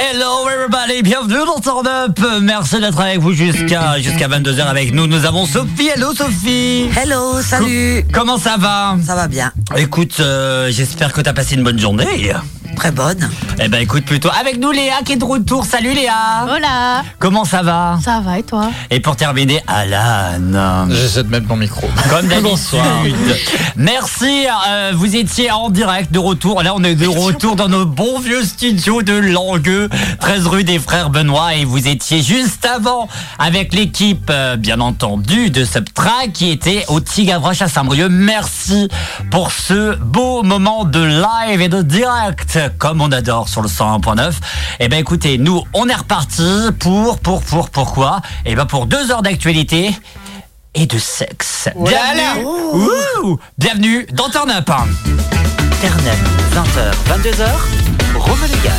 Hello everybody, bienvenue dans Turn Up. Merci d'être avec vous jusqu'à jusqu'à 22h avec nous. Nous avons Sophie. Hello Sophie. Hello, salut. Co- comment ça va Ça va bien, Écoute, euh, j'espère que t'as passé une bonne journée. très bonne. Eh ben écoute plutôt avec nous Léa qui est de retour. Salut Léa. Voilà, Comment ça va ça va et toi Et pour terminer, Alan. J'essaie de mettre mon micro. Comme d'habitude. Merci. euh, vous étiez en direct de retour. Là, on est de retour dans nos bons vieux studios de Langueux, 13 rue des Frères Benoît. Et vous étiez juste avant avec l'équipe, euh, bien entendu, de Subtra qui était au Tigavroche à Saint-Brieuc. Merci pour ce beau moment de live et de direct, comme on adore sur le 101.9. Eh ben, écoutez, nous, on est reparti pour, pour, pour, pourquoi? Eh ben, pour deux heures d'actualité et de sexe. Bienvenue, Ouh Bienvenue dans Turn Up. Turn Up, 20h, 22h, Rome Légal.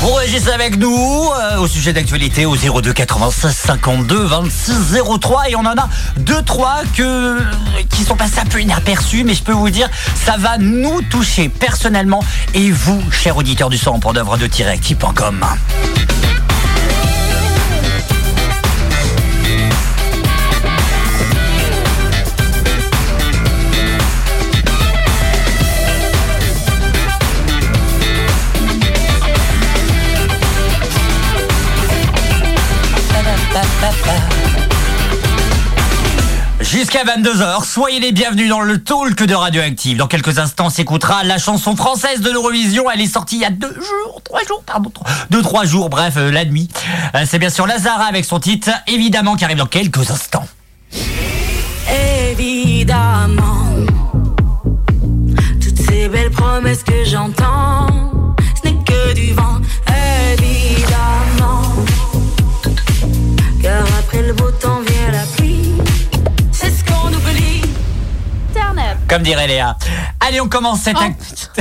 Vous réagissez avec nous euh, au sujet d'actualité au 02 96 52 26 03 et on en a deux trois que qui sont passés un peu inaperçus mais je peux vous dire ça va nous toucher personnellement et vous chers auditeurs du son pour d'œuvre de directif.com. Jusqu'à 22h, soyez les bienvenus dans le talk de Radioactive. Dans quelques instants, s'écoutera la chanson française de l'Eurovision. Elle est sortie il y a deux jours, trois jours, pardon, trois- deux, trois jours, bref, euh, la nuit. Euh, C'est bien sûr Lazara avec son titre, évidemment, qui arrive dans quelques instants. Évidemment, toutes ces belles promesses que j'entends, ce n'est que du vent. Évidemment, car après le beau temps vient la pluie, c'est ce qu'on oublie. Turn up Comme dirait Léa. Allez, on commence cette Oh, act-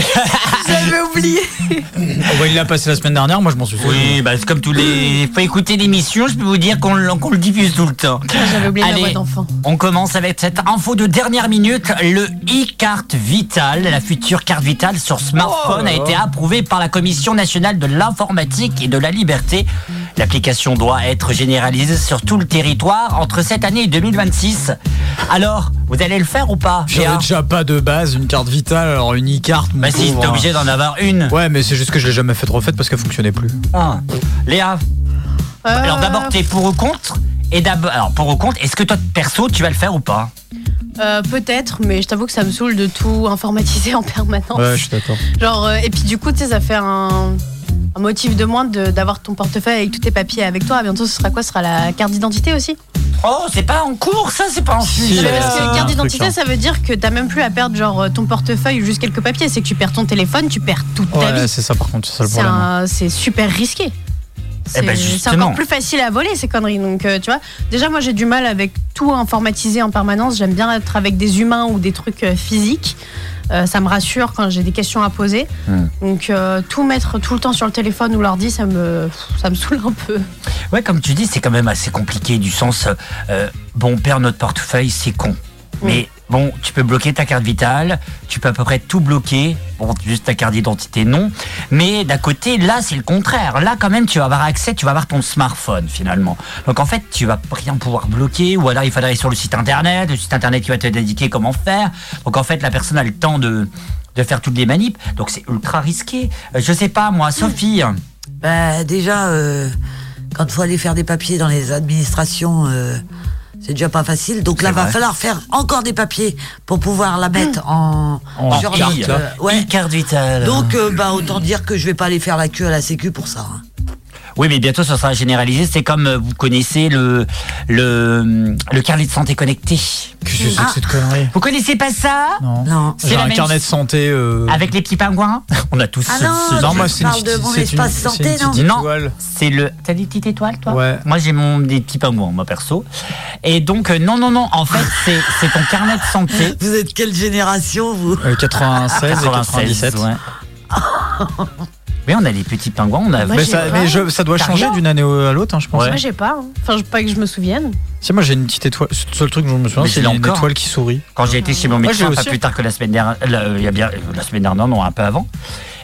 J'avais oublié. Oh, bah, il l'a passé la semaine dernière, moi je m'en suis souvenu. Oui, bah, c'est comme tous les. Faut écouter l'émission, je peux vous dire qu'on le- qu'on le diffuse tout le temps. J'avais oublié Allez. ma voix d'enfant. On commence avec cette info de dernière minute. Le e-carte vitale, la future carte vitale sur Oh smartphone, a été approuvée par la Commission nationale de l'informatique et de la liberté. L'application doit être généralisée sur tout le territoire entre cette année et 2026. Alors, vous allez le faire ou pas J'avais Léa déjà pas de base, une carte vitale, alors une e-carte. mon Bah si, pauvre, t'es hein. obligé d'en avoir une. Ouais, mais c'est juste que je l'ai jamais fait refaite parce qu'elle fonctionnait plus. Ah. Léa, alors Euh, d'abord t'es pour ou contre Et d'abord, alors pour ou contre, est-ce que toi perso tu vas le faire ou pas euh, Peut-être, mais je t'avoue que ça me saoule de tout informatiser en permanence. Ouais, je suis d'accord. Genre, euh, et puis du coup, tu sais, ça fait un, un motif de moins de- d'avoir ton portefeuille avec tous tes papiers avec toi. Bientôt, ce sera quoi Ce sera la carte d'identité aussi Oh, c'est pas en cours ça, c'est pas en Si, sujet. Non, mais euh, parce c'est que un carte truc, d'identité, hein. ça veut dire que t'as même plus à perdre genre ton portefeuille ou juste quelques papiers. C'est que tu perds ton téléphone, tu perds toute ta Ouais, vie. c'est ça par contre, c'est ça le C'est problème. un- c'est super risqué. C'est hein. ben, c'est justement. encore plus facile à voler ces conneries. Donc, euh, tu vois, déjà, moi j'ai du mal avec tout informatiser en permanence. J'aime bien être avec des humains ou des trucs euh, physiques. Euh, ça me rassure quand j'ai des questions à poser. Hmm. Donc, euh, tout mettre tout le temps sur le téléphone ou l'ordi, ça me, ça me saoule un peu. Ouais, comme tu dis, c'est quand même assez compliqué du sens. euh, bon, on perd notre portefeuille, c'est con. Mais bon, tu peux bloquer ta carte vitale, tu peux à peu près tout bloquer. Bon, juste ta carte d'identité, non. Mais d'un côté, là, c'est le contraire. Là, quand même, tu vas avoir accès, tu vas avoir ton smartphone finalement. Donc en fait, tu vas rien pouvoir bloquer. Ou alors, il faudra aller sur le site internet, le site internet qui va te indiquer comment faire. Donc en fait, la personne a le temps de de faire toutes les manips, donc c'est ultra risqué. Euh, Je sais pas, moi, Sophie, Bah, déjà, euh, quand faut aller faire des papiers dans les administrations, euh, c'est déjà pas facile. Donc là, C'est va vrai. falloir faire encore des papiers pour pouvoir la mettre en, En sur carte, notre, là. euh, ouais. carte vitale. Donc, euh, bah, autant dire que je vais pas aller faire la queue à la Sécu pour ça. hein. Oui, mais bientôt, ça sera généralisé. C'est comme euh, vous connaissez le le le carnet de santé connecté. Qu'est-ce que c'est Ah. que cette connerie Vous connaissez pas ça Non. Non. C'est J'ai la un même- carnet de santé. euh, Avec les petits pingouins Ah, On a tous. Ah ce- non, ce- non, Non, moi tu c'est une parles de petite- mon c'est une- espace c'est une santé, non petite Non. étoile. C'est le. T'as des petites étoiles, toi Ouais. Moi, j'ai mon des petits pingouins, moi perso. Et donc, euh, non, non, non. En fait, c'est c'est ton carnet de santé. Vous êtes quelle génération, vous Euh, 96 et 97. ouais. Mais on a les petits pingouins, on a. Moi, mais j'ai ça, pas. mais je- ça doit T'as changer rien d'une année au- à l'autre, hein, je pense. Ouais. Moi, j'ai pas. hein. Enfin, je- pas que je me souvienne. Si, moi j'ai une petite étoile. C'est le seul truc dont je me souviens, Mais c'est il une a encore. étoile qui sourit. Quand j'ai été chez mon Moi, médecin, j'ai pas aussi. plus tard que la semaine dernière, la- euh, il y a bien, euh, la semaine dernière, non, un peu avant.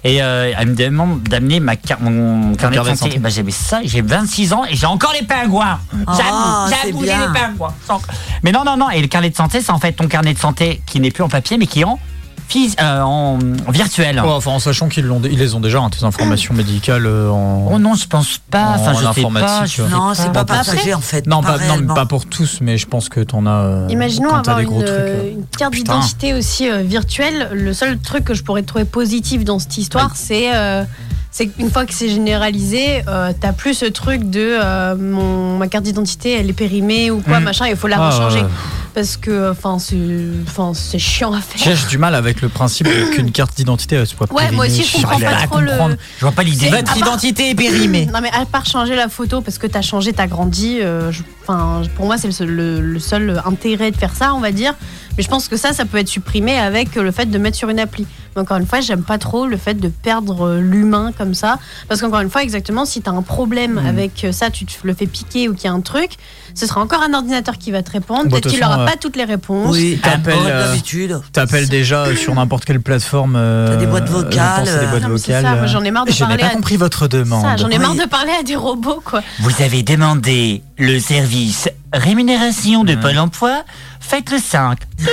Et euh, elle me demande d'amener ma car- mon carnet de carnet de santé. santé. Bah, j'avais ça, j'ai 26 ans et j'ai encore les pingouins. Ah, J'avoue, c'est j'avoue, j'ai bien. les pingouins. Sans- Mais non, non, non. Et le carnet de santé, c'est en fait ton carnet de santé qui n'est plus en papier, mais qui est en, phys- euh, en virtuel. Ouais, enfin, en sachant qu'ils l'ont, ils les ont déjà, hein, tes informations médicales euh, en. Oh non, je pense pas. Enfin, En je sais pas. Bah, informatique, Je ouais. sais Non, c'est pas Après- passager en fait. non, pas, non, réellement. pas pour tous, mais je pense que t'en as. euh, Imaginons quand t'as avoir des une, gros trucs. euh. une carte Putain. d'identité aussi euh, virtuelle. Le seul truc que je pourrais trouver positif dans cette histoire, c'est euh, c'est qu'une fois que c'est généralisé, euh, t'as plus ce truc de euh, mon, ma carte d'identité, elle est périmée ou quoi, Mm. machin, il faut la Ah, rechanger. ouais. Parce que, euh, enfin, c'est enfin, c'est chiant à faire. J'ai j'ai du mal avec le principe qu'une carte d'identité elle soit Ouais, moi aussi, je périmée. comprends J'arrive pas à trop le- comprendre. Je vois pas l'idée. C'est- Votre Ah bah. identité est périmée. Non mais à part changer la photo parce que t'as changé, t'as grandi. euh, je- Enfin, pour moi c'est le seul, le- le seul intérêt de faire ça, on va dire. Mais je pense que ça, ça peut être supprimé avec le fait de mettre sur une appli. Mais encore une fois, j'aime pas trop le fait de perdre euh, l'humain comme ça, parce qu'encore une fois, exactement, si t'as un problème avec euh, ça, tu te le fais piquer ou qu'il y a un truc, ce sera encore un ordinateur qui va te répondre. Bah, de Peut-être qu'il toute façon, aura euh, pas toutes les réponses. Oui, t'appelles, t'appelles euh, d'habitude. T'appelles déjà euh, sur n'importe quelle plateforme. euh, T'as des boîtes je pense vocales, que c'est des euh. boîtes Non, mais c'est vocales, ça, moi, euh. j'en ai marre de Je n'ai parler pas à- compris votre Ça, demande. j'en ai marre Oui. de parler à des robots, quoi. Vous avez demandé le service rémunération de Pôle emploi. Faites le 5. Zut.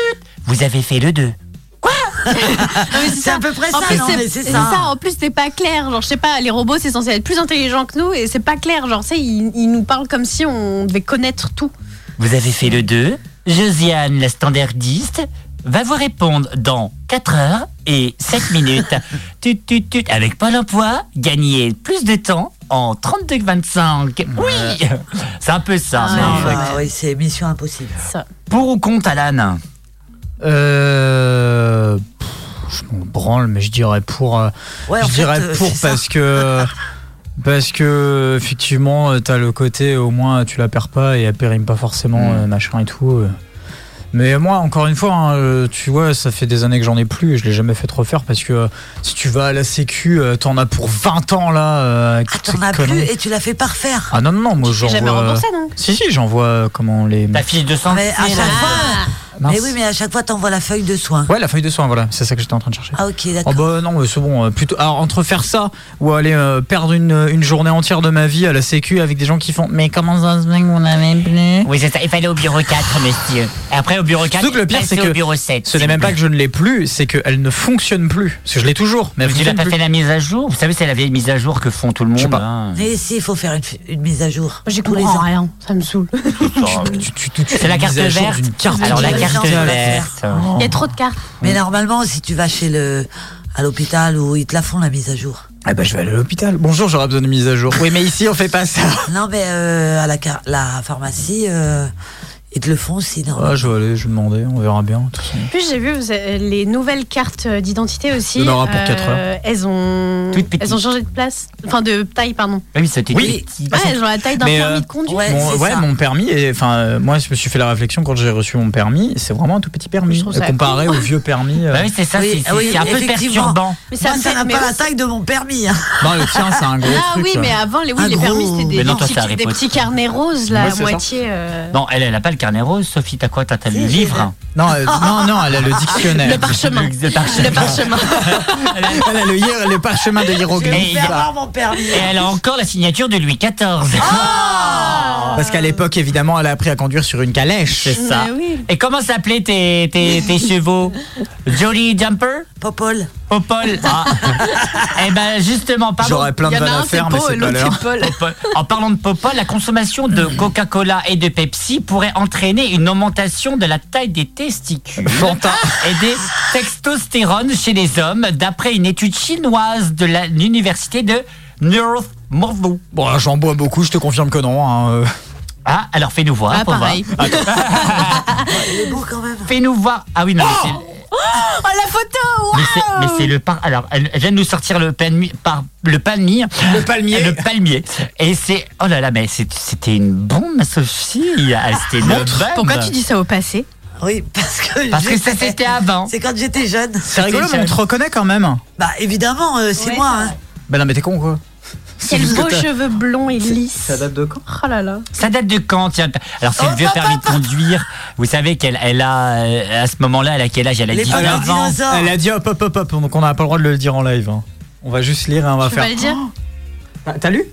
Vous avez fait le 2. Non, mais C'est à peu près En ça, plus, non, c'est- mais c'est c'est ça. ça. En plus, c'est pas clair. Genre, je sais pas, les robots, c'est censé être plus intelligents que nous et c'est pas clair. Genre, tu sais, ils, ils nous parlent comme si on devait connaître tout. Vous avez fait le 2. Josiane, la standardiste, va vous répondre dans 4 heures et 7 minutes. Tut, tut, tut. Avec Pôle emploi, gagnez plus de temps en 32,25. Oui C'est un peu ça. Ah, mais- Non, ouais. bah oui, c'est mission impossible. Ça. Pour ou contre, Alan Euh, pff, Je m'en branle, mais je dirais pour. euh, Ouais, en je fait, dirais euh, pour c'est ça. parce que. Parce que effectivement, euh, t'as le côté au moins tu la perds pas et elle périme pas forcément Mm. euh, machin et tout. euh. Mais moi, encore une fois, hein, euh, tu vois, ça fait des années que j'en ai plus et je l'ai jamais fait refaire parce que euh, si tu vas à la Sécu, euh, t'en as pour 20 ans là. euh, Ah, avec toutes t'en ces as plus conneries. et tu l'as fait pas refaire. Ah non, non, non, moi J'ai jamais j'envoie. remboursé, donc. Si, si, j'envoie euh, comment les. La fiche de sang Mais à chaque fois, Mince. mais oui, mais à chaque fois, t'envoies la feuille de soin. Ouais, la feuille de soin, voilà, c'est ça que j'étais en train de chercher. Ah, ok, Oh d'accord. bah non, mais c'est bon. euh, Plutôt, alors, entre faire ça ou aller euh, perdre une, une journée entière de ma vie à la Sécu avec des gens qui font. Mais comment ça se fait qu'on avait plus Oui, c'est ça. Il fallait au bureau 4, monsieur. Après, au bureau 4, Surtout que le pire, passez c'est au que bureau 7. Ce n'est même pas que je ne l'ai plus, c'est qu'elle ne fonctionne plus. Parce que je l'ai toujours, mais elle Tu n'as fonctionne pas plus. fait la mise à jour Vous savez, c'est la vieille mise à jour que font tout le monde. Je sais pas. hein. Mais si, il faut faire une, une mise à jour. J'y Tous les comprends ans. rien. Ça me saoule. Tu- tu- tu- tu fais C'est la une carte mise à jour verte. d'une carte Alors, la Oui, carte j'en ai pas verte. Il y a trop de cartes. Mais normalement, si tu vas chez le à l'hôpital où ils te la font la mise à jour. Ah bah je vais aller à l'hôpital. Bonjour, j'aurai besoin de mise à jour. Oui, mais ici on fait pas ça. Non, mais euh, à la, car- la pharmacie, euh, ils te le font aussi. Non. Euh, Ah, je vais aller, je vais demander, on verra bien. de toute façon. En plus, j'ai vu vous avez- les nouvelles cartes d'identité aussi. euh, Il y en aura pour quatre Elles ont, Toutes petites. elles ont changé de place. Enfin, de taille, pardon. Ah Oui, c'était Oui. petit. Ouais, elles ont la taille d'un Mais, permis euh, de conduire. Ouais, mon, c'est ouais, ça. mon permis, est- enfin, euh, moi je me suis fait la réflexion quand j'ai reçu mon permis, c'est vraiment un tout petit permis Je trouve ça euh, comparé au vieux permis. euh. Bah oui, c'est ça, Oui, c'est- c'est oui, c'est un peu effectivement. perturbant. ah Mais Moi, ça fait- n'a mais pas la aussi- taille de mon permis. hein. Non, le tien, c'est un gros Ah truc. oui, là. mais avant, les, oui, Un les permis, gros- c'était des, Mais non, des toi, c'est petits, Harry des Potter. petits carnets roses, Moi, là, c'est à ça. moitié. euh, Non, elle, elle a pas le carnet rose. Sophie, t'as quoi T'as t'as le Si, livre Non, euh, non, non, elle a le dictionnaire. Le parchemin. Le parchemin. Le parchemin. Elle a le, hier- le parchemin de hiéroglyphes. Et il va- Ah, mon permis. Et elle a encore la signature de Louis XIV. Ah Parce qu'à l'époque, évidemment, elle a appris à conduire sur une calèche. c'est ça. Mais oui. Et comment s'appelaient tes, tes, tes chevaux Jolly Jumper Popol. Popol ah. Eh ben justement, pardon. J'aurais plein Il y en de a vannes un, à c'est faire, mais Pau et c'est pas l'autre, l'heure. c'est Paul. Mm. Popol. En parlant de Popol, la consommation de Coca-Cola et de Pepsi pourrait entraîner une augmentation de la taille des testicules Fanta. et des textostérones chez les hommes, d'après une étude chinoise de la- l'université de North Morvo. Bon, j'en bois beaucoup, je te confirme que non. hein, euh. Ah, alors fais-nous voir. Ah, pour voir. pareil. Oh, Il est beau quand même. Fais-nous voir. Ah oui, non, Oh mais c'est- Oh, la photo mais c'est mais c'est le par. Alors, elle, elle vient de nous sortir le palmier. Par, le palmier. Le palmier. Le palmier. Et c'est. Oh là là, mais c'est- c'était une bombe, ma Sophie. Ah, c'était une bombe. Pourquoi tu dis ça au passé Ah Oui, parce que. Parce que j'étais- ça, c'était avant. C'est quand j'étais jeune. C'est rigolo, mais on te reconnaît quand même. Bah évidemment, euh, c'est Ouais, moi. c'est hein. vrai. Bah non, mais t'es con quoi. C'est Quels juste que beaux t'as- cheveux blonds et lisses. Ça date de quand Oh là là. Ça date de quand tiens Alors Oh, c'est le vieux permis de conduire. Vous savez qu'elle elle a euh, à ce moment-là, elle a quel âge Elle a Les 19 ans. dinosaures. Elle a dit hop hop hop hop, donc on n'a pas le droit de le dire en live. hein. On va juste lire et on va Tu faire. vas le dire Ah, T'as lu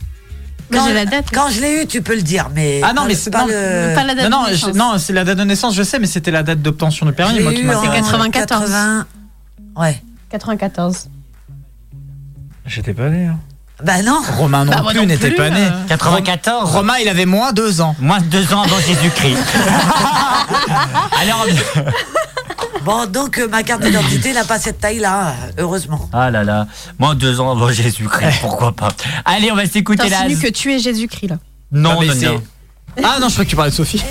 Mais Oh. Quand- J'ai la date. Quand je l'ai eu, tu peux le dire, mais. Ah non, pas mais le- c'est- pas non, le- Pas la date. Non, de non, je- naissance. non c'est la date de naissance, je sais, mais c'était la date d'obtention du permis. je Moi, l'ai qui eu m'intéresse. en 94. 80. Ouais. 94. J'étais pas né. hein. Bah non. Romain non Bah, moi plus non n'était plus, pas né. euh. 94 Romain, il avait moins deux ans. Moins de deux ans avant Jésus-Christ. Alors, Bon, donc euh, ma carte d'identité n'a pas cette taille-là, euh, heureusement. ah là là, moins de deux ans avant Jésus-Christ, pourquoi pas. Allez, on va s'écouter la. T'insinues que tu es Jésus-Christ là. Non, Ah, mais non, c'est- non. Ah non, je crois que tu parlais de Sophie.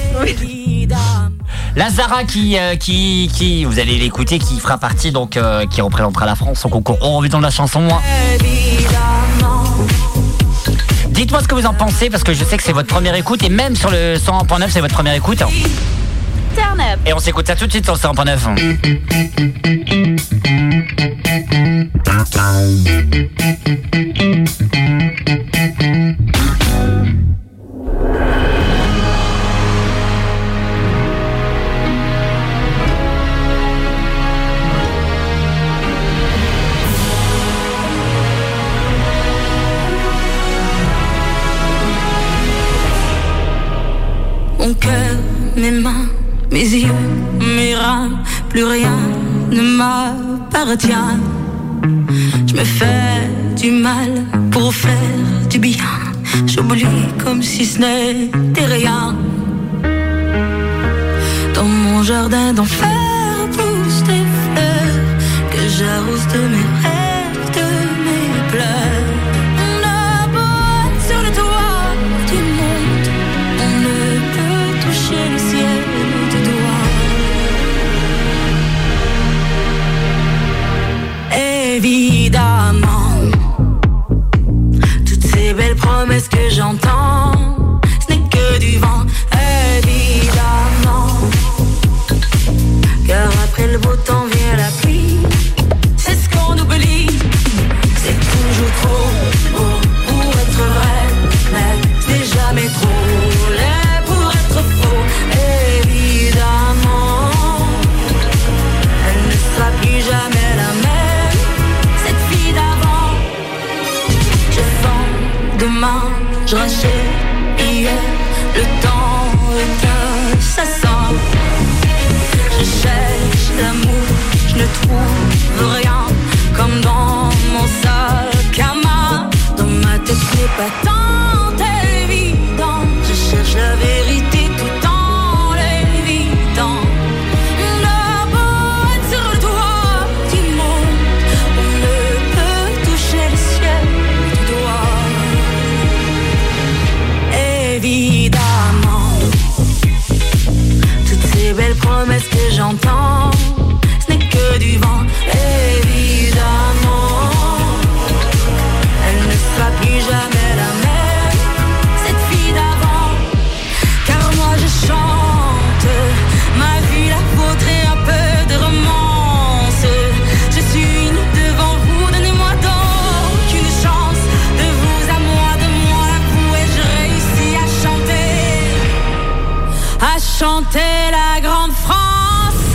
Lazara qui, euh, qui, qui, vous allez l'écouter, qui fera partie donc, euh, qui représentera la France au concours En revue dans la chanson. Dites-moi ce que vous en pensez parce que je sais que c'est votre première écoute et même sur le 101.9 c'est votre première écoute. Turn up. Et on s'écoute ça tout de suite sur le 101.9. Mon cœur, mes mains, mes yeux, mes reins, plus rien ne m'appartient. Je me fais du mal pour faire du bien. J'oublie comme si ce n'était rien. Dans mon jardin d'enfer poussent des fleurs que j'arrose de mes rêves, de mes pleurs. On abonde sur le toit du monde, on ne peut toucher le ciel de doigts. Évidemment, toutes ces belles promesses que j'entends, ce n'est que du vent. Évidemment. Car après le beau temps vient la pluie. C'est ce qu'on oublie. C'est toujours trop beau pour être vrai. Mais c'est jamais trop laid pour être faux. Évidemment, elle ne sera plus jamais la même. Cette fille d'avant, je sens demain, je rachète hier. Le temps est un assassin. Je cherche l'amour, je ne trouve rien Comme dans mon sac à main Dans ma tête ce n'est pas tant évident Je cherche la vérité tout en l'évitant La boîte sur le doigt du monde On ne peut toucher le ciel du doigt Évidemment toutes ces belles promesses que j'entends, ce n'est que du vent, évidemment. Elle ne sera plus jamais la même, cette fille d'avant. Car moi je chante, ma vie, la vôtre et un peu de romance. Je suis une devant vous, donnez-moi donc une chance. De vous à moi, de moi à vous, et je réussis à chanter à chanter la grande France.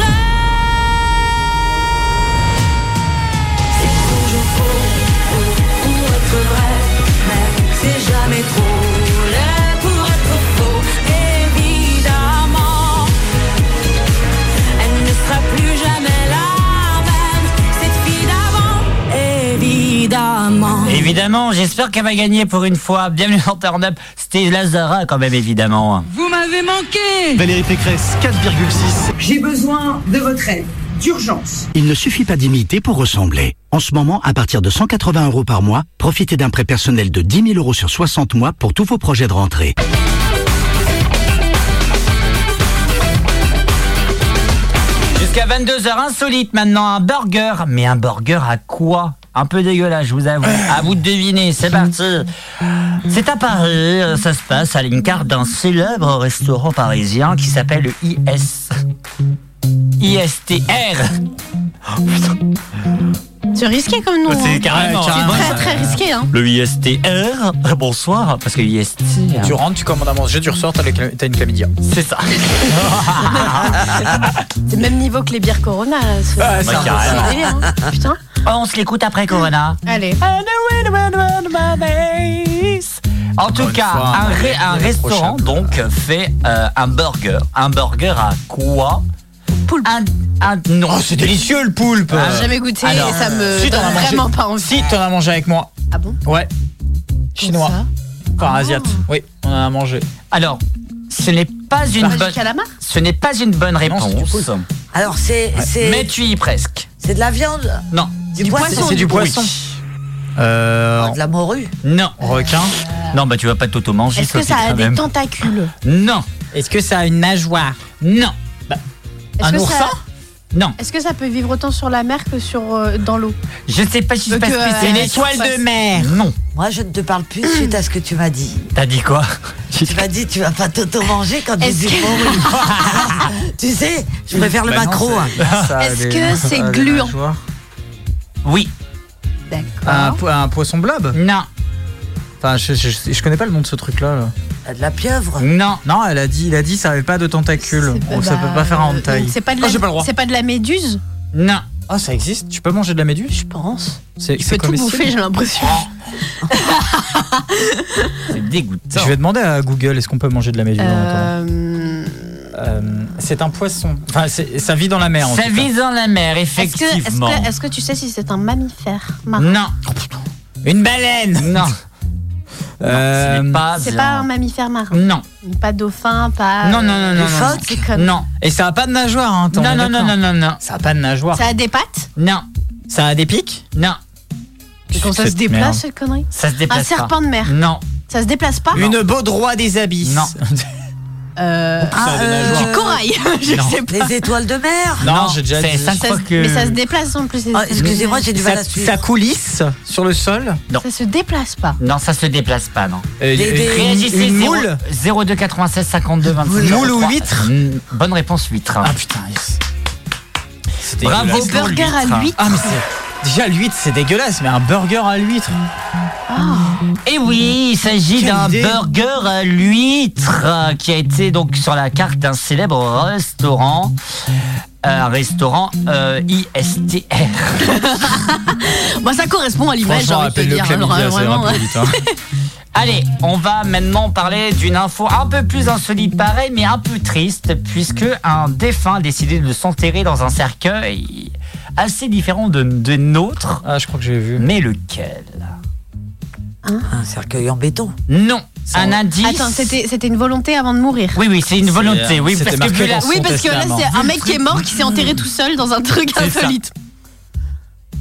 C'est toujours faux, faux pour être vrai, mais c'est jamais trop laid pour être faux, évidemment. Elle ne sera plus jamais la même, cette fille d'avant, évidemment. Évidemment, j'espère qu'elle va gagner pour une fois. Bienvenue dans Turn Up. C'était Lazara quand même évidemment. Vous m'avez manqué Valérie Pécresse, 4,6. J'ai besoin de votre aide, d'urgence. Il ne suffit pas d'imiter pour ressembler. En ce moment, à partir de 180 euros par mois, profitez d'un prêt personnel de 10 000 euros sur 60 mois pour tous vos projets de rentrée. Jusqu'à 22h insolite maintenant, un burger. Mais un burger à quoi Un peu dégueulasse, je vous avoue. Euh. À vous de deviner, c'est parti. C'est à Paris, euh, ça se passe à l'incar d'un célèbre restaurant parisien qui s'appelle le IS. ISTR. Oh, putain. C'est risqué comme nous. C'est hein. carrément. carrément. Très très risqué. Hein. Le ISTR, euh, bonsoir, parce que IST, hein, Tu rentres, tu commandes à manger, tu ressors, t'as les cla- t'as une chlamydia. c'est ça. C'est le même niveau que les bières Corona. là, ce- Ah, c'est Bah, un peu carrément. C'est délire, hein. Putain. Oh, on se l'écoute après Corona. Allez. Ah, En tout Encore une cas, fois, un, un ré- un reprochable. restaurant donc fait euh, un burger. Un burger à quoi Poule. Un, un- non, Oh, c'est délicieux le poulpe Ah, Jamais goûté Alors, et ça me si t'en as donne mangé- vraiment pas envie. Si, t'en as mangé avec moi. Ah bon Ouais. Chinois. Comme Enfin, asiate. Oui, on en a mangé. Oh. Alors, ce n'est pas une ça. Pas bonne, du calamar ce n'est pas une bonne Non, c'est réponse. du poulpe. Alors, c'est c'est- mais tu y es presque. c'est de la viande, Non. du, poisson, C'est du Oui. poisson. Euh. Oh, Ah, de la morue. Non. Requin. Non, bah tu vas pas t'auto manger. Est-ce que ça a des tentacules Non. Est-ce que ça a une nageoire Non. Bah, Est-ce que ça Non. Est-ce que ça peut vivre autant sur la mer que sur euh, dans l'eau Je sais pas si Donc, c'est euh, parce que c'est à la surface. mer. Non. Moi, je ne te parle plus suite à ce que tu m'as dit. T'as dit quoi Tu m'as dit, tu vas pas t'auto-manger quand tu Est-ce dis que- morue. tu sais, je préfère Bah le macro. hein. Ah, Est-ce que c'est gluant Oui. un, D'accord. po- un poisson blob Non. Enfin, je, je, je- je connais pas le nom de ce truc-là. là. Ah, De la pieuvre. Non. Non, elle a dit, il a dit, ça avait pas de tentacules. C'est- Donc, ça bah, peut pas faire un hentai. donc C'est pas de Ah, j'ai pas le la droit. c'est pas de la méduse Non. Ah, ça existe Tu peux manger de la méduse Je pense. C'est Il c'est peut tout comestible bouffer, j'ai l'impression. Oh. C'est dégoûtant. Je vais demander à Google, est-ce qu'on peut manger de la méduse en attendant Euh, Euh, C'est un poisson. Enfin, c'est- ça vit dans la mer. en Ça tout cas. vise dans la mer, Est-ce que, est-ce effectivement. que, est-ce que tu sais si c'est un mammifère marin Non. Une baleine. Non. Euh, Ce n'est pas. C'est un- pas un mammifère marin. Ah, Non. Pas dauphin, pas. Non, non, non, non, euh, non, phoque, c'est comme- Non. Et ça a pas de nageoire, hein t'en Non, es non, non, d'accord non, non, non. Ça a pas de nageoire. Ça a des pattes Non. Ça a des pics Non. Et Quand ça se Cette merde. déplace, cette connerie Ça se Un déplace pas. serpent de mer. Non. Ça se déplace pas Une beau droit des abysses. Non. Euh, a des nageoires. Du corail Je Non. sais pas. Les étoiles de mer. Non, j'ai déjà C'est dit. cinq Ça fois se- que. Mais ça se déplace en plus. Ah, Excusez-moi, j'ai du mal Ça, à suivre. ça coulisse sur le sol. Ça se déplace pas. Non, ça se déplace pas, non. Euh, Des- une- des- une, Réagissez une 0- moule 02 96 52 26. Moule ou huître Mm, Bonne réponse, huître. Ah putain, yes. C'était Bravo, dégueulasse. pour burger à l'huître. l'huître. Ah mais c'est déjà l'huître, c'est dégueulasse, mais un burger à l'huître. Et Ah. Eh oui, il s'agit Quelle d'un idée. burger à l'huître euh, qui a été donc sur la carte d'un célèbre restaurant. Euh, Un restaurant euh, ISTR. Bah, ça correspond à l'image, j'ai Franchement, envie de te appelle le dire. chlamydia, ça ira Vraiment, plus vite. hein. Allez, on va maintenant parler d'une info un peu plus insolite, pareil, mais un peu triste, puisque un défunt a décidé de s'enterrer dans un cercueil assez différent de, de nôtre, Ah, je crois que j'ai vu. mais lequel Un cercueil en béton. Non, Ça- un indice. Attends, c'était c'était une volonté avant de mourir. Oui, oui, c'est une C'est, volonté, euh, oui, parce c'était que marqué vu la- dans son- Oui, parce que là, testament. c'est un mec qui est mort qui s'est enterré tout seul dans un truc C'est ça. insolite.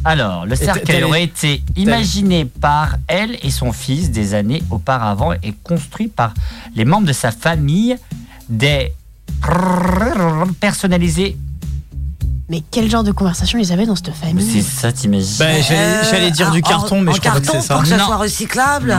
Alors, le t'as- t'as cercueil les- aurait été imaginé par elle et son fils des années auparavant et construit par les membres de sa famille des personnalisés. Mais quel genre de conversation ils avaient dans cette Mais C'est famille ça, t'imagines Bah, j'allais, Euh, j'allais dire en- du carton, mais en je crois pas que carton, c'est ça. Pour que ça Non. soit recyclable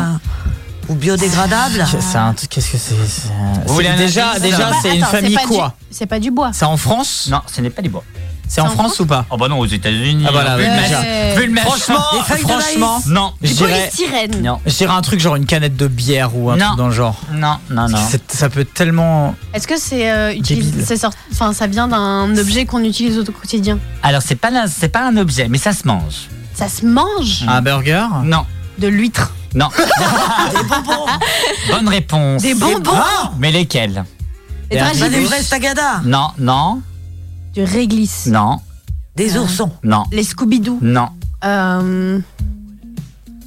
ou biodégradable. C'est un truc- Qu'est-ce que c'est, c'est- c'est- voulez un Déjà, indice déjà, Non. pas- c'est une attends, famille pas du- quoi C'est pas du bois. C'est en France Non, ce n'est pas du bois. C'est en France ou pas Oh bah non, aux États-Unis. Ah voilà, vu ouais. le déjà. machin- vu le machin. Franchement, Des feuilles de franchement, non, je Du dirais, polystyrène. non, je dirais un truc genre une canette de bière ou un Non. truc dans le genre. non, non, non. C'est- Ça peut tellement. Est-ce que c'est euh, utilisé- Débile. c'est sort- enfin ça vient d'un objet qu'on utilise au quotidien Alors c'est pas la- c'est pas un objet, mais ça se mange. Ça se mange Un burger Hmm. Non, de l'huître. non. Bonne réponse. Des bonbons Mais lesquels Et toi, Des j'ai Bah, des vu vrais stagadas. Non, non, du réglisse, Euh, non, Des oursons. non, les Scooby-Doo, non. euh,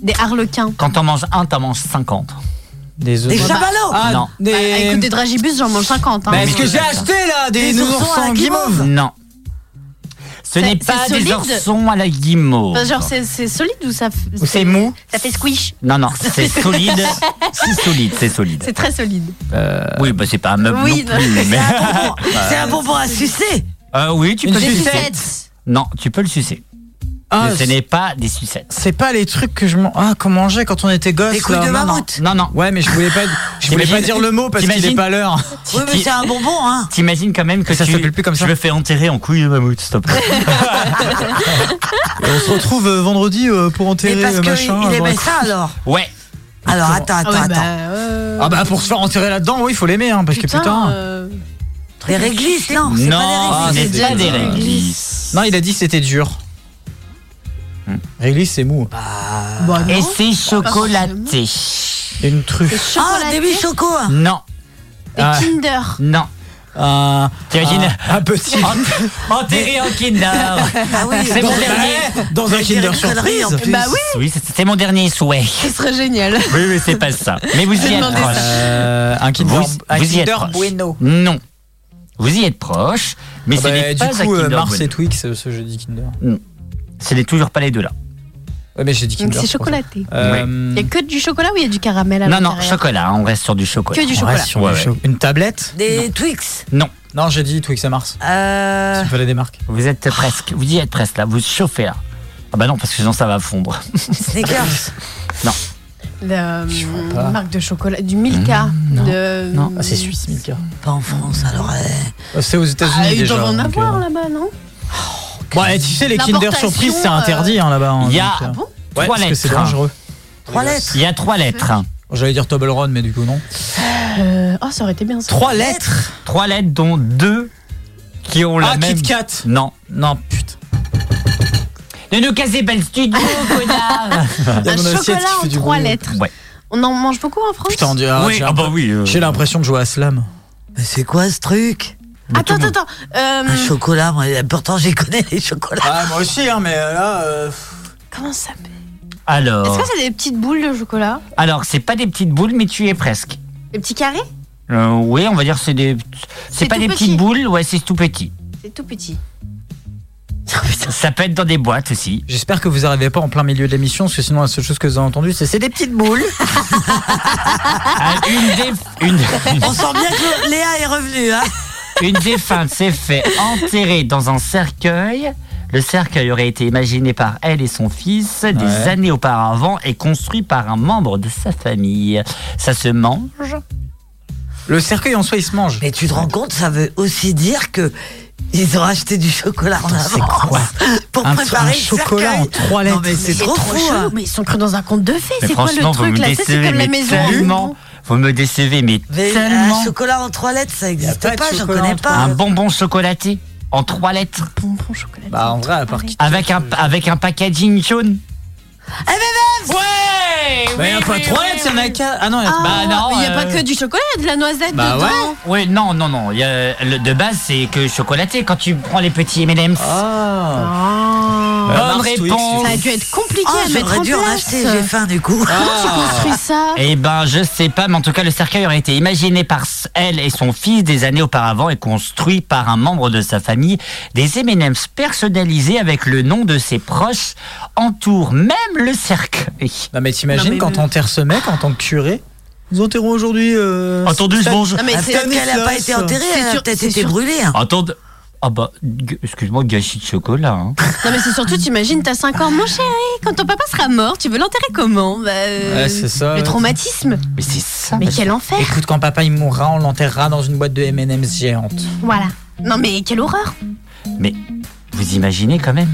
des harlequins. Quand t'en manges un, t'en manges 50. Des Des œufs. chamallows. Ah, Non. Bah, Des... Bah, écoute, des dragibus, j'en mange 50. Hein, Mais ce que Euh, j'ai acheté là Des, Des oursons à nounours la en guimauve guimauve. Non. Ce C'est- n'est c'est pas des solide oursons à la guimauve. enfin, Bah, genre, c'est c'est solide ou ça f- Ou c'est mou Ça fait squish. Non, non, c'est solide. c'est solide, c'est solide. C'est très solide. Oui, bah c'est pas un meuble Oui, non plus. mais- Bon, Bah, C'est un bonbon à sucer. Euh, oui, tu Une peux le sucette. sucer. Non, tu peux le sucer. Ah, mais ce c'est- n'est pas des sucettes. C'est pas les trucs que je man- ah qu'on mangeait quand on était gosse. Les couilles de là. Non, non. mammouth. Non, non. Ouais, mais je voulais pas, je voulais pas T'imagines- dire le mot parce qu'il est t'imagines- pas l'heure. Oui, mais Ti- c'est un bonbon, hein. T'imagines quand même que Ça tu- s'appelle plus comme ça. Je me fais enterrer en couille de mammouth, s'il te plaît. Et on se retrouve euh, vendredi euh, pour enterrer Mais parce euh, qu'il machin. avant aimait la- ça alors. Ouais. Alors attends, Ah attends, ouais, bah, attends. euh, Ah bah pour se faire enterrer là-dedans, oui, il faut l'aimer hein, parce que putain. euh, Les réglisses, non, c'est Non, pas ce des n'est réglisses. c'est pas des des réglisses. réglisses. Non, il a dit que c'était dur. Hmm. Réglisse, c'est mou. bah, non. Et c'est forcément. chocolaté. Une Et truffe. Ah, chocolaté des huit choco. hein. Non, et Ah. Kinder. non. Euh, Un- T'imagines Ah, un, un petit. Ent- Enterré en Kinder. Ah oui, oui. C'est mon Dans- dernier. Dans un Mais quelle Kinder connerie, en surprise. Bah oui, Oui, c'est- c'était mon dernier souhait. ce serait génial. Oui, mais c'est pas ça. Mais vous y J'ai êtes demandé proche. Euh, un Kinder, Vous- un vous y êtes Kinder proche. Bueno. Non. Vous y êtes proche, mais ce Ah bah, n'est du pas un coup, euh, Kinder Mars Bueno. et Twix, euh, ce jeudi Kinder. Ce n'est toujours pas les deux là. Ouais, mais j'ai dit Donc Kinder. c'est je crois. chocolaté. Euh, Il y a que du chocolat ou il y a du caramel à Non, non, l'intérieur chocolat. hein, On reste sur du chocolat. Que du on chocolat. reste sur Ouais, du ouais. cho- Une tablette Des Twix. Non, j'ai dit Twix à Mars. Euh, Il fallait des marques. Vous êtes presque. Vous y êtes presque là. Vous chauffez là. Ah bah non, parce que sinon ça va fondre. Snickers. Le, Je vois euh, pas. marque de chocolat, du Milka. Mmh, non, de, non. Ah, c'est suisse, Milka. Pas en France, alors. euh, Euh, C'est aux États-Unis Ah, ils déjà. doivent en donc, avoir euh, là-bas, non Bon, eh, tu sais, les Kinder L'importation, Surprise, c'est euh, ah interdit hein, là-bas. hein, Il y a donc, euh, bon ouais, trois parce que c'est lettres, hein. dangereux. Oh, Trois lettres. Il y a trois lettres. hein. J'allais dire Toblerone, mais du coup, non. Euh, Oh, ça aurait été bien ça. Trois lettres Trois lettres, dont deux qui ont la Ah, même. Kit Kat Non. Non, putain. Ne nous cassez pas le studio, connard. Il y a Un mon assiette qui chocolat en fait du trois bruit. lettres. Ouais. On en mange beaucoup en France Putain, on dirait. ah, oui. j'ai Ah bah oui. euh. J'ai l'impression de jouer à Slam. Mais c'est quoi ce truc Attends, attends, attends. ah Euh, Un chocolat, moi, pourtant j'y connais les chocolats. Ah, moi aussi, hein, mais là. comment ça s'appelle Oh. Est-ce Alors, que c'est des petites boules de chocolat alors c'est pas des petites boules, mais tu y es presque. Des petits carrés Euh, oui, on va dire c'est des. C'est C'est pas tout des petit. petites boules, ouais, c'est tout petit. C'est tout petit. Ça peut être dans des boîtes aussi. J'espère que vous arrivez pas en plein milieu de l'émission, parce que sinon, la seule chose que vous avez entendue, c'est c'est des petites boules. Ah, une, des, On sent bien que Léa est revenue. Hein une, une défunte s'est fait enterrer dans un cercueil. Le cercueil aurait été imaginé par elle et son fils des Ouais. années auparavant et construit par un membre de sa famille. Ça se mange Le cercueil en soi, il se mange. Mais tu te rends compte, ça veut aussi dire que ils ont acheté du chocolat en c'est avance quoi pour un, préparer le un chocolat en cercueil. trois Non lettres. mais c'est trop, fou. chaud, hein. mais ils sont crus dans un conte de fées. Mais C'est quoi le franchement, vous truc me là Tu sais, C'est décevez, comme la mais maison. tellement. Vous me décevez, mais, Mais tellement. un chocolat en trois lettres, ça n'existe pas de pas, je chocolat en connais trois pas. Un bonbon chocolaté en trois lettres Bonbon chocolat. Bah, en vrai, à part qui- avec un, avec un packaging jaune. Eh, Ouais Mais Bah, il y a oui, pas oui, trois oui, lettres, il y en a oui. qu'un. Ah non, il y a- Bah non, Il n'y a euh, pas que du chocolat, il y a de la noisette Bah dedans. ouais. Oui, non, non, non. il y a- le- de base, c'est que chocolaté quand tu prends les petits M&M's. Ah. Bah, Ah. Bonne Mars Twix, réponse. Oh, Ça a dû être compliqué Ah, à mettre j'aurais en dû en place. acheter, j'ai faim du coup. Comment tu Ah. construis ça Eh ben, je sais pas, mais en tout cas, le cercueil aurait été imaginé par s- elle et son fils des années auparavant et construit par un membre de sa famille. Des M&M's personnalisés avec le nom de ses proches entourent même le cercueil. Non, mais Non, t'imagines mais quand le- on enterre ce mec en tant que curé Nous enterrons aujourd'hui. euh, Attendez, je mange. Non, mais Ah, c'est- Peut-être qu'elle n'a pas Stanislas. été enterrée, C'est elle a sûr- peut-être c'est été sûr. brûlée. hein. Attendez. Ah bah, g- excuse-moi, gâchis de chocolat. hein. Non mais c'est surtout, t'imagines, t'as 5 ans, mon chéri, quand ton papa sera mort, tu veux l'enterrer comment bah, euh, Ouais, c'est ça, Le ouais. traumatisme. Mais c'est ça. Mais parce- quel enfer. Écoute, quand papa il mourra, on l'enterrera dans une boîte de M&M's géante. Voilà. Non mais quelle horreur. Mais vous imaginez quand même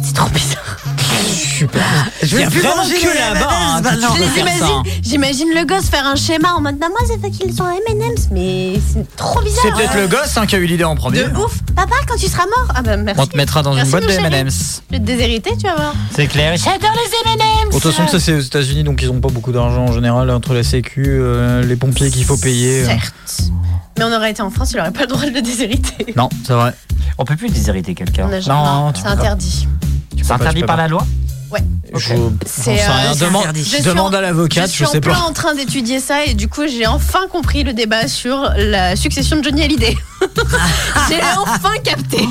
C'est trop bizarre. Super. Je Il y vais a plus vraiment manger que les là-bas, M&M's, hein, bah que tu non. peux Je les faire ça, imagine- hein. J'imagine le gosse faire un schéma en mode Maman, c'est fait qu'ils sont M&M's, mais c'est trop bizarre. C'est peut-être hein. le gosse hein, qui a eu l'idée en premier. De ouf. Papa, quand tu seras mort. Ah bah merci. On te mettra dans Merci, une boîte mon de chéri. M&M's. Je vais te déshériter, tu vas voir. C'est clair. J'adore les M&M's. Bon, De toute façon, ça c'est aux États-Unis, donc ils ont pas beaucoup d'argent en général entre la Sécu, euh, les pompiers qu'il faut payer. euh. Certes. Mais on aurait été en France, il aurait pas le droit de le déshériter. Non, c'est vrai. On peut plus déshériter quelqu'un. On a- Non, tu c'est peux pas. interdit. C'est peux pas, interdit tu peux par pas. la loi Je- j'en C'est, sais euh, rien. c'est Demande, interdit. Je suis demande en- à l'avocate, je, suis sais en plein pas. en train d'étudier ça et du coup j'ai enfin compris le débat sur la succession de Johnny Hallyday. j'ai enfin capté.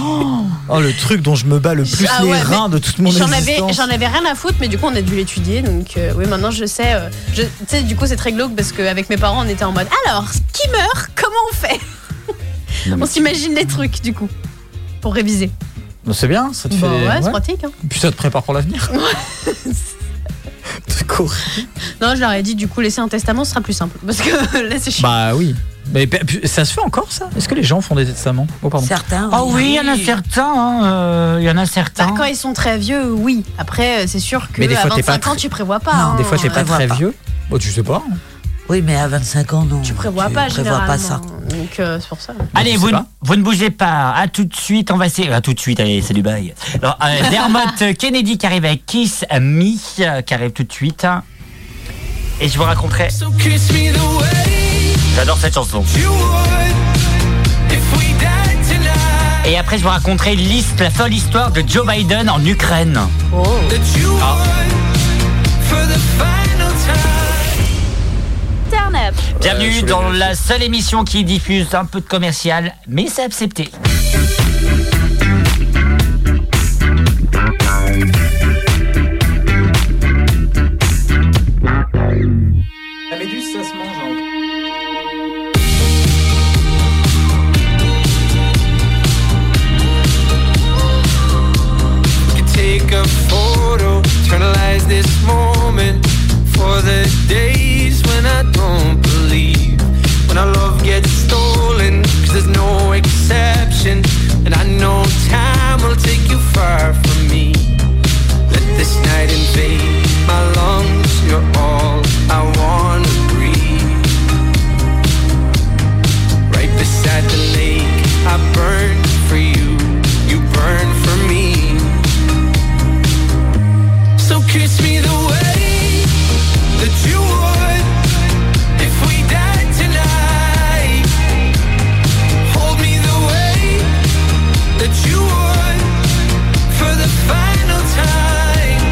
Oh, le truc dont je me bats le plus Ah les ouais, reins de toute mon J'en existence. avais, j'en avais rien à foutre, mais du coup on a dû l'étudier. Donc euh, oui, maintenant je sais. euh, je- tu sais, du coup c'est très glauque parce qu'avec mes parents on était en mode alors qui meurt Comment on fait Non, mais- On s'imagine les trucs du coup pour réviser. Non, C'est bien, ça te fait. Bah ouais, c'est ouais. pratique. hein. Puis ça te prépare pour l'avenir. T'es court. Non, je leur ai dit, du coup, laisser un testament, ce sera plus simple. Parce que là, c'est chiant. Bah oui. Mais pe- puis, ça se fait encore ça Est-ce que les gens font des testaments Oh pardon. Certains. Oh oui, il y en a certains. hein, euh, Il y en a Bah, certains. quand ils sont très vieux, oui. Après, euh, c'est sûr que Mais des à fois, t'es pas 25 ans, tr- tu prévois pas. Non, hein. Des fois, t'es on pas prévoit très pas. vieux. Bah, tu sais pas. hein. Oui, mais à 25 ans, non. Tu prévois pas, prévois généralement. pas ça. Donc, euh, c'est pour ça. Allez, Je sais vous, ne- pas. vous ne bougez pas. À tout de suite, on va essayer. À tout de suite, allez, c'est du bail. Alors, euh, Dermot Kennedy qui arrive avec Kiss Me, euh, qui arrive tout de suite. hein. Et je vous raconterai. J'adore cette chanson. Et après, je vous raconterai l'hist- la folle histoire de Joe Biden en Ukraine. Turn up. Bienvenue dans la seule émission qui diffuse un peu de commercial, mais c'est accepté. La méduse, ça se mange. take a photo, eternalize this moment for the days when I don't believe. When our love gets stolen, cause there's no exception. And I know time will take you far from me. Let this night invade my lungs, you're all I wanna breathe. Right beside the lake, I burn for you, you burn for me. So kiss me the way that you would if we died tonight. Hold me the way that you would for the final time.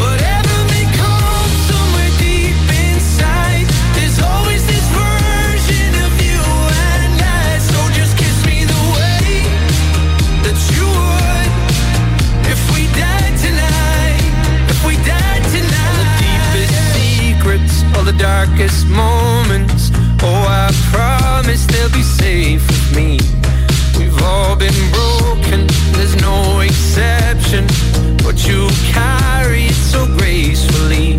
Whatever may come somewhere deep inside, there's always this version of you and I. So just kiss me the way that you would. If we die tonight, if we die tonight, all the deepest secrets, all the darkest moments. Oh, I promise they'll be safe with me. We've all been broken, there's no exception. But you carry it so gracefully.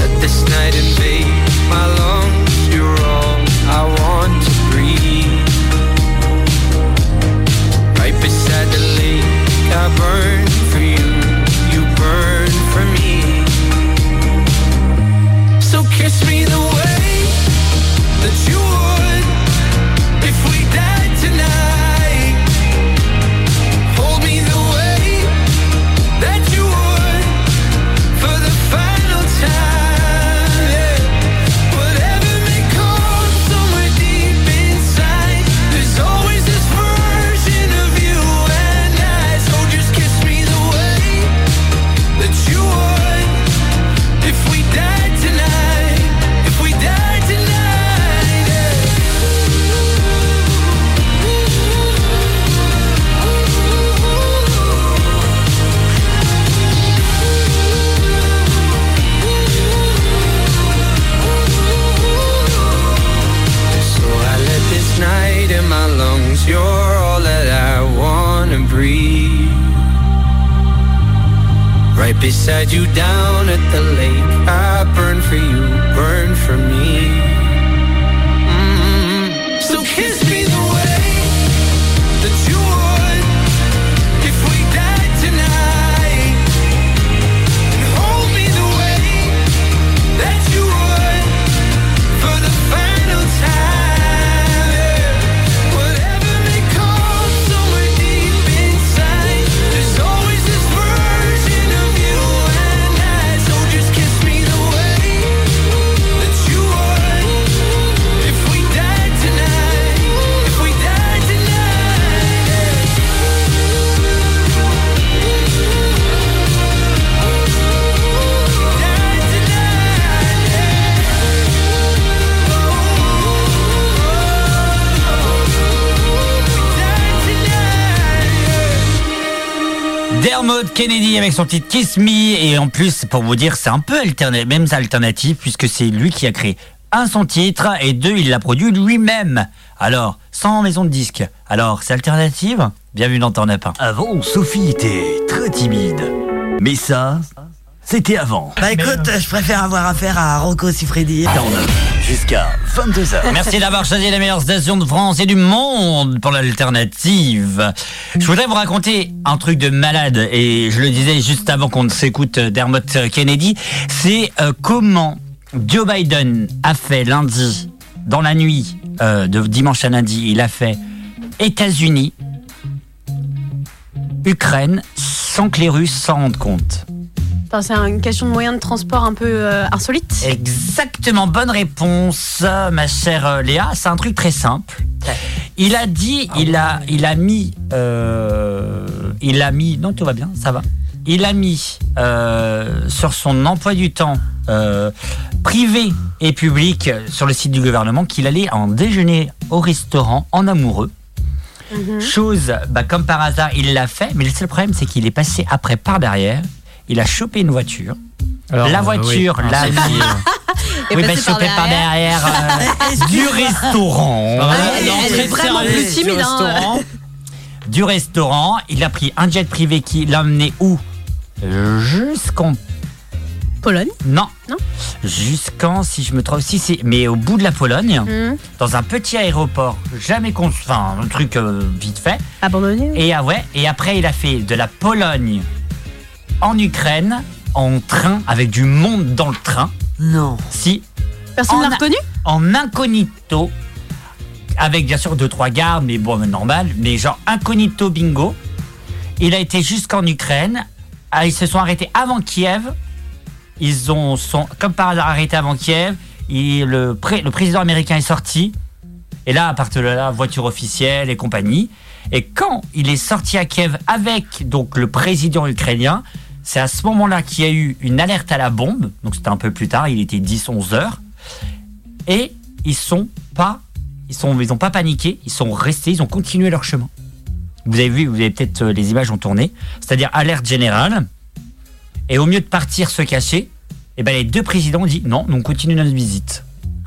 Let this night invade my lungs, you're all I want to breathe. Right beside the lake, I burn for you, you burn for me. So kiss me the way that you would if we died tonight. Hold me the way that you would for the final time. yeah. Whatever may come somewhere deep inside, there's always this version of you and I. So just kiss me the way that you would if we died tonight. If we died tonight. So I let this night in my lungs, you're all that I wanna breathe. Right beside you down at the lake, I burn for you, burn for me. Mm. So kiss me the way that you would if we died tonight. And hold me the way that you would for the final time. Whatever may come somewhere deep inside, there's always this version of you and I. So just kiss me the way that you would if we died tonight. If we died tonight. Died tonight. Dermot Kennedy avec son petit Kiss Me et en plus pour vous dire c'est un peu alternatif, même alternatif puisque c'est lui qui a créé un, son titre, et deux, il l'a produit lui-même. Alors, sans maison de disque. Alors, c'est alternative Bienvenue dans Turn Up. Avant, Sophie était très timide. Mais ça, c'était avant. Bah euh, écoute, je préfère avoir affaire à Rocco Siffredi. Jusqu'à 22h. Merci d'avoir choisi la meilleure station de France et du monde pour l'alternative. Je voudrais vous raconter un truc de malade, et je le disais juste avant qu'on ne s'écoute euh, Dermot Kennedy, c'est euh, comment Joe Biden a fait lundi, dans la nuit euh, de dimanche à lundi, il a fait États-Unis, Ukraine, sans que les Russes s'en rendent compte. Enfin, c'est une question de moyen de transport un peu euh, insolite. Exactement, bonne réponse, ma chère euh, Léa. C'est un truc très simple. Il a dit, il a, il a mis, euh, il a mis, non, tout va bien, ça va. Il a mis euh, sur son emploi du temps euh, privé et public euh, sur le site du gouvernement qu'il allait en déjeuner au restaurant en amoureux. Mm-hmm. Chose, bah, comme par hasard, il l'a fait, mais le seul problème, c'est qu'il est passé après par derrière. Il a chopé une voiture. Alors, la euh, voiture, oui. l'a Ah, c'est mis. fini, oui, bah, chopé par derrière euh, du restaurant. Ah, Voilà, elle est l'entrée de vraiment service plus du timide, hein. restaurant. Du restaurant, il a pris un jet privé qui l'a emmené où Jusqu'en Pologne non. Non. Jusqu'en, si je me trompe, si c'est, mais au bout de la Pologne, Mm. Hmm. dans un petit aéroport, jamais con, enfin un truc euh, vite fait. Abandonné. Et ah ouais. Et après, il a fait de la Pologne en Ukraine en train avec du monde dans le train. Non. Si. Personne En l'a a- reconnu En incognito, avec bien sûr deux trois gardes, mais bon, normal. Mais genre incognito bingo. Il a été jusqu'en Ukraine. Ah, Ils se sont arrêtés avant Kiev. Ils ont sont comme par hasard arrêtés avant Kiev. Il- le, pré- le président américain est sorti. Et là, à partir de là, voiture officielle et compagnie. Et quand il est sorti à Kiev avec donc le président ukrainien, c'est à ce moment-là qu'il y a eu une alerte à la bombe. Donc c'était un peu plus tard, il était 10-11 heures. Et ils sont pas, ils sont, ils ont pas paniqué, ils sont restés, ils ont continué leur chemin. Vous avez vu, vous avez peut-être euh, les images ont tourné. C'est-à-dire alerte générale. Et au mieux de partir se cacher, eh ben les deux présidents ont dit non, on continue notre visite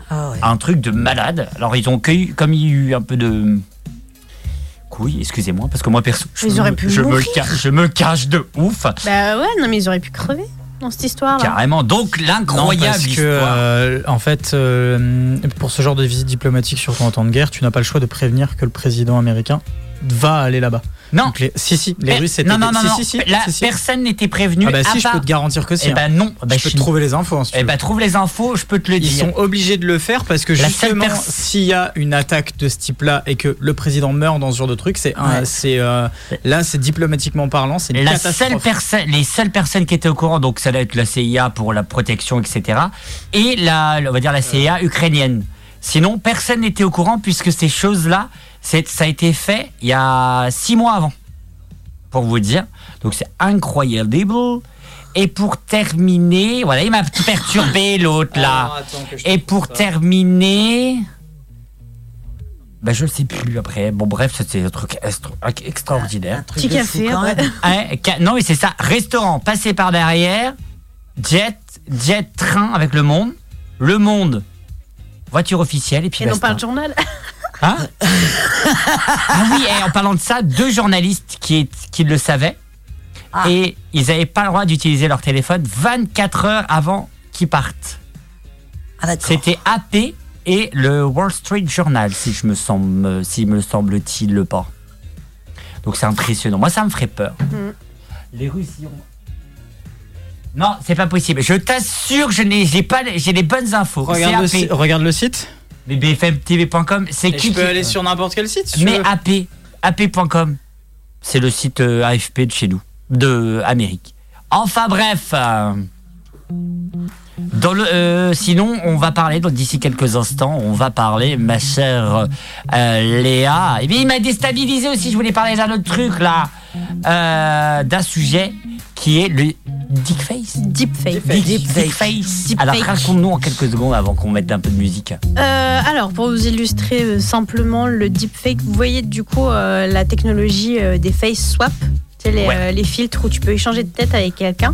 Ah un truc de malade. Alors ils ont cueilli, comme il y a eu un peu de couilles, excusez-moi, parce que moi perso, je, Ils auraient me, pu je, me, mourir. cache, je me cache de ouf, Bah ouais, non mais ils auraient pu crever dans cette histoire là. carrément. Donc Non, l'incroyable parce que, histoire. euh, en fait, euh, pour ce genre de visite diplomatique, surtout en temps de guerre, tu n'as pas le choix de prévenir que le président américain va aller là-bas. Non. Donc les- si, si, les Eh, Russes étaient. non, non, non, si, non. si, si, La si, si. personne n'était prévenue. Ah bah à si, je part- peux te garantir que si. Eh hein. ben non, bah, je peux te trouver les infos. hein, si tu Eh veux. ben trouve les infos, je peux te le Ils dire. sont obligés de le faire parce que La seule justement, personne- s'il y a une attaque de ce type-là et que le président meurt dans ce genre de truc, c'est un- Ouais. c'est, euh, là, c'est diplomatiquement parlant, c'est une La seule catastrophe. personne, les seules personnes qui étaient au courant, donc ça doit être la CIA pour la protection, etc. Et la, on va dire la CIA Euh. ukrainienne. Sinon, personne n'était au courant puisque ces choses-là, c'est- ça a été fait il y a six mois avant, pour vous dire. Donc c'est incroyable. Et pour terminer, voilà, il m'a perturbé l'autre là. Alors, Ah, attends que je Et te- pour ça. terminer. Bah, je ne sais plus après. Bon, bref, c'était un truc extra- extraordinaire. Petit café, ouais. Ouais, ca- non, mais c'est ça. Restaurant, passer par derrière, jet, jet, train avec le monde, le monde, voiture officielle, et puis hein. Et non basta. pas le journal. Hein ah oui, et en parlant de ça, deux journalistes qui, est- qui le savaient, Ah. et ils n'avaient pas le droit d'utiliser leur téléphone 24 heures avant qu'ils partent. Ah d'accord. C'était AP et le Wall Street Journal, si je me semble, si me semble-t-il le pas. Donc c'est impressionnant. Moi, ça me ferait peur. Les Russes y ont- Non, c'est pas possible. Je t'assure, je n'ai j'ai pas, les- j'ai les bonnes infos. Regarde le, c'est si- AP. regarde le site. Mais BFMTV.com, c'est Et qui je peux qui- aller sur n'importe quel site. si tu Mais veux. AP, AP.com, c'est le site euh, AFP de chez nous, de euh, Amérique. Enfin bref. euh, dans le, euh, sinon, on va parler, donc d'ici quelques instants, on va parler, ma chère euh, Léa. Et bien, il m'a déstabilisé aussi, je voulais parler d'un autre truc là, euh, d'un sujet qui est le dickface. Deepfake. Dick- Deepfake. Dickface. Deepfake. Alors raconte-nous en quelques secondes avant qu'on mette un peu de musique. Euh, alors, pour vous illustrer euh, simplement le deepfake, vous voyez du coup euh, la technologie euh, des face swap. Tu sais, les, euh, les filtres où tu peux échanger de tête avec quelqu'un.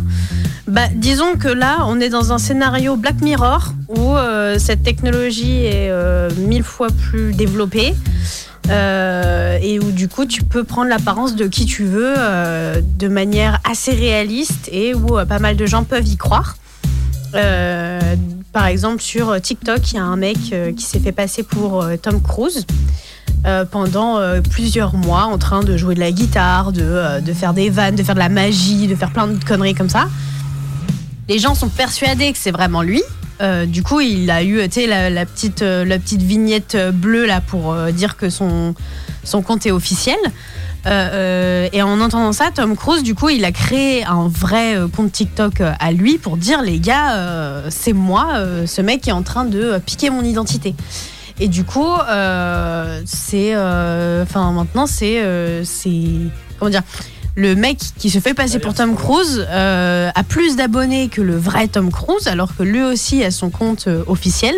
Bah, disons que là, on est dans un scénario Black Mirror où euh, cette technologie est euh, mille fois plus développée euh, et où du coup tu peux prendre l'apparence de qui tu veux euh, de manière assez réaliste et où euh, pas mal de gens peuvent y croire. Euh, par exemple, sur euh, TikTok, il y a un mec euh, qui s'est fait passer pour euh, Tom Cruise euh, pendant euh, plusieurs mois en train de jouer de la guitare, de, euh, de faire des vannes, de faire de la magie, de faire plein de conneries comme ça. Les gens sont persuadés que c'est vraiment lui. Euh, du coup, il a eu tu sais, la, la petite, euh, la petite vignette euh, bleue là, pour euh, dire que son, son compte est officiel. Euh, euh, et en entendant ça, Tom Cruise, du coup, il a créé un vrai euh, compte TikTok euh, à lui pour dire les gars, euh, c'est moi, euh, ce mec qui est en train de euh, piquer mon identité. Et du coup, euh, c'est, euh, enfin maintenant, c'est, euh, c'est, comment dire, le mec qui se fait passer pour Tom Cruise euh, a plus d'abonnés que le vrai Tom Cruise, alors que lui aussi a son compte euh, officiel.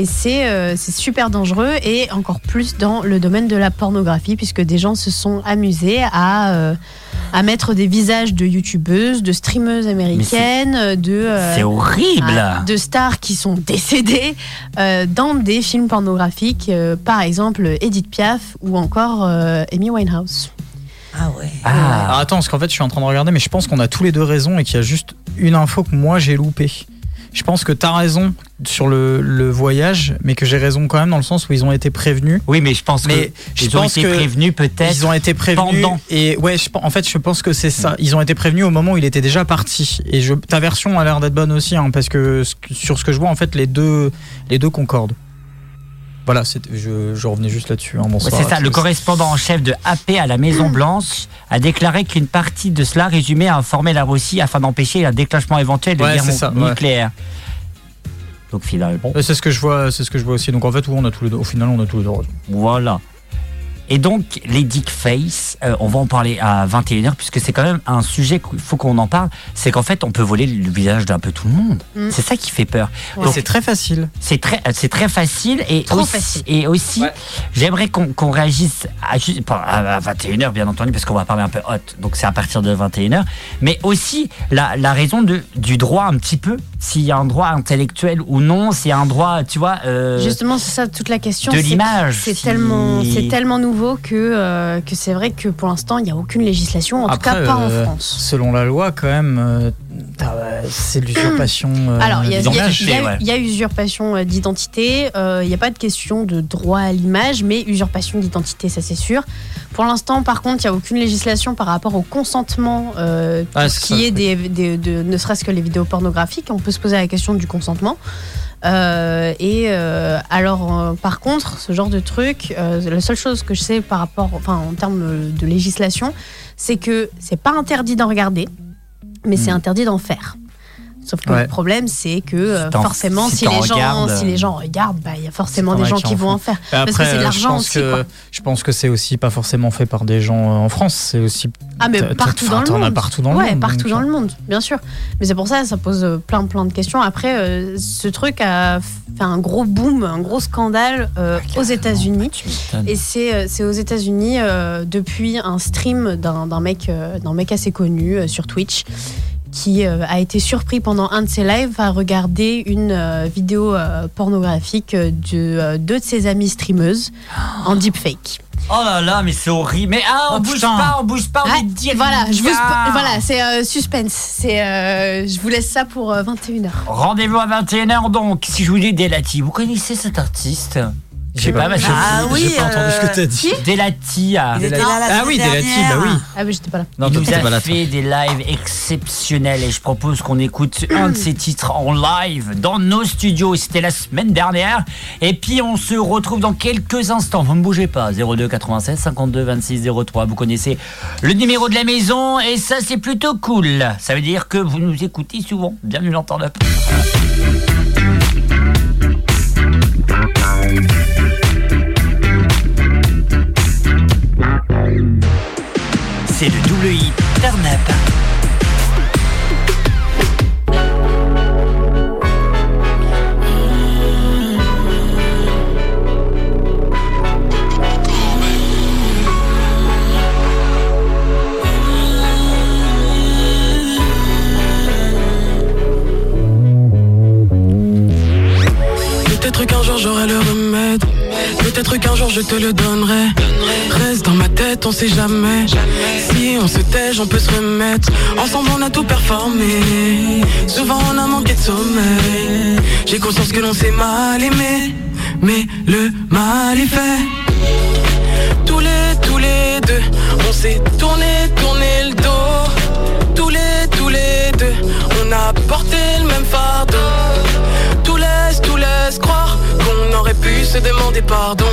Et c'est euh, c'est super dangereux et encore plus dans le domaine de la pornographie puisque des gens se sont amusés à, euh, à mettre des visages de youtubeuses, de streameuses américaines, de euh, c'est horrible. de stars qui sont décédées euh, dans des films pornographiques, euh, par exemple Edith Piaf ou encore euh, Amy Winehouse. Ah ouais. Ah, attends, parce qu'en fait, je suis en train de regarder, mais je pense qu'on a tous les deux raison et qu'il y a juste une info que moi j'ai loupée. Je pense que t'as raison sur le, le voyage, mais que j'ai raison quand même dans le sens où ils ont été prévenus. Oui, mais je pense que ils ont été prévenus peut-être Ils ont été prévenus. pendant. Et ouais, je pen- en fait, je pense que c'est ça. Ils ont été prévenus au moment où il était déjà parti. Et je, ta version a l'air d'être bonne aussi, hein, parce que ce que- sur ce que je vois, en fait, les deux, les deux concordent. Voilà, c'était- je, je revenais juste là-dessus. hein, Ouais, bonsoir C'est à ça, le tous. correspondant en chef de AP à la Maison Blanche a déclaré qu'une partie de cela résumait à informer la Russie afin d'empêcher un déclenchement éventuel de Ouais, guerre c'est ça, ouais. nucléaire. Donc finalement, Ouais, C'est ce que je vois, c'est ce que je vois aussi. Donc en fait, ouais, on a tous les deux- au final, on a tous les deux raison. voilà. Et donc les dickface, euh, on va en parler à 21h puisque c'est quand même un sujet qu'il faut qu'on en parle, c'est qu'en fait on peut voler le visage d'un peu tout le monde. Mm. C'est ça qui fait peur. Et Donc, c'est très facile. C'est très, euh, c'est très facile et Trop aussi, facile. Et aussi j'aimerais qu'on qu'on réagisse à, ju- pas- à à 21h, bien entendu, parce qu'on va parler un peu hot, donc c'est à partir de 21h. Mais aussi la, la raison de, du droit, un petit peu, s'il y a un droit intellectuel ou non, s'il y a un droit, tu vois. euh, Justement, c'est ça toute la question. de c'est- l'image, C'est si- tellement, c'est tellement nouveau que, euh, que c'est vrai que pour l'instant, il n'y a aucune législation, en tout cas pas en euh, France. Selon la loi, quand même, euh, t'as, euh, c'est de l'usurpation. euh, Alors, il y a- des il y, a- images. il y a- il y a usurpation euh, d'identité, euh, il n'y a pas de question de droit à l'image, mais usurpation d'identité, ça c'est sûr. Pour l'instant, par contre, il n'y a aucune législation par rapport au consentement, euh, tout Ah, ce c'est qui ça, est des, des- de, ne serait-ce que les vidéos pornographiques. On peut se poser la question du consentement. Euh, et euh, alors, euh, par contre, ce genre de truc, euh, la seule chose que je sais par rapport, enfin, en termes de législation, c'est que c'est pas interdit d'en regarder, mais Hmm. c'est interdit d'en faire. Sauf que Ouais. le problème, c'est que euh, Si t'en- forcément, si si, t'en les gens, regardes, si les gens regardent, bah, il y a forcément euh, c'est des pas gens mal qui qu'ils en vont en font. faire. Et parce que c'est de euh, je l'argent pense aussi. que- quoi. Je pense que c'est aussi pas forcément fait par des gens euh, en France. C'est aussi. Ah, mais t'as- t'as- partout enfin, dans le t'en as monde. partout dans le ouais, monde, partout donc, hein. dans le monde, bien sûr. Mais c'est pour ça, ça pose euh, plein, plein de questions. Après, euh, ce truc a fait un gros boom, un gros scandale Ah, euh, aux bah, États-Unis. Et c'est euh, c'est aux États-Unis euh, depuis un stream d'un d'un mec, euh, d'un mec assez connu euh, sur Twitch qui euh, a été surpris pendant un de ses lives à regarder une euh, vidéo euh, pornographique euh, de euh, deux de ses amies streameuses en deepfake. Oh là là, mais c'est horrible. Mais ah, on Oh, bouge putain. pas, on bouge pas, on Ah, est direct. voilà, je vous Ah. spo- voilà, c'est euh, suspense. C'est euh, je vous laisse ça pour 21h. Rendez-vous à 21h donc, si je vous dis Delati. Vous connaissez cet artiste Je sais pas, mais Ah oui, J'ai pas entendu ce que t'as dit. Delati. ah. Il était là la Ah semaine oui, Delati, dernière. bah oui. Ah mais j'étais pas là. Non, Il toi, nous t'étais pas a là, toi. fait des lives exceptionnels et je propose qu'on écoute un de ses titres en live dans nos studios. C'était la semaine dernière. Et puis on se retrouve dans quelques instants. Vous ne bougez pas. 02 96 52 26 03. Vous connaissez le numéro de la maison et ça c'est plutôt cool. Ça veut dire que vous nous écoutez souvent. Bienvenue dans Turn Up. C'est le double I Turn Up. Turn Peut-être qu'un jour j'aurai le remède. Peut-être qu'un jour je te le donnerai. Reste dans ma tête, on sait jamais. Si on se tège, on peut se remettre. Ensemble, on a tout performé. Souvent, on a manqué de sommeil. J'ai conscience que l'on s'est mal aimé. Mais le mal est fait. Tous les, tous les deux, on s'est tourné, tourné le dos. Tous les, tous les deux, on a porté le même fardeau. Tout laisse, tout laisse croire qu'on aurait pu se demander pardon,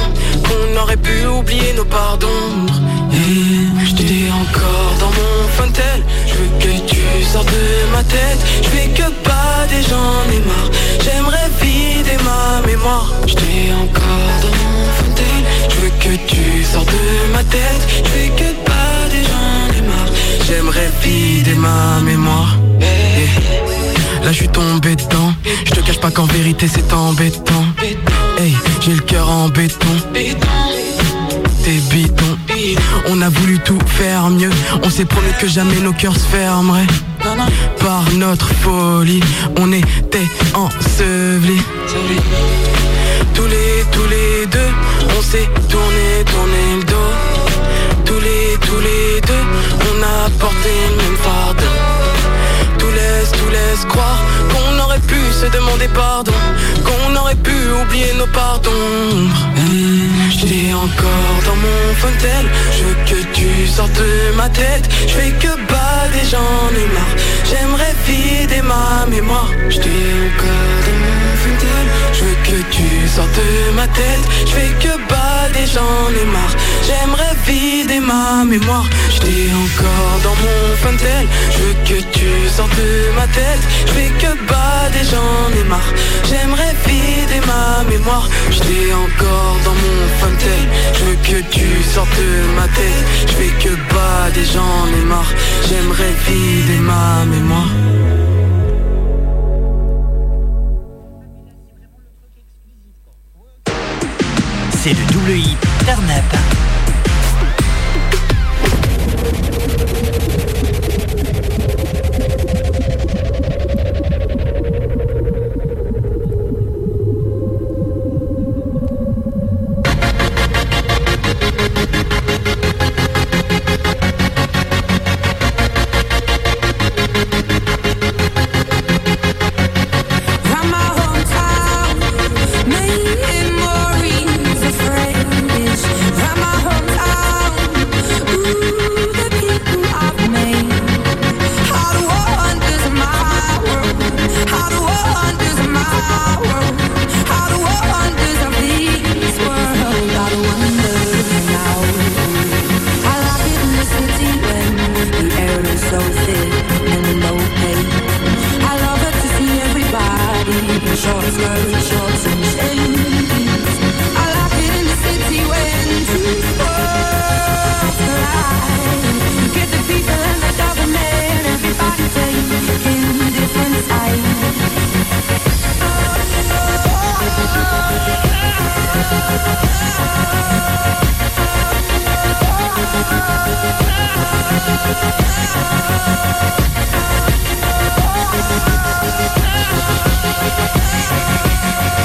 qu'on aurait pu oublier nos pardons. Et je t'ai encore dans mon fontel, je veux que tu sortes de ma tête. Je fais que pas des gens ai marre, j'aimerais vider ma mémoire. Je t'ai encore dans mon fontel, je veux que tu sortes de ma tête. Je fais que pas des gens ai marre, j'aimerais vider ma mémoire. Là je suis tombé dedans Je te cache pas qu'en vérité c'est embêtant Hey j'ai le cœur en béton T'es bidon On a voulu tout faire mieux On s'est promis que jamais nos cœurs se fermeraient Par notre folie On était ensevelis Tous les, tous les deux On s'est tourné, tourné le dos Tous les, tous les deux On a porté le même fardeau tout laisse, tout laisse croire qu'on aurait pu se demander pardon, qu'on aurait pu oublier nos pardons. Je l'ai encore dans mon fontel, je veux que tu sortes de ma tête. Je fais que bas des gens ai marre, j'aimerais vider ma mémoire. Je t'ai encore dans mon fontel, je veux que tu sortes de ma tête. Je fais que bas des gens ai marre, j'aimerais vider ma mémoire. Je t'ai encore dans mon fontel, je veux que tu sortes de ma tête Je fais que bas des gens ai marre J'aimerais vider ma mémoire Je t'ai encore dans mon fontel Je veux que tu sortes de ma tête Je fais que bas des gens ai marre J'aimerais vider ma mémoire C'est le double hit turn up. From my hometown, memories are fresh. From my hometown, ooh, the people I've made. How the wonders my world, how the wonders my world, how the wonders of this world are the wonders now. I like it in the city when the air is so thin and low paid. I love it to see everybody in shorts wearing shorts and chains. I like it in the city when two worlds collide. You get the people and the double men, everybody taking different sides. Thank you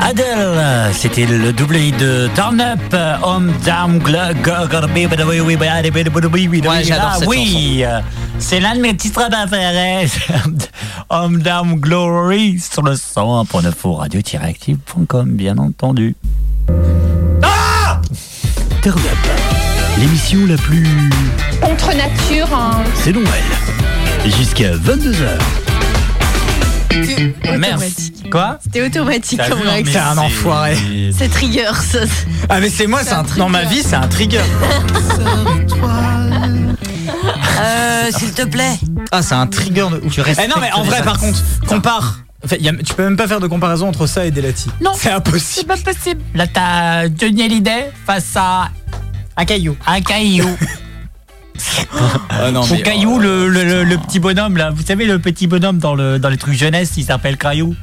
Adele, c'était le doublé de Turn Up, Home Down Glug, Ouais, j'adore cette Oui, c'est l'un de mes petits titres préférés. Home Down Glory sur le 101.9 au radio-active.com, bien entendu. Ah Turn Up, l'émission la plus... Contre nature. hein. C'est Noël. Jusqu'à 22h. Merci. Quoi C'était automatique euh, T'as comme vu, hein, réaction. mais c'est un enfoiré. C'est trigger, ça. Ah mais c'est moi, c'est un dans ma vie, c'est un trigger. Euh, S'il te plaît. Ah, c'est un trigger de ouf. Eh non mais en les vrai, gens. par contre, compare. Enfin, y a- tu peux même pas faire de comparaison entre ça et Delati. Non. C'est impossible. C'est pas possible. Là, t'as Johnny Hallyday face à. Un caillou. Un caillou. Ah non, Son mais- caillou, le, le- le- le petit bonhomme, là. Vous savez, le petit bonhomme dans, le, dans les trucs jeunesse, il s'appelle Caillou.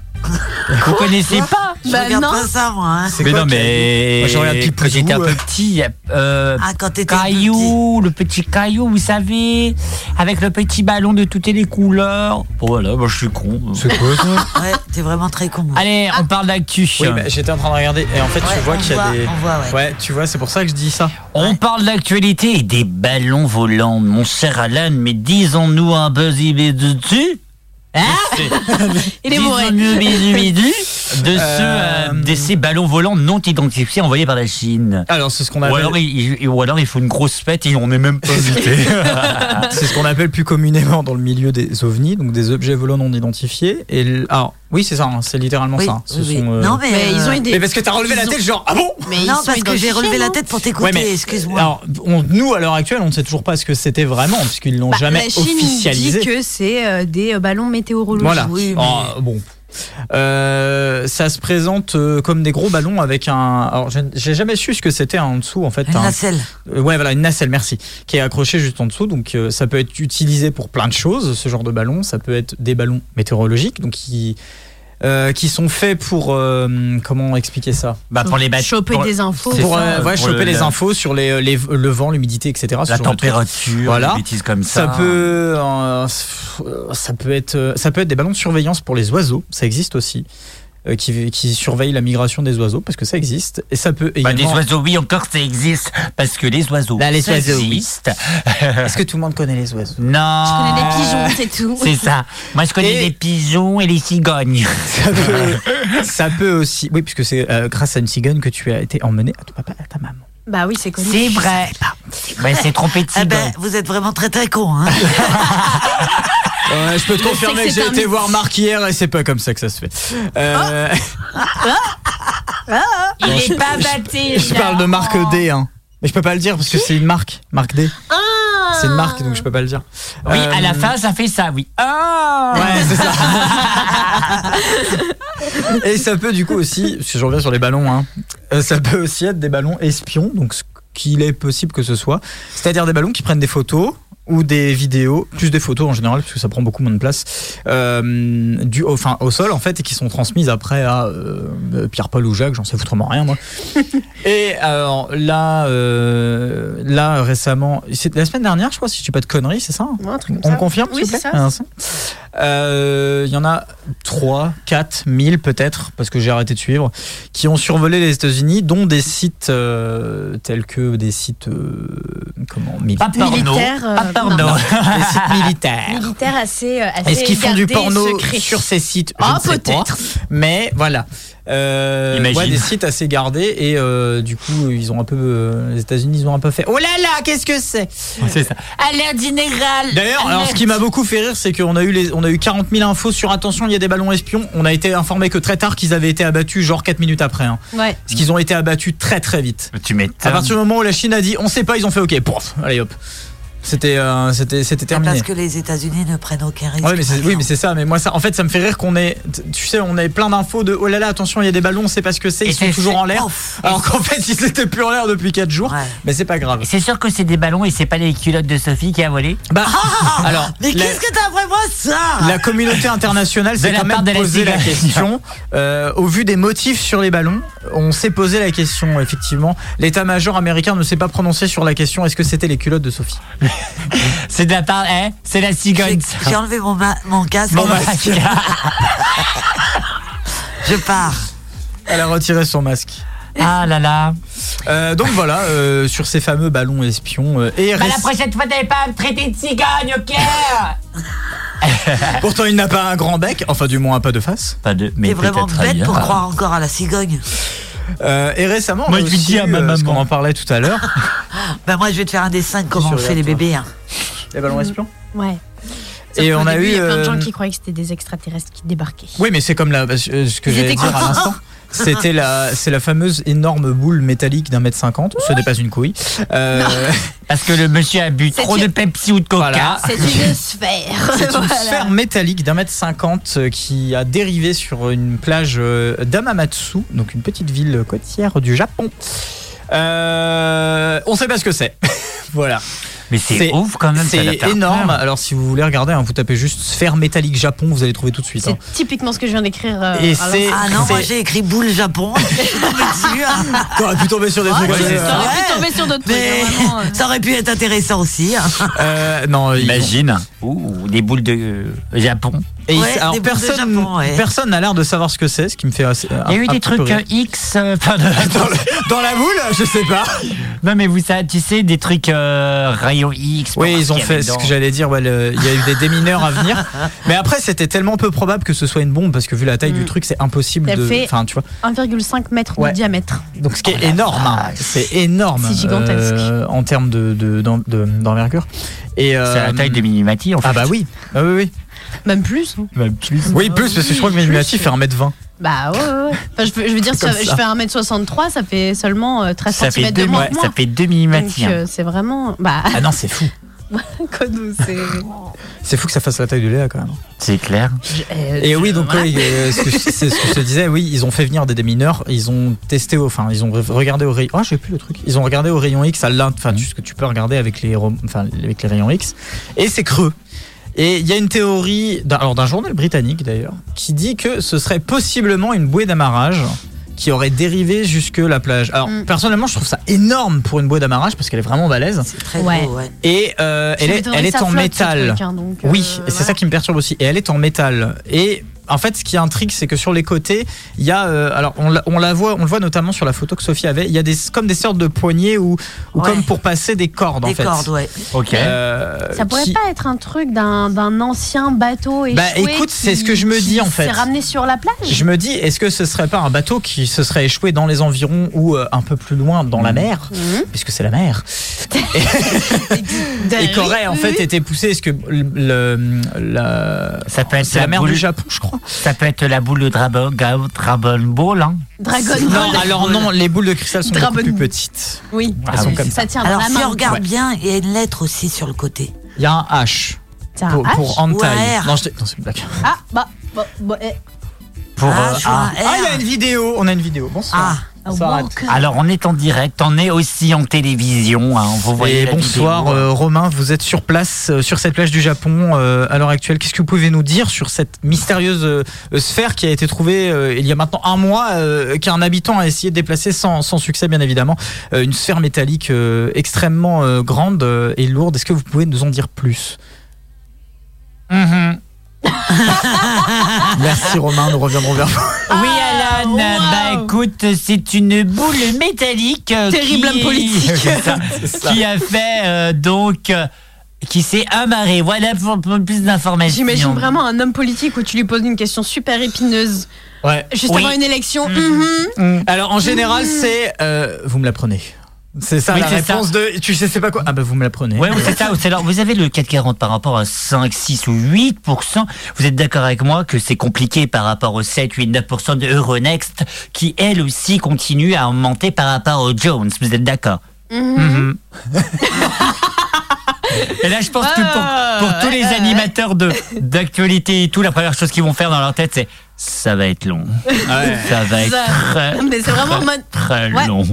Vous connaissez Bah, Quoi pas Je regarde pas ça, moi. hein. Mais non, mais. Moi, je regarde Pipou, Quand j'étais un euh. peu petit, euh, Ah, quand t'étais Caillou, le petit Caillou, vous savez, avec le petit ballon de toutes les couleurs. euh, oh, Voilà, bah, moi je suis con. C'est quoi ça Ouais, t'es vraiment très con. moi. Allez, on parle d'actu. Oui, bah, j'étais en train de regarder et en fait Ouais, tu vois on qu'il y a voit, des. on voit, ouais. tu vois, c'est pour ça que je dis ça. On parle d'actualité et des ballons volants, mon cher Alan, mais disons-nous un buzzy bidu dessus Hein Il est Disons-nous bourré. un buzzy bidu de, ce, Euh, euh, de ces ballons volants non identifiés envoyés par la Chine. Alors c'est ce qu'on Ou appelle. alors, il, il- ou alors il faut une grosse fête et on n'est même pas invité. C'est ce qu'on appelle plus communément dans le milieu des ovnis, donc des objets volants non identifiés. Et l- alors, oui, c'est ça, hein, c'est littéralement Oui, ça. Ce oui, oui. sont, euh, Non, mais, Mais ils ont euh, été- Mais parce que t'as relevé la ils ont- tête, genre ah bon Mais ils non, sont parce que j'ai identifiés, relevé la non tête pour t'écouter, Ouais, mais- excuse-moi. Alors, on- nous à l'heure actuelle, on ne sait toujours pas ce que c'était vraiment, puisqu'ils l'ont Bah, jamais la Chine officialisé. dit que c'est euh, des euh, ballons météorologiques. Voilà. Oui, mais- Ah, bon. Euh, ça se présente euh, comme des gros ballons avec un. Alors, je- j'ai jamais su ce que c'était en dessous en fait. Une un- nacelle. Euh, ouais, voilà, une nacelle, merci, qui est accrochée juste en dessous. Donc, euh, ça peut être utilisé pour plein de choses, ce genre de ballon. Ça peut être des ballons météorologiques, donc qui, euh, qui sont faits pour. euh, comment expliquer ça bah, pour les bats- Choper pour- des infos. C'est Pour ça, euh, euh, ouais, pour choper le- les la- infos sur les, les- le vent, l'humidité, etc. ce la genre de trucs. température, Voilà. des bêtises comme ça. Ça peut, euh, ça peut être, euh, ça peut être des ballons de surveillance pour les oiseaux. Ça existe aussi, euh, qui, qui surveillent la migration des oiseaux parce que ça existe. Et ça peut Bah, les également- oiseaux, oui, encore ça existe. Parce que les oiseaux, Là, les ça oiseaux, oui. existe. Est-ce que tout le monde connaît les oiseaux Non. Je connais des pigeons, c'est tout. C'est ça. Moi, je connais Et- les pigeons et les cigognes. ça peut, ça peut aussi, oui, puisque c'est euh, grâce à une cigogne que tu as été emmené à ton papa et à ta maman. Bah oui, c'est connu. C'est vrai. Mais c'est trompé de Eh Ah cigogne. bah, ben, vous êtes vraiment très très con. Hein. je peux te confirmer que que c'est j'ai un été mythe. Ah. voir Marc hier et c'est pas comme ça que ça se fait. Euh, Il est je- pas batté. je parle de marque D, hein. mais je peux pas le dire parce que c'est une marque, marque D. Ah. C'est une marque donc je peux pas le dire. Oui, Euh, à la fin, ça fait ça, oui. Ah Ouais, c'est ça. et ça peut du coup aussi, si je reviens sur les ballons, hein, euh, ça peut aussi être des ballons espions, donc ce qu'il est possible que ce soit, c'est-à-dire des ballons qui prennent des photos ou des vidéos, plus des photos en général, parce que ça prend beaucoup moins de place, euh, du, au, enfin, au sol en fait, et qui sont transmises après à euh, Pierre-Paul ou Jacques, j'en sais foutrement rien moi. et alors là, euh, là récemment, c'est la semaine dernière, je crois, si je dis pas de conneries, c'est ça Ouais, un truc comme on ça. me confirme, Oui, s'il vous c'est plaît ça. Un instant. Euh, Il y en a 3, 4, 1000 peut-être, parce que j'ai arrêté de suivre, qui ont survolé les États-Unis, dont des sites euh, tels que des sites. euh, comment Pas militaires. porno. Militaire, euh, Pas porno. non. Des sites militaires. Militaire assez. euh, assez Est-ce qu'ils font du gardé, porno secret. sur ces sites Je Ah, ne sais pas. peut-être. Mais voilà. Euh, Imagine. ouais, des sites assez gardés et euh, du coup ils ont un peu euh, les États-Unis ils ont un peu fait oh là là qu'est-ce que c'est C'est ça. Alerte générale. D'ailleurs, alors ce qui m'a beaucoup fait rire, c'est qu'on a eu les, on a eu 40 000 infos sur attention, il y a des ballons espions. On a été informé que très tard qu'ils avaient été abattus, genre 4 minutes après. Hein. Ouais. Parce qu'ils ont été abattus très très vite. Tu À m'étonnes. partir du moment où la Chine a dit, on sait pas, ils ont fait OK, pouf, allez hop. C'était, euh, c'était, c'était terminé. Ah, Parce que les États-Unis ne prennent aucun risque. Ouais, mais c'est, oui, maintenant. mais c'est ça. Mais moi, ça, en fait, ça me fait rire qu'on ait, tu sais, on ait plein d'infos de, oh là là, attention, il y a des ballons, on sait pas ce que c'est, Et ils sont c'est- toujours en l'air. Ouf. Alors qu'en fait, ils étaient plus en l'air depuis 4 jours. Ouais. Mais c'est pas grave. C'est sûr que c'est des ballons et c'est pas les culottes de Sophie qui a volé. Ah, Bah, alors, Mais la- qu'est-ce que t'as vraiment ça La communauté internationale s'est De la quand part même de la posé la Ligue. question. Euh, au vu des motifs sur les ballons, on s'est posé la question, effectivement. L'état-major américain ne s'est pas prononcé sur la question est-ce que c'était les culottes de Sophie C'est de la part. hein, Eh, c'est la J'ai cigogne. j'ai enlevé mon, bah, ma- mon casque. Bon, bah, Je pars. Elle a retiré son masque. Ah là là. donc voilà, euh, sur ces fameux ballons espions. euh, et Bah, rest- la prochaine fois, t'allais pas me traiter de cigogne, ok Pourtant, il n'a pas un grand bec, enfin, du moins, pas de face. Pas de, T'es vraiment bête pour croire encore à la cigogne. Euh, et récemment, Moi, on a je lui aussi dis à eu, ma euh, maman. ce qu'on en parlait tout à l'heure. Bah moi je vais te faire un dessin de comment on Sur fait les la- bébés. hein. Les ballons espions Ouais. Et Mmh. Au on a début, eu. Il y a plein de euh, gens qui croyaient que c'était des extraterrestres qui débarquaient. Oui, mais c'est comme la, euh, ce que Ils j'allais étaient dire à contents. l'instant. C'était la, c'est la fameuse énorme boule métallique d'un mètre cinquante. Ce n'est pas une couille. Euh, Parce que le monsieur a bu trop de Pepsi ou de Coca. C'est une sphère. C'est une Voilà. sphère métallique d'un mètre cinquante euh, qui a dérivé sur une plage euh, d'Amamatsu, donc une petite ville côtière du Japon. Euh, on sait pas ce que c'est. voilà. Mais c'est ouf quand même, ça doit C'est faire énorme. peur. Alors si vous voulez regarder, hein, vous tapez juste sphère métallique Japon, vous allez trouver tout de suite. hein. C'est typiquement ce que je viens d'écrire. euh, Et à c'est- l'instant. Ah non, moi, c'est- j'ai écrit boule Japon. hein. T'aurais pu tomber Ah, Ah, sur des trucs. euh, comme ça. T'aurais pu tomber sur d'autres trucs. hein, vraiment, euh. Ça aurait pu être intéressant aussi. hein. Euh, non, ils- Imagine. Ouh, des boules de euh, Japon. Et il- Ouais, alors des boules de personne, Japon, ouais. personne n'a l'air de savoir ce que c'est, ce qui me fait assez. Il y a eu des trucs euh, X. euh, enfin, de- dans, le- dans la boule, je sais pas. non, mais vous savez, tu sais, des trucs euh, rayon X. Oui, pour ils ont marquer fait ce dedans. que j'allais dire. ouais, le- Il y a eu des démineurs à venir, mais après c'était tellement peu probable que ce soit une bombe parce que vu la taille du truc, c'est impossible Elle de. fait- Enfin, tu vois. 1,5 mètre Ouais. de diamètre. Donc ce qui est énorme, hein. c'est énorme. C'est gigantesque. euh, en termes de de- d'en- de- d'envergure. Et C'est la taille de Minimati en fait. Ah bah oui, ah oui, oui. Même plus. hein. Bah, plus. Oui, plus parce que je crois que Plus. Minimati fait 1m20. Bah ouais, ouais, ouais. Enfin, je, veux- je veux dire, C'est comme si je ça. fais 1m63, ça fait seulement euh, 13 Ça fait, cm de deux, moins. que ça moi. fait deux Donc Minimati. hein. euh, c'est vraiment. Bah, Ah non, c'est fou. quoi nous, c'est. C'est fou que ça fasse la taille de Léa quand même. C'est clair. Et oui, donc voilà. oui, euh, ce que je- c'est ce que je te disais, oui, ils ont fait venir des démineurs, ils ont testé, au- enfin, ils ont re- regardé au rayon. Ah, j'ai plus le truc. Ils ont regardé au rayon X, à l'in- enfin, tu- ce que tu peux regarder avec les, rom- enfin, avec les rayons X, et c'est creux. Et il y a une théorie, d'un- alors d'un journal britannique d'ailleurs, qui dit que ce serait possiblement une bouée d'amarrage qui aurait dérivé jusque la plage. Alors Mm. personnellement, je trouve ça énorme pour une bouée d'amarrage parce qu'elle est vraiment balèze. Très Ouais. beau, ouais. Et euh, Je elle est, m'étonnerais elle que est ça en flotte, ce métal. truc, hein, donc, Oui, euh, et c'est ça voilà. qui me perturbe aussi. Et elle est en métal. Et en fait, ce qui intrigue, c'est que sur les côtés, il y a. euh, alors, on la, on la voit, on le voit notamment sur la photo que Sophie avait. Il y a des comme des sortes de poignées ou ou Ouais. comme pour passer des cordes en Des fait. cordes, ouais. Ok. Euh, Ça pourrait qui- pas être un truc d'un d'un ancien bateau échoué Bah, écoute, c'est qui- ce que je me qui dis, en fait. s'est ramené sur la plage Je me dis, est-ce que ce serait pas un bateau qui se serait échoué dans les environs ou euh, un peu plus loin dans la mer, Mhm. puisque c'est la mer, et qui aurait en Oui, fait oui. été poussé, est-ce que le, le- la- Ça peut être c'est la, la mer boule, du Japon, je crois. ça peut être la boule de Dragon, Ga- Dragon Ball. Hein. Dragon Non, Ball. alors non, les boules de cristal sont Dragon beaucoup plus Ball. petites. Ah Oui, Elles Ah sont comme ça tient dans Alors la si main. on regarde Ouais. bien, il y a une lettre aussi sur le côté. Il y a un H T'as un pour, H pour hentai. Ou un R. Non, je t'ai- non, c'est une blague. Ah, bah, bah, bah, eh. Pour, Ah, euh, je vois ah. un R. Ah, il y a une vidéo. On a une vidéo. Ah, Bonsoir. Ah, Ça arrête. woke. Alors on est en direct, on est aussi en télévision. hein, vous voyez Et la bonsoir vidéo. euh, Romain, vous êtes sur place euh, sur cette plage du Japon euh, à l'heure actuelle. Qu'est-ce que vous pouvez nous dire sur cette mystérieuse euh, euh, sphère qui a été trouvée euh, il y a maintenant un mois, euh, qu'un habitant a essayé de déplacer sans, sans succès bien évidemment, Euh, une sphère métallique euh, extrêmement euh, grande euh, et lourde. Est-ce que vous pouvez nous en dire plus Mhm. Merci Romain, nous reviendrons vers vous. Oui Ah, Alan, wow. bah écoute, c'est une boule métallique euh, Terrible qui... homme politique. C'est ça. qui a fait euh, donc euh, qui s'est amarré. Voilà pour, pour plus d'informations. J'imagine vraiment un homme politique où tu lui poses une question super épineuse Ouais. juste Oui. avant une Mmh. élection. Mhm. mhm. Mmh. Alors en général, c'est euh, vous me la prenez. C'est ça Oui, la c'est réponse de tu sais c'est pas quoi Ah bah vous me la prenez. Ouais, c'est ça. c'est alors, vous avez le 4,40 par rapport à 5, 6 ou 8 Vous êtes d'accord avec moi que c'est compliqué par rapport aux 7, 8, 9 de Euronext qui, elle aussi, continue à augmenter par rapport aux Jones. Vous êtes d'accord Mm-hmm. Mhm. Et là, je pense que pour, pour tous les animateurs de d'actualité et tout, la première chose qu'ils vont faire dans leur tête, c'est ça va être long. Ça va être Ça- très, Non, mais c'est vraiment en mode- très Ouais. long.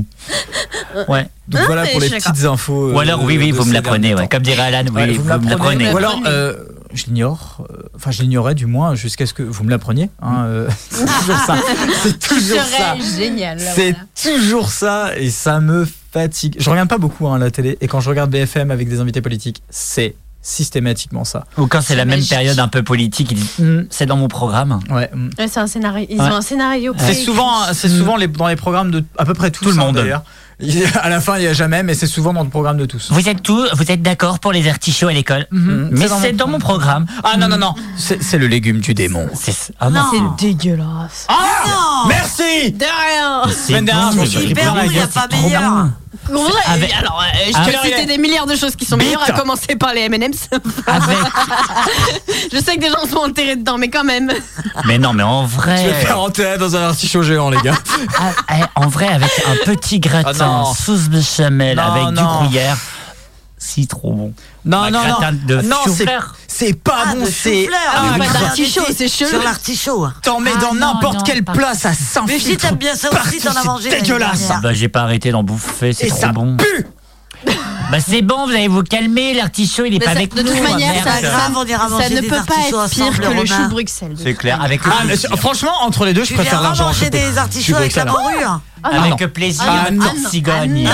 Ouais. Donc Ah, voilà mais pour je suis les petites infos. euh, Ou alors, oui, oui, de vous me ces la prenez. derniers ouais. temps. Comme dirait Alan, Ouais, oui, vous, me la prenez. Ou Vous me la alors, prenez. euh, je l'ignore. euh, Enfin, je l'ignorais du moins jusqu'à ce que vous me la preniez. hein, euh, c'est toujours ça. C'est Ce toujours ça. serait génial. là, C'est voilà. toujours ça et ça me fatigue. Je regarde pas beaucoup hein, la télé et quand je regarde BFM avec des invités politiques, c'est systématiquement ça. Mm. Ou quand c'est la même période un peu politique, ils disent Hmm, c'est dans mon programme. Ouais. mm. Ouais, c'est un scénario. Ils Ouais. ont un scénario. C'est préécrit. souvent, c'est souvent les, dans les programmes de à peu près Mm. tous. Tout le hein, monde. d'ailleurs. Il- À la fin, il n'y a jamais, mais c'est souvent dans le programme de tous. Mm. Vous êtes tous, vous êtes d'accord pour les artichauts à l'école Mm-hmm. Mhm. Mais c'est dans mon programme. Mm. Ah non, non, non, c'est c'est le légume du démon. C'est ah non. C'est dégueulasse. Oh Ah, Merci De rien. C'est Semaine dernière, bon, je m'en mais suis pris hyper plein la bon, il y a gueule, pas c'est trop meilleur. bon. Ouais, Avec- Alors, euh, je Avec- peux citer des milliards de choses qui sont meilleures, à Bite. commencer par les M&M's. Avec- je sais que des gens sont enterrés dedans, mais quand même. Mais non, mais en Je vais vrai. faire enterrer dans un artichaut géant, les gars. Ah, eh, en vrai, avec un petit gratin, Ah non. sauce béchamel, Non, avec du non. gruyère, si trop bon. Non, Un non, gratin non. de non, c'est- chou-fleur. c'est pas Ah, bon, de c'est. chou-fleur. Ah, Ah, mais pas ça- d'artichaut, c'est chelou. Sur l'artichaut. T'en mets Ah, dans non, n'importe non, quel pas- plat, ça Mais s'infiltre. si t'aimes bien ça aussi, partout, t'en as c'est mangé l'année dégueulasse. dernière. Bah, j'ai pas arrêté d'en bouffer, c'est Et trop ça bon. pue. Bah, c'est bon, vous allez vous calmer, l'artichaut, il est Mais pas ça- avec de nous. toute ma manière, merde. ça, ça grave, on ira ça manger ne des peut pas artichauts être pire ensemble, que le chou Romain. de Bruxelles. de C'est toute clair, manière. avec Ah, mais c'est- franchement, entre les deux, je Tu préfère viendras l'argent. manger je peux- des je artichauts peux avec que ça, la là. morue. Avec Ah, non. plaisir, Ah, non. en cigogne.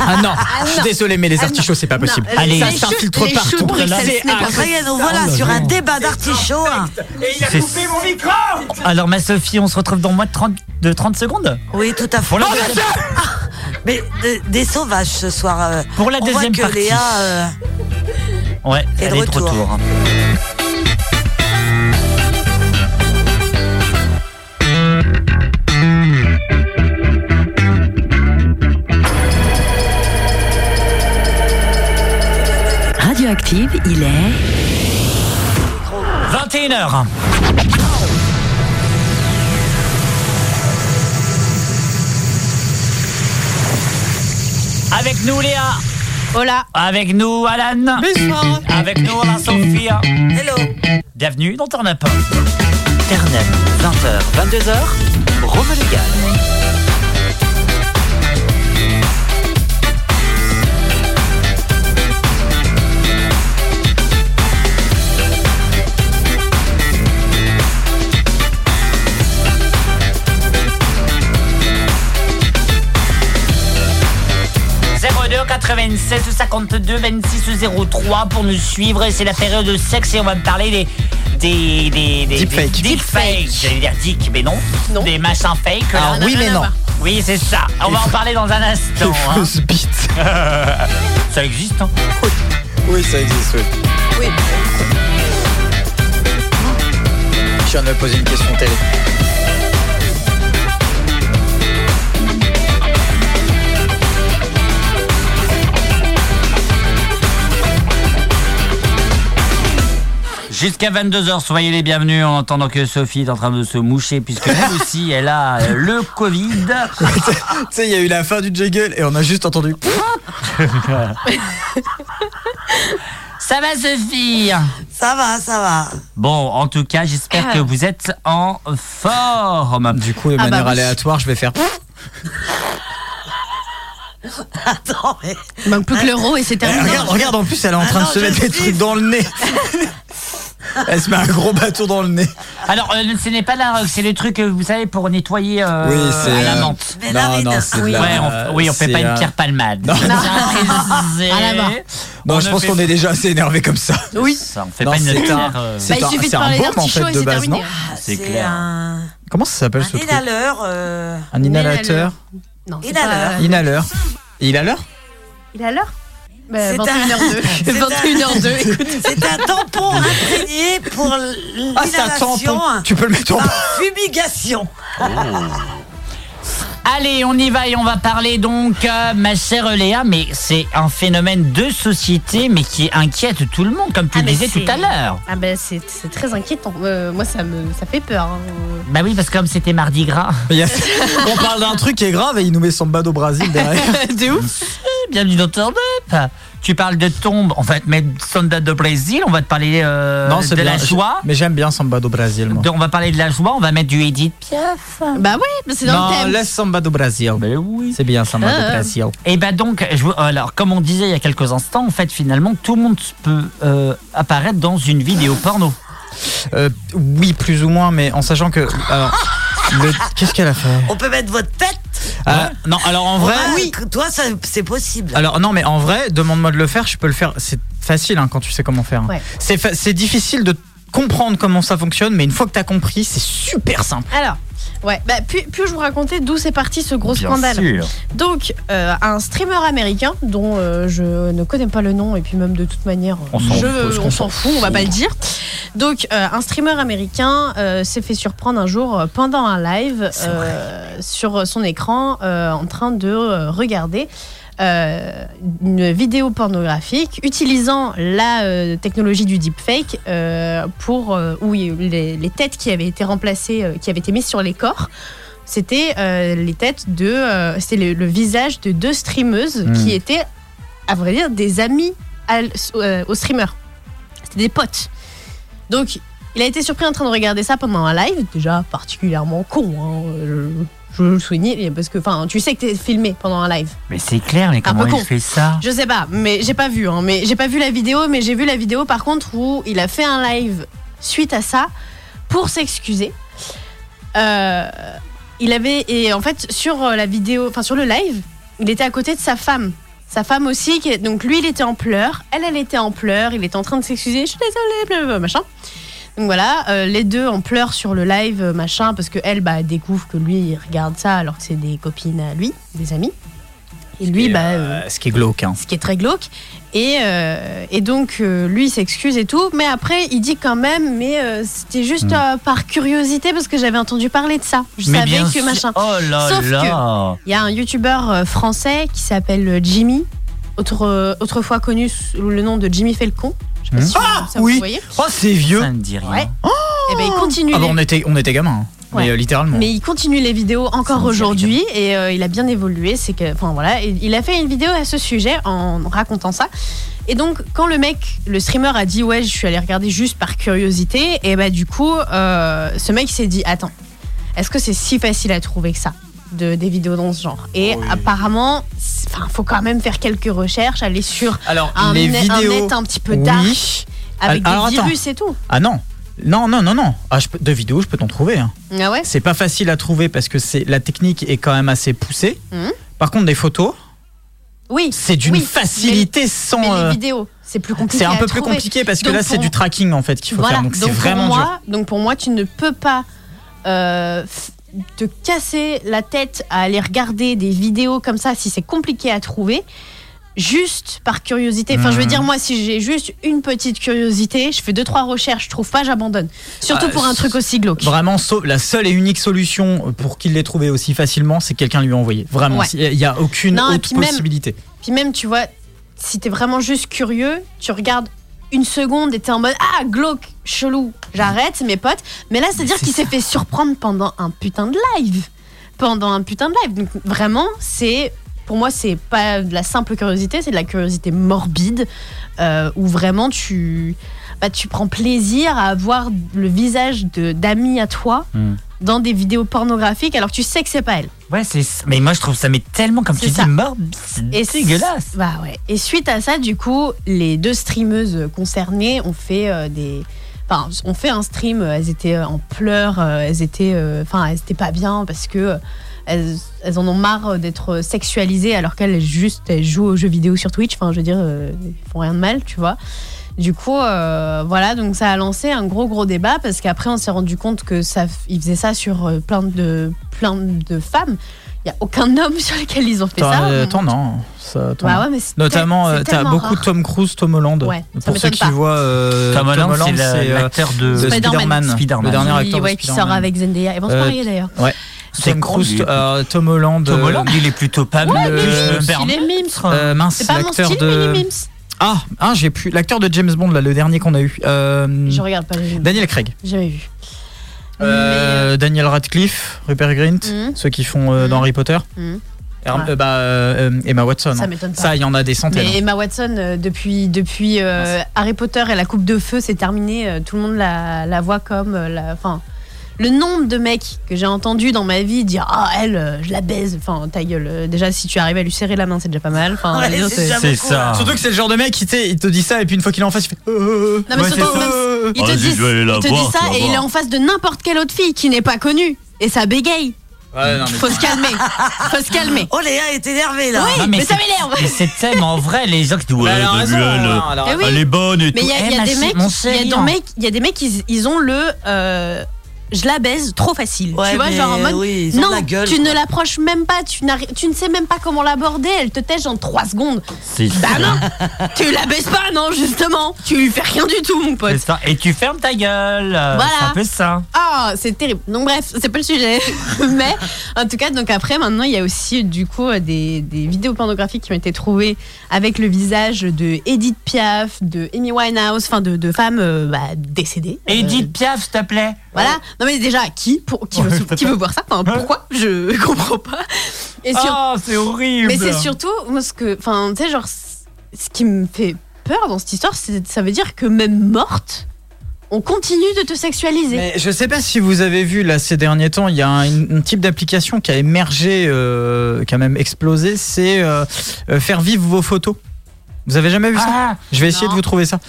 Ah non, je suis non. désolé, Ah mais les artichauts, c'est pas possible. Non, Allez, les ça choux- s'infiltre les choux partout. de Bruxelles, C'est ce n'est pas affreux. possible. Rien, donc voilà, sur un débat d'artichauts. hein. Oh C'est- Alors, ma Sophie, on se retrouve dans moins de 30, de 30 secondes Oui, tout à fait. Pour la Ah, deuxième- Mais euh, des sauvages ce soir. euh. Pour la On voit deuxième que partie. Léa, euh, Ouais, Et elle de est de retour. retour. Radioactive, il est 21h. Avec nous Léa, Hola. avec nous Alan, Bonsoir. avec nous la Sophie. Hello. Bienvenue dans Turn Up. Turn Up, 20h, 22h, Rome Légal. ou 52 26 03 pour nous suivre. C'est la période de sexe et on va parler des. Des. Des. Des. Deepfake. des- Deepfake. J'allais dire dick, mais non. Non. Des machins fake. Ah là. oui, mais non. Oui, c'est ça. On va en parler dans un instant. Les hein. fausses bites. Ça existe, hein. Oui, ça existe, oui. Je viens de me poser une question télé. Jusqu'à 22h, soyez les bienvenus en entendant que Sophie est en train de se moucher puisque elle aussi, elle a euh, le Covid. Tu sais, il y a eu la fin du jiggle et on a juste entendu. Ça va Sophie Ça va, ça va. Bon, en tout cas, j'espère que vous êtes en forme. Ah. Du coup, de Ah bah manière oui. aléatoire, je vais faire. Attends, mais. Manque plus que l'euro et c'est Eh, terminé. regarde, regarde, en plus, elle est en Ah train non, de se je mettre des suis- trucs dans le nez. elle se met un gros bateau dans le nez. Alors, euh, ce n'est pas la rogue, c'est le truc, euh, vous savez, pour nettoyer euh, Oui, c'est, à la euh, menthe. Mais la ride. de la- Ouais, on, Ah oui, on fait c'est, pas une euh, pierre palmade. Non. Bien précisé. À la main. Non, On je ne pense fait qu'on est déjà assez énervé comme ça. Oui. Ça, on fait Non, pas une c'est pierre. un- euh, Ah, Bah, c'est- il suffit de un parler baume, en d'artichaut fait, et de c'est base, terminé. non c'est C'est clair. un, Comment ça s'appelle un ce truc inhaleur. euh, Un inhalateur. Non, c'est Inhaleur. pas- Inhaleur. Inhaleur Il a l'heure bah, C'est un- 21h02. C'est un- 21h02, écoute. C'est un tampon imprégné pour Ah, c'est un l'inhalation. tampon. Tu peux le mettre en. Oh. par fumigation. Allez, on y va et on va parler donc, euh, ma chère Léa, mais c'est un phénomène de société, mais qui inquiète tout le monde, comme tu Ah, le mais disais tout c'est- à l'heure. Ah ben c'est c'est très inquiétant. Euh, moi ça me ça fait peur. hein. Bah oui, parce que comme c'était Mardi Gras. Il y a- On parle d'un truc qui est grave et il nous met son bad au Brésil derrière. De ouf Bienvenue dans Turn Up Tu parles de tombe, on va te mettre Sonda de Brésil, on va te parler euh, de la Je- joie. Mais j'aime bien Samba do Brasil. Moi. Donc, On va parler de la joie, on va mettre du Edith Piaf. Bah ouais, mais c'est dans le Non, thème. laisse Samba do Brasil. Ben oui. C'est bien Samba Ah, do ah. Brasil. Et bah donc, je, vous- alors comme on disait il y a quelques instants, en fait finalement tout le monde peut euh, apparaître dans une vidéo porno. Euh, oui, plus ou moins, mais en sachant que. Alors, le- qu'est-ce qu'elle a fait On peut mettre votre tête. Euh, non, alors en vrai. Ah, Toi, ça, c'est possible. Alors non, mais en vrai, demande-moi de le faire, je peux le faire. C'est facile hein, quand tu sais comment faire. hein. Ouais. C'est fa- c'est difficile de comprendre comment ça fonctionne, mais une fois que t'as compris, c'est super simple. Alors, ouais, bah, puis, puis je vous raconter d'où c'est parti ce gros Bien scandale. sûr. Donc, euh, un streamer américain dont euh, je ne connais pas le nom, et puis même de toute manière, euh, On s'en je- fout, parce on qu'on s'en s'en fout, on va pas le dire. Donc, euh, un streamer américain euh, s'est fait surprendre un jour euh, pendant un live euh, sur son écran euh, en train de euh, regarder. euh, une vidéo pornographique utilisant la euh, technologie du deepfake euh, pour euh, où il- les, les têtes qui avaient été remplacées, euh, qui avaient été mises sur les corps, c'était euh, les têtes de, euh, c'était le, le visage de deux streameuses Mm. qui étaient, à vrai dire, des amis à l- euh, aux streamers. C'était des potes. Donc, il a été surpris en train de regarder ça pendant un live, déjà particulièrement con. hein, euh, je, je veux le souligne parce que, enfin, tu sais que t'es filmé pendant un live. Mais c'est clair, mais Un comment peu il con. fait ça Je sais pas, mais j'ai pas vu. hein, mais j'ai pas vu la vidéo, mais j'ai vu la vidéo par contre où il a fait un live suite à ça pour s'excuser. Euh, il avait et en fait sur euh, la vidéo, enfin sur le live, il était à côté de sa femme. Sa femme aussi, qui est- donc lui il était en pleurs, elle elle était en pleurs, il était en train de s'excuser, je suis désolée, blablabla, machin. Donc voilà, euh, les deux en pleurs sur le live, euh, machin, parce que elle bah, découvre que lui il regarde ça alors que c'est des copines à lui, des amis. Et lui, bah, euh, ce qui est glauque. hein. ce qui est très glauque. Et, euh, et donc, euh, lui, il s'excuse et tout. Mais après, il dit quand même, mais euh, c'était juste Mm. euh, par curiosité parce que j'avais entendu parler de ça. Je Mais savais bien que sûr. machin. Oh là Sauf là. que il y a un youtubeur euh, français qui s'appelle euh, Jimmy, autre, euh, autrefois connu sous le nom de Jimmy Felcon. Je sais pas Mm. si Ah, ça vous oui. voyez. Oh, c'est vieux. Ouais. et ben, il continue. Ah bah, les- on était, on était gamins, hein. Ouais. mais euh, littéralement. Mais il continue les vidéos encore aujourd'hui et euh, il a bien évolué. C'est que, enfin voilà, il il a fait une vidéo à ce sujet en racontant ça. Et donc quand le mec, le streamer a dit ouais, je suis allé regarder juste par curiosité, et bah du coup, euh, ce mec s'est dit attends, est-ce que c'est si facile à trouver que ça de, des vidéos dans ce genre Oh Et apparemment, c'est- enfin faut quand même faire quelques recherches, aller sur Alors, un, les net, un vidéos, net un petit peu oui. dark avec Alors, des attends. virus et tout. Ah non, non, non, non, non. Ah, je peux- de vidéos, je peux t'en trouver. hein. Ah ouais. C'est pas facile à trouver parce que c'est la technique est quand même assez poussée. Mhm. Par contre, des photos, Oui. c'est d'une oui, facilité mais- sans. mais les euh, vidéos, c'est plus compliqué. c'est un à peu plus trouver. compliqué parce que Donc là, c'est pour- du tracking en fait qu'il faut voilà. faire. Donc c'est pour vraiment moi, dur. Donc pour moi, tu ne peux pas euh, f- te casser la tête à aller regarder des vidéos comme ça si c'est compliqué à trouver. Juste par curiosité. Enfin, je veux Mhm. dire, moi, si j'ai juste une petite curiosité, je fais deux trois recherches, je trouve pas, j'abandonne. Surtout Ah, pour un s- truc aussi glauque. Vraiment, sau- la seule et unique solution pour qu'il l'ait trouvé aussi facilement, c'est que quelqu'un lui a envoyé. Vraiment, Ouais. il n'y a aucune Non, et autre puis même- possibilité. Puis même, tu vois, si t'es vraiment juste curieux, tu regardes une seconde et t'es en mode Ah, glauque, chelou, j'arrête, mes potes. Mais là, c'est-à-dire qu'il s'est fait surprendre pendant un putain de live. Pendant un putain de live. Donc vraiment, c'est. Pour moi, c'est pas de la simple curiosité, c'est de la curiosité morbide euh, où vraiment tu. Bah, tu prends plaisir à avoir le visage de- d'amis à toi Mm. dans des vidéos pornographiques alors que tu sais que c'est pas elle. Hmm. Ouais, c'est. Mais moi, je trouve ça, mais tellement, comme tu dis, morbide. Et c'est dégueulasse. Bah ouais. Et suite à ça, du coup, les deux streameuses concernées ont fait euh, des. Enfin, on fait un stream, euh, elles étaient euh, en pleurs, euh, elles étaient. euh, Enfin, elles étaient pas bien parce que. euh, Elles, elles en ont marre euh, d'être sexualisées alors qu'elles juste elles jouent aux jeux vidéo sur Twitch. Enfin, je veux dire, euh, ils font rien de mal, tu vois. Du coup, euh, voilà, donc ça a lancé un gros gros débat parce qu'après on s'est rendu compte que ça, ils faisaient ça sur euh, plein de plein de femmes. Il y a aucun homme sur lequel ils ont fait T'en- ça. euh, T'en non, ça, t'en Bah as. ouais, mais c'est Notamment, tel- c'est euh, t'as tellement beaucoup de rare. Tom Cruise, Tom Holland. Ouais, ça Pour ceux m'étonne qui pas. voient euh, Tom Holland, c'est la- euh, l'acteur de- Spider-Man. le dernier Oui, acteur de ouais, qui Spider-Man. sort avec Zendaya. Ils vont se Euh, marier d'ailleurs. Ouais. C'est Tom con, Cruise, lui. euh, Tom Holland. Tom euh, Holland, il est plutôt pas Ouais, mal. mais euh, Mims, Bern- il est Mims. euh, mince, c'est pas mon l'acteur style, de- mais il est Mims. Ah, ah j'ai plus l'acteur de James Bond là, le dernier qu'on a eu. Euh, Je regarde pas les films. Daniel Craig. J'ai Jamais vu. Euh, Daniel Radcliffe, Rupert Grint, Mhm. ceux qui font euh, dans Harry Potter. Mhm. Er- Ouais. euh, bah, euh, euh, Emma Watson. Ça hein. m'étonne pas. Ça, il y en a des centaines. hein. Mais Emma Watson, euh, depuis, depuis euh, Harry Potter et la Coupe de Feu, c'est terminé. euh, Tout le monde la, la voit comme. euh, la- Enfin, le nombre de mecs que j'ai entendu dans ma vie dire Ah, elle, euh, je la baise. Enfin, ta gueule. euh, Déjà, si tu arrives à lui serrer la main, c'est déjà pas mal. Enfin, Ouais, les autres, euh, Surtout que c'est le genre de mec qui tu sais, il te dit ça et puis une fois qu'il est en face, il fait. euh, Non mais ouais, surtout, c'est même ça. si- il te Vas-y, dit, je vais aller la il te voir, dit tu ça vas et voir. il est en face de n'importe quelle autre fille qui n'est pas connue et ça bégaye. Faut se calmer. Faut se calmer. Oh, Léa est énervée là. Oui, Non, mais, ça c'est- m'énerve. Ah, mais C'est tellement vrai, les gens qui disent Ouais, elle a raison, Gabriel, hein, elle a elle, raison. est bonne et Eh Mais tout. il y a, il y a Eh, ma des chérie, mecs, il y mon a des Seigneur. mecs- il y a des mecs, ils, ils ont le. euh, je la baise trop facile. Ouais, tu vois, mais genre en mode. oui, ils ont non, de la gueule, tu quoi. ne l'approches même pas, tu, n'arri- tu ne sais même pas comment l'aborder, elle te tèche en 3 secondes. C'est Bah non Tu la baises pas, non, justement Tu lui fais rien du tout, mon pote. C'est ça. Et tu fermes ta gueule. euh, Voilà. C'est un peu ça. Ah, c'est terrible. Donc bref, c'est pas le sujet. Mais en tout cas, donc après, maintenant, il y a aussi du coup des, des vidéos pornographiques qui ont été trouvées avec le visage de Edith Piaf, de Amy Winehouse, enfin de, de femmes euh, bah, décédées. Edith Piaf, s'il te plaît. Voilà. Non mais déjà, qui pour qui veut, qui veut voir ça Enfin, Pourquoi Je comprends pas. Ah, c'est horrible. Mais c'est surtout moi ce que, enfin, tu sais, genre c- ce qui me fait peur dans cette histoire, c'est ça veut dire que même morte, on continue de te sexualiser. Mais je sais pas si vous avez vu là ces derniers temps, il y a un, un type d'application qui a émergé, euh, qui a même explosé, c'est euh, euh, faire vivre vos photos. Vous avez jamais vu Ah, ça Je vais essayer non. de vous trouver ça.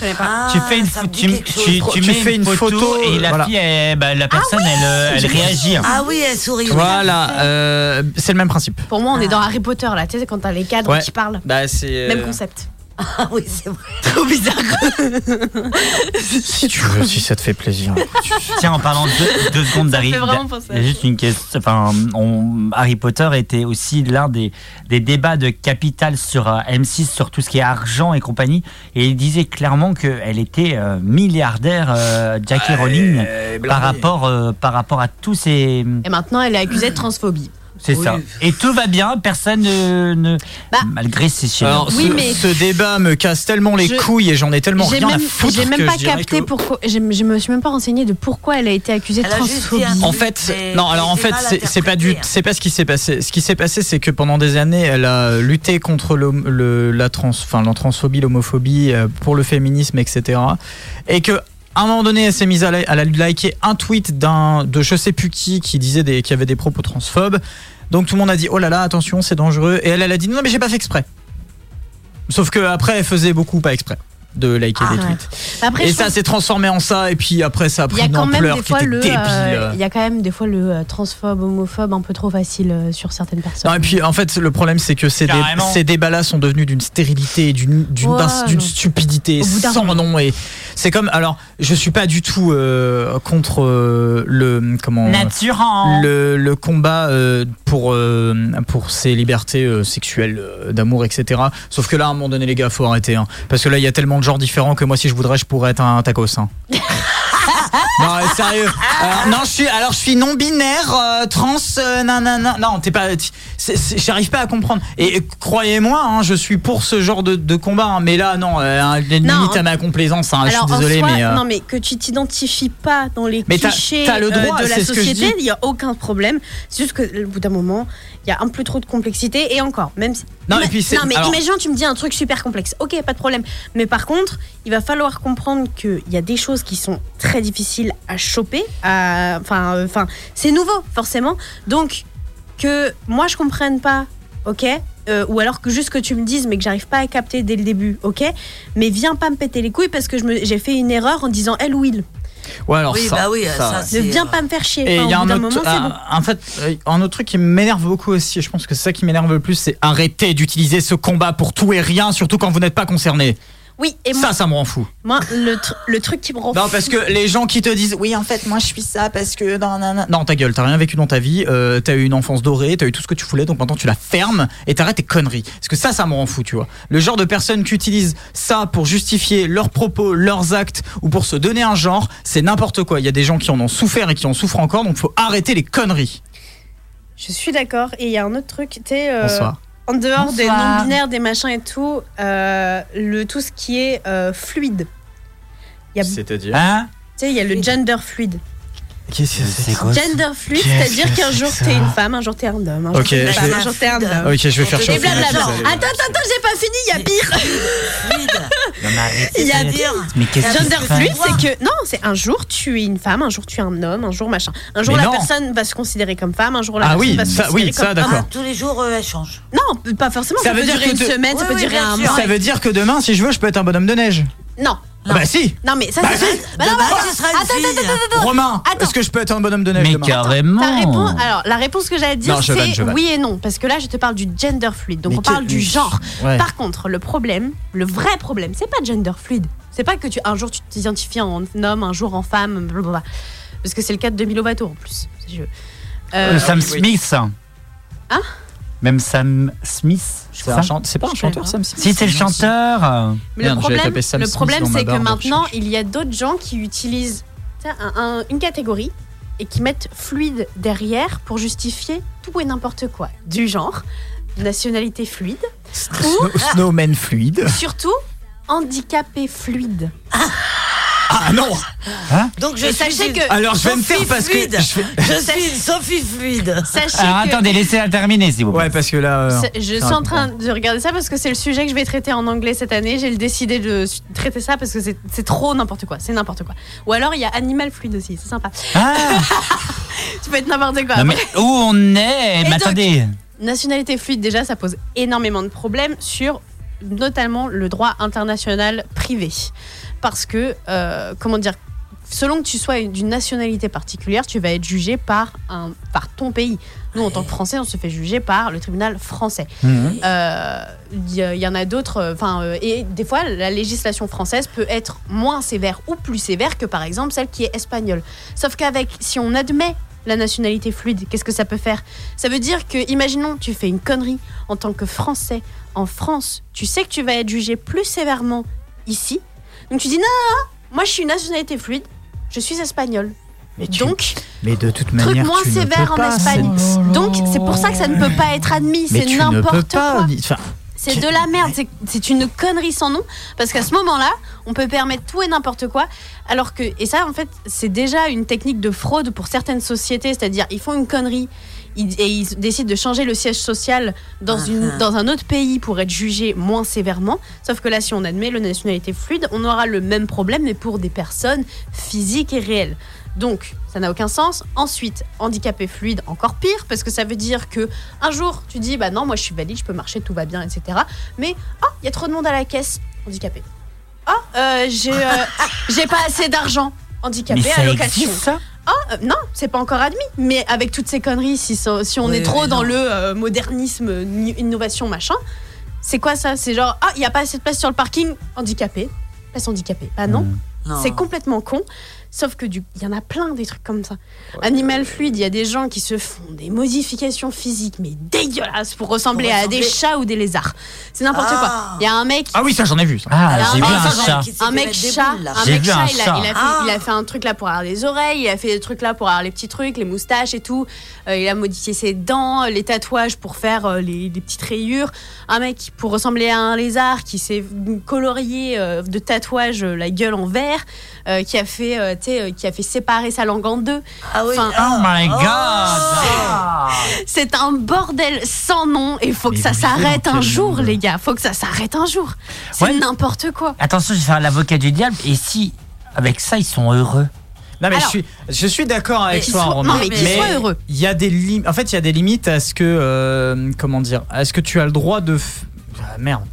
tu fais une, pho- tu, tu- tu Tu mets fais une une photo, photo, et la voilà. fille, elle- bah, la personne, elle, euh, elle J'ai- réagit. Ah oui, elle sourit. Voilà, euh, c'est le même principe. Pour moi, on est dans Harry Potter là, tu sais, quand t'as les cadres Ah. Ouais. qui parlent. Bah, c'est, euh, Même concept. Ah oui, c'est vrai. Trop bizarre. Si tu veux, si ça te fait plaisir. Tiens, en parlant de deux, deux secondes d'Harry, fait vraiment penser à il y a juste une question. Enfin, on- Harry Potter était aussi l'un des, des débats de Capital sur euh, M6 sur tout ce qui est argent et compagnie. Et il disait clairement qu'elle était euh, milliardaire, euh, Jackie Rowling, par rapport, euh, par rapport à tous ces. Et maintenant, elle est accusée de transphobie. C'est ça. Et tout va bien, personne ne. ne- Bah. malgré ses chiens. Alors, ce, ce débat me casse tellement les Je- couilles et j'en ai tellement J'ai rien à même, foutre. j'ai même que pas je dirais capté que- pourquoi. Je, je me suis même pas renseignée de pourquoi elle a été accusée de Elle a juste dit transphobie. un truc, En fait, non. Alors en fait, c'est- c'est pas du, c'est pas ce qui s'est passé. Ce qui s'est passé, c'est que pendant des années, elle a lutté contre le, le- la trans, enfin la transphobie, l'homophobie, euh, pour le féminisme, etc. Et que à un moment donné, elle s'est mise à, li- elle a liké un tweet d'un de je sais plus qui qui disait des, qui avait des propos transphobes. Donc tout le monde a dit oh là là attention c'est dangereux et elle elle a dit non mais j'ai pas fait exprès. Sauf que après elle faisait beaucoup pas exprès de liker des tweets. Ah Bah, Après, et je ça pense- s'est transformé en ça et puis après ça a Il pris y a une quand même ampleur des qui fois était le, débile. euh, il y a quand même des fois le euh, transphobe, homophobe un peu trop facile euh, sur certaines personnes. Non, et puis en fait, le problème, c'est que ces, dé- Carrément. ces débats-là sont devenus d'une stérilité, et d'une d'une Ouais, d'un- d'une non. stupidité Au bout d'un sans moment. nom. Et c'est comme, alors, je suis pas du tout euh, contre euh, le comment Naturant. le, le combat euh, pour euh, pour ces libertés euh, sexuelles, euh, d'amour, etc. Sauf que là, à un moment donné, les gars, faut arrêter, hein. parce que là, il y a tellement de genres différents que moi, si je voudrais, je pourrais être un tacos. hein. Non, euh, sérieux. Alors, non, je suis, alors je suis non binaire, euh, trans, euh, nanana. Non, t'es pas. t- c'est- c'est- J'arrive pas à comprendre. Et, et croyez-moi, hein, je suis pour ce genre de, de combat. hein, mais là, non, euh, hein, limite Non, hein. à ma complaisance. hein, je suis Alors, en désolé, soi, mais. euh, non mais que tu t'identifies pas dans les Mais t'as- clichés t'as le euh, droit, de la c'est ce que je société, dis. il y a aucun problème. C'est juste que au bout d'un moment, il y a un peu trop de complexité et encore, même si Non, mais, et puis c'est- non mais alors- imagine tu me dis un truc super complexe. OK, pas de problème. Mais par contre, il va falloir comprendre que il y a des choses qui sont très difficiles à choper, à- enfin euh, enfin, c'est nouveau forcément. Donc que moi je comprenne pas, ok Euh, Ou alors que juste que tu me dises, mais que j'arrive pas à capter dès le début, ok Mais viens pas me péter les couilles parce que je me- j'ai fait une erreur en disant elle ou il. Ouais, alors ça, ça, ne viens pas me faire chier. Et Enfin, il y a au bout un d'un autre, moment, c'est un- bon. en fait, euh, un autre truc qui m'énerve beaucoup aussi, et je pense que c'est ça qui m'énerve le plus, c'est arrêter d'utiliser ce combat pour tout et rien, surtout quand vous n'êtes pas concerné. Oui, et moi, Ça, ça me rend fou. moi, le, tr- le truc qui me rend. Non, parce que les gens qui te disent oui, en fait, moi je suis ça parce que. Non, non, non. Non, ta gueule, t'as rien vécu dans ta vie, euh, t'as eu une enfance dorée, t'as eu tout ce que tu voulais, donc maintenant tu la fermes et t'arrêtes tes conneries. Parce que ça, ça me rend fou, tu vois. Le genre de personnes qui utilisent ça pour justifier leurs propos, leurs actes ou pour se donner un genre, c'est n'importe quoi. Il y a des gens qui en ont souffert et qui en souffrent encore, donc faut arrêter les conneries. Je suis d'accord. Et il y a un autre truc, tu sais. euh, Bonsoir. En dehors des Bonsoir. non-binaires, des machins et tout, euh, le, tout ce qui est euh, fluide. Il y a- Tu C'est-à-dire Hein sais, il y a le gender fluide. Qu'est-ce que c'est quoi Gender fluide, Qu'est-ce c'est-à-dire que qu'un c'est jour que t'es ça une femme, un jour t'es un homme, un Ok, jour t'es une je femme, vais- un jour t'es un homme. Ok, je vais faire Et chauffer. blablabla. Attends, attends, attends, j'ai pas fini, il y a pire. Non, mais arrêtez. Il y a pire. Mais qu'est-ce que Gender c'est fluid, c'est que non, c'est un jour tu es une femme, un jour tu es un homme, un jour machin. Un jour Mais la non. personne va se considérer comme femme, un jour la Ah personne oui, va se ça- considérer oui, comme ça, d'accord. homme. Tous les jours, euh, elle change. Non, pas forcément. Ça, Ça veut peut dire durer que une te- semaine, ça Oui, peut oui, durer bien un sûr. mois. Ça veut dire que demain, si je veux, je peux être un bonhomme de neige. Non, Bah si Non, mais ça, Bah, c'est. si. Bah, non, Demain, attends, ce sera une attends, fille. attends, attends, attends. Romain, Attends. est-ce que je peux être un bonhomme de neige Mais demain carrément. Ta réponse, alors, la réponse que j'allais te dire, Non, je vanne, c'est je vanne. oui et non. Parce que là, je te parle du gender fluide. Donc, Mais on parle que- du genre. Ouais. Par contre, le problème, le vrai problème, c'est pas gender fluide. C'est pas que tu, un jour, tu t'identifies en homme, un jour en femme, blablabla. Parce que c'est le cas de Demi Lovato, en plus. Je- Euh, Euh, Sam Smith. Hein Même Sam Smith. C'est un chante- c'est pas un chanteur, Sam Smith Si, c'est le Non, c'est- chanteur. Mais le problème, le problème, c'est que maintenant, il y a d'autres gens qui utilisent tu sais, un- un- une catégorie et qui mettent fluide derrière pour justifier tout et n'importe quoi. Du genre, nationalité fluide, ou euh, Snow- Snowman fluide. surtout handicapé fluide. Ah non Hein Donc je Et suis sachez une- que- Alors, je vais me Sophie faire parce que fluide. je vais- Je suis une Sophie fluide. Sachez Alors que attendez, laissez-la terminer, s'il vous plaît. Ouais, parce que là. euh, C'est- Je ça suis en raconte train de regarder ça parce que c'est le sujet que je vais traiter en anglais cette année. J'ai décidé de traiter ça parce que c'est c'est trop n'importe quoi. C'est n'importe quoi. Ou alors il y a animal fluide aussi, c'est sympa. tu peux être n'importe quoi. Non, mais Après, où on est Et Mais donc- attendez. Nationalité fluide, déjà, ça pose énormément de problèmes sur notamment le droit international privé. Parce que, euh, comment dire, selon que tu sois d'une nationalité particulière, tu vas être jugé par, un, par ton pays. Nous, en tant que Français, on se fait juger par le tribunal français. Mhm. Euh, Il y, a- il y en a d'autres. Enfin, euh, et des fois, la législation française peut être moins sévère ou plus sévère que, par exemple, celle qui est espagnole. Sauf qu'avec, si on admet la nationalité fluide, qu'est-ce que ça peut faire Ça veut dire que, imaginons, tu fais une connerie en tant que Français en France. Tu sais que tu vas être jugé plus sévèrement ici. Donc tu dis non, non, non, moi je suis une nationalité fluide, je suis espagnole. Donc, Mais de toute truc manière. moins tu ne sévère peux en pas, Espagne. c'est- Donc, c'est pour ça que ça ne peut pas être admis, Mais c'est tu ne peux n'importe pas. quoi. Enfin, C'est de la merde, c'est- c'est une connerie sans nom, parce qu'à ce moment-là, on peut permettre tout et n'importe quoi, alors que, et ça en fait, c'est déjà une technique de fraude pour certaines sociétés, c'est-à-dire ils font une connerie ils- et ils décident de changer le siège social dans, Ah une, dans un autre pays pour être jugé moins sévèrement, sauf que là, si on admet la nationalité fluide, on aura le même problème, mais pour des personnes physiques et réelles. Donc, ça n'a aucun sens. Ensuite, handicapé fluide, encore pire, parce que ça veut dire que un jour, tu dis, bah non, moi je suis valide, je peux marcher, tout va bien, etc. Mais, oh, il y a trop de monde à la caisse, handicapé. Oh, euh, j'ai euh, j'ai pas assez d'argent, handicapé, Mais ça allocation. existe, ça Oh, euh, non, c'est pas encore admis. Mais avec toutes ces conneries, si, ça- si on Oui, est trop oui, dans non. le euh, modernisme, ni- innovation, machin, c'est quoi ça C'est genre, ah, il n'y a pas assez de place sur le parking, handicapé, place handicapée. Bah non, Hmm. Non. c'est complètement con. Sauf que du, il y en a plein des trucs comme ça. Animal fluide, il y a des gens qui se font des modifications physiques mais dégueulasses pour ressembler, Pour à des ressembler. chats ou des lézards. C'est n'importe Ah. quoi. Il y a un mec. Ah oui, ça j'en ai vu. ça. Ah, j'ai vu Alors, un ça, chat. Un mec chat, un J'ai mec vu chat, un il a, chat. il a fait, Ah. il a fait un truc là pour avoir les oreilles, il a fait des trucs là pour avoir les petits trucs, les moustaches et tout. Euh, il a modifié ses dents, euh, les tatouages pour faire euh, les, les petites rayures. Un mec pour ressembler à un lézard qui s'est colorié euh, de tatouages euh, la gueule en vert, euh, qui a fait, euh, tu sais, euh, qui a fait séparer sa langue en deux. Ah oui. Enfin, Oh my god c'est un bordel sans nom et faut que Mais ça vous vivez dans s'arrête un quel jour, monde les gars. Faut que ça s'arrête un jour. C'est Ouais. n'importe quoi. Attention, je vais faire l'avocat du diable. Et si, avec ça, ils sont heureux Non mais Alors- je suis, je suis d'accord avec Mais toi, qu'ils soient- Romain. non, mais qu'ils soient heureux. Il y a des limites. En fait, il y a des limites à ce que, euh, comment dire, à ce que tu as le droit de. f- Ah, merde.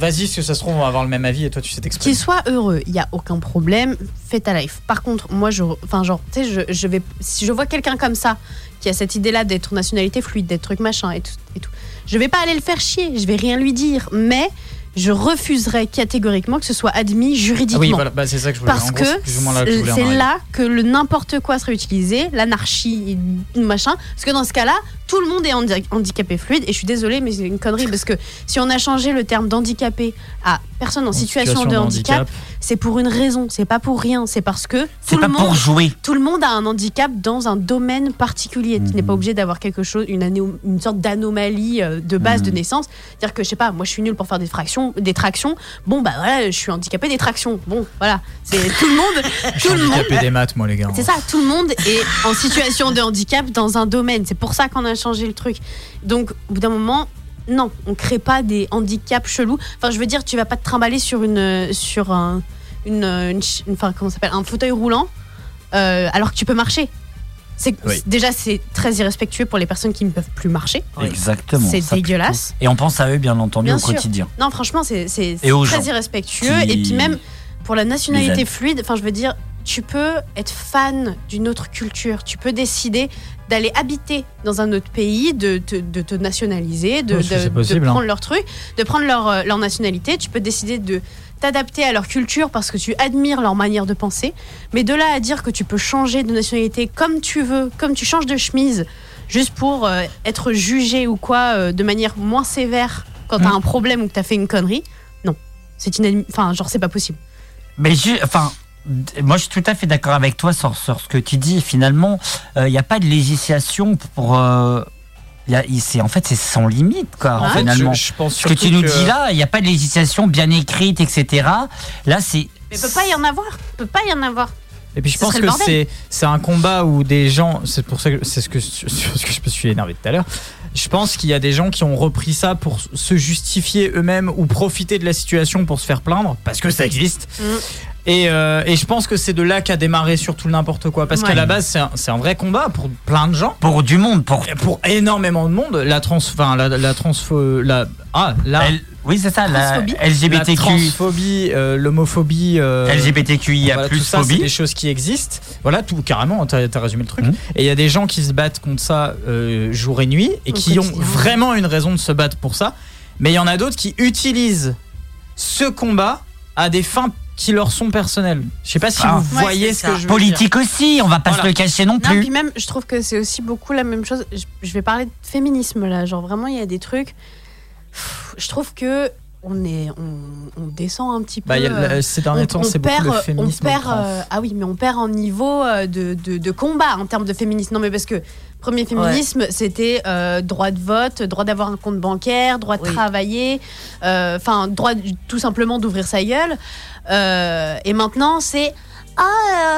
Vas-y, si ça se trouve, on va avoir le même avis et toi, tu sais t'exprimer. Qu'il soit heureux, il y a aucun problème, fais ta life. Par contre, moi, je, enfin, genre, tu sais, je, je vais, si je vois quelqu'un comme ça, qui a cette idée-là d'être nationalité fluide, d'être truc machin et tout, et tout, je vais pas aller le faire chier, je vais rien lui dire, mais je refuserai catégoriquement que ce soit admis Ah juridiquement. oui, voilà, bah, c'est ça que je voulais. Parce en que gros, c'est plus ou moins là que je voulais en c'est arriver. là que le n'importe quoi serait utilisé, l'anarchie, machin. Parce que dans ce cas-là, tout le monde est handi- handicapé fluide. Et je suis désolée, mais c'est une connerie. Parce que si on a changé le terme d'handicapé à personne en, situation, de handicap, c'est pour une raison. C'est pas pour rien. C'est parce que C'est tout le, pas pour monde, jouer. tout le monde a un handicap dans un domaine particulier. Tu n'es pas obligé d'avoir quelque chose, une, ano- une sorte d'anomalie euh, de base de naissance. C'est-à-dire que, je sais pas, moi je suis nulle pour faire des, fractions, des tractions. Bon, bah voilà, je suis handicapé des tractions. Bon, voilà. C'est tout le monde. Je tout suis le monde. handicapé des maths, moi, les gars. C'est ça, tout le monde est en situation de handicap dans un domaine. C'est pour ça qu'on a changé le truc. Donc, au bout d'un moment, non, on crée pas des handicaps chelous. Enfin, je veux dire, tu vas pas te trimballer sur une, sur un, une, une ch- une- enfin, comment ça s'appelle, un fauteuil roulant, euh, alors que tu peux marcher. C'est Oui. déjà c'est très irrespectueux pour les personnes qui ne peuvent plus marcher. Exactement. C'est ça, dégueulasse. plutôt. Et on pense à eux, bien entendu, Bien au sûr. quotidien. Non, franchement, c'est c'est- Et aux c'est très gens irrespectueux. qui- Et puis même, pour la nationalité Les aides. fluide, enfin je veux dire, tu peux être fan d'une autre culture, tu peux décider d'aller habiter dans un autre pays, de, te- de te nationaliser, de, Oui, ça, de- c'est de possible, hein. prendre leur truc, de prendre leur, euh, leur nationalité, tu peux décider de t'adapter à leur culture parce que tu admires leur manière de penser, mais de là à dire que tu peux changer de nationalité comme tu veux, comme tu changes de chemise, juste pour euh, être jugé ou quoi euh, de manière moins sévère quand Hmm. t'as un problème ou que t'as fait une connerie, non, c'est inadmissible, enfin genre c'est pas possible. Mais ju- enfin, d- moi je suis tout à fait d'accord avec toi sur, sur ce que tu dis. Finalement, euh, il n'y a pas de législation pour. euh, il y a- il- c'est en fait, c'est sans limite, quoi. En fait, finalement, je- je pense ce que tu surtout nous que- dis là, il n'y a pas de législation bien écrite, etc. Là, c'est Mais peut pas y en avoir, peut pas y en avoir. Et puis je Ce pense serait le que bordel. c'est c'est un combat où des gens, c'est pour ça que c'est ce que sur ce que je me suis énervé tout à l'heure. Je pense qu'il y a des gens qui ont repris ça pour se justifier eux-mêmes ou profiter de la situation pour se faire plaindre parce que ça existe. Mm. Et, euh, et je pense que c'est de là qu'a démarré surtout le n'importe quoi parce Ouais. qu'à la base c'est un, c'est un vrai combat pour plein de gens, pour du monde, pour pour énormément de monde. La trans, enfin la, la transpho, la ah la oui c'est ça la Transphobie. LGBTQ. la transphobie, euh, l'homophobie, euh, LGBTQIA+, voilà, tout ça, c'est phobie. Mm. des choses qui existent. Voilà, tout carrément, t'as as résumé le truc. Et il y a des gens qui se battent contre ça euh, jour et nuit et Au qui ont quotidien. vraiment une raison de se battre pour ça. Mais il y en a d'autres qui utilisent ce combat à des fins qui leur sont personnelles. Je sais pas si Ah. vous Ouais, voyez c'est ce ça. que je veux Politique dire. aussi, on va pas se le cacher non plus. puis même, je trouve que c'est aussi beaucoup la même chose. Je, je vais parler de féminisme là, genre vraiment, il y a des trucs. Pff, Je trouve que on est, on, on descend un petit peu. Bah, il y a- euh, ces derniers on- temps, on c'est beaucoup perd, le euh, féminisme On perd, trans. euh, ah oui, mais on perd en niveau euh, de, de- de combat en termes de féminisme. Non, mais parce que premier féminisme, c'était euh, droit de vote, droit d'avoir un compte bancaire, droit de travailler, euh, enfin droit du- tout simplement d'ouvrir sa gueule. Euh, et maintenant, c'est ah,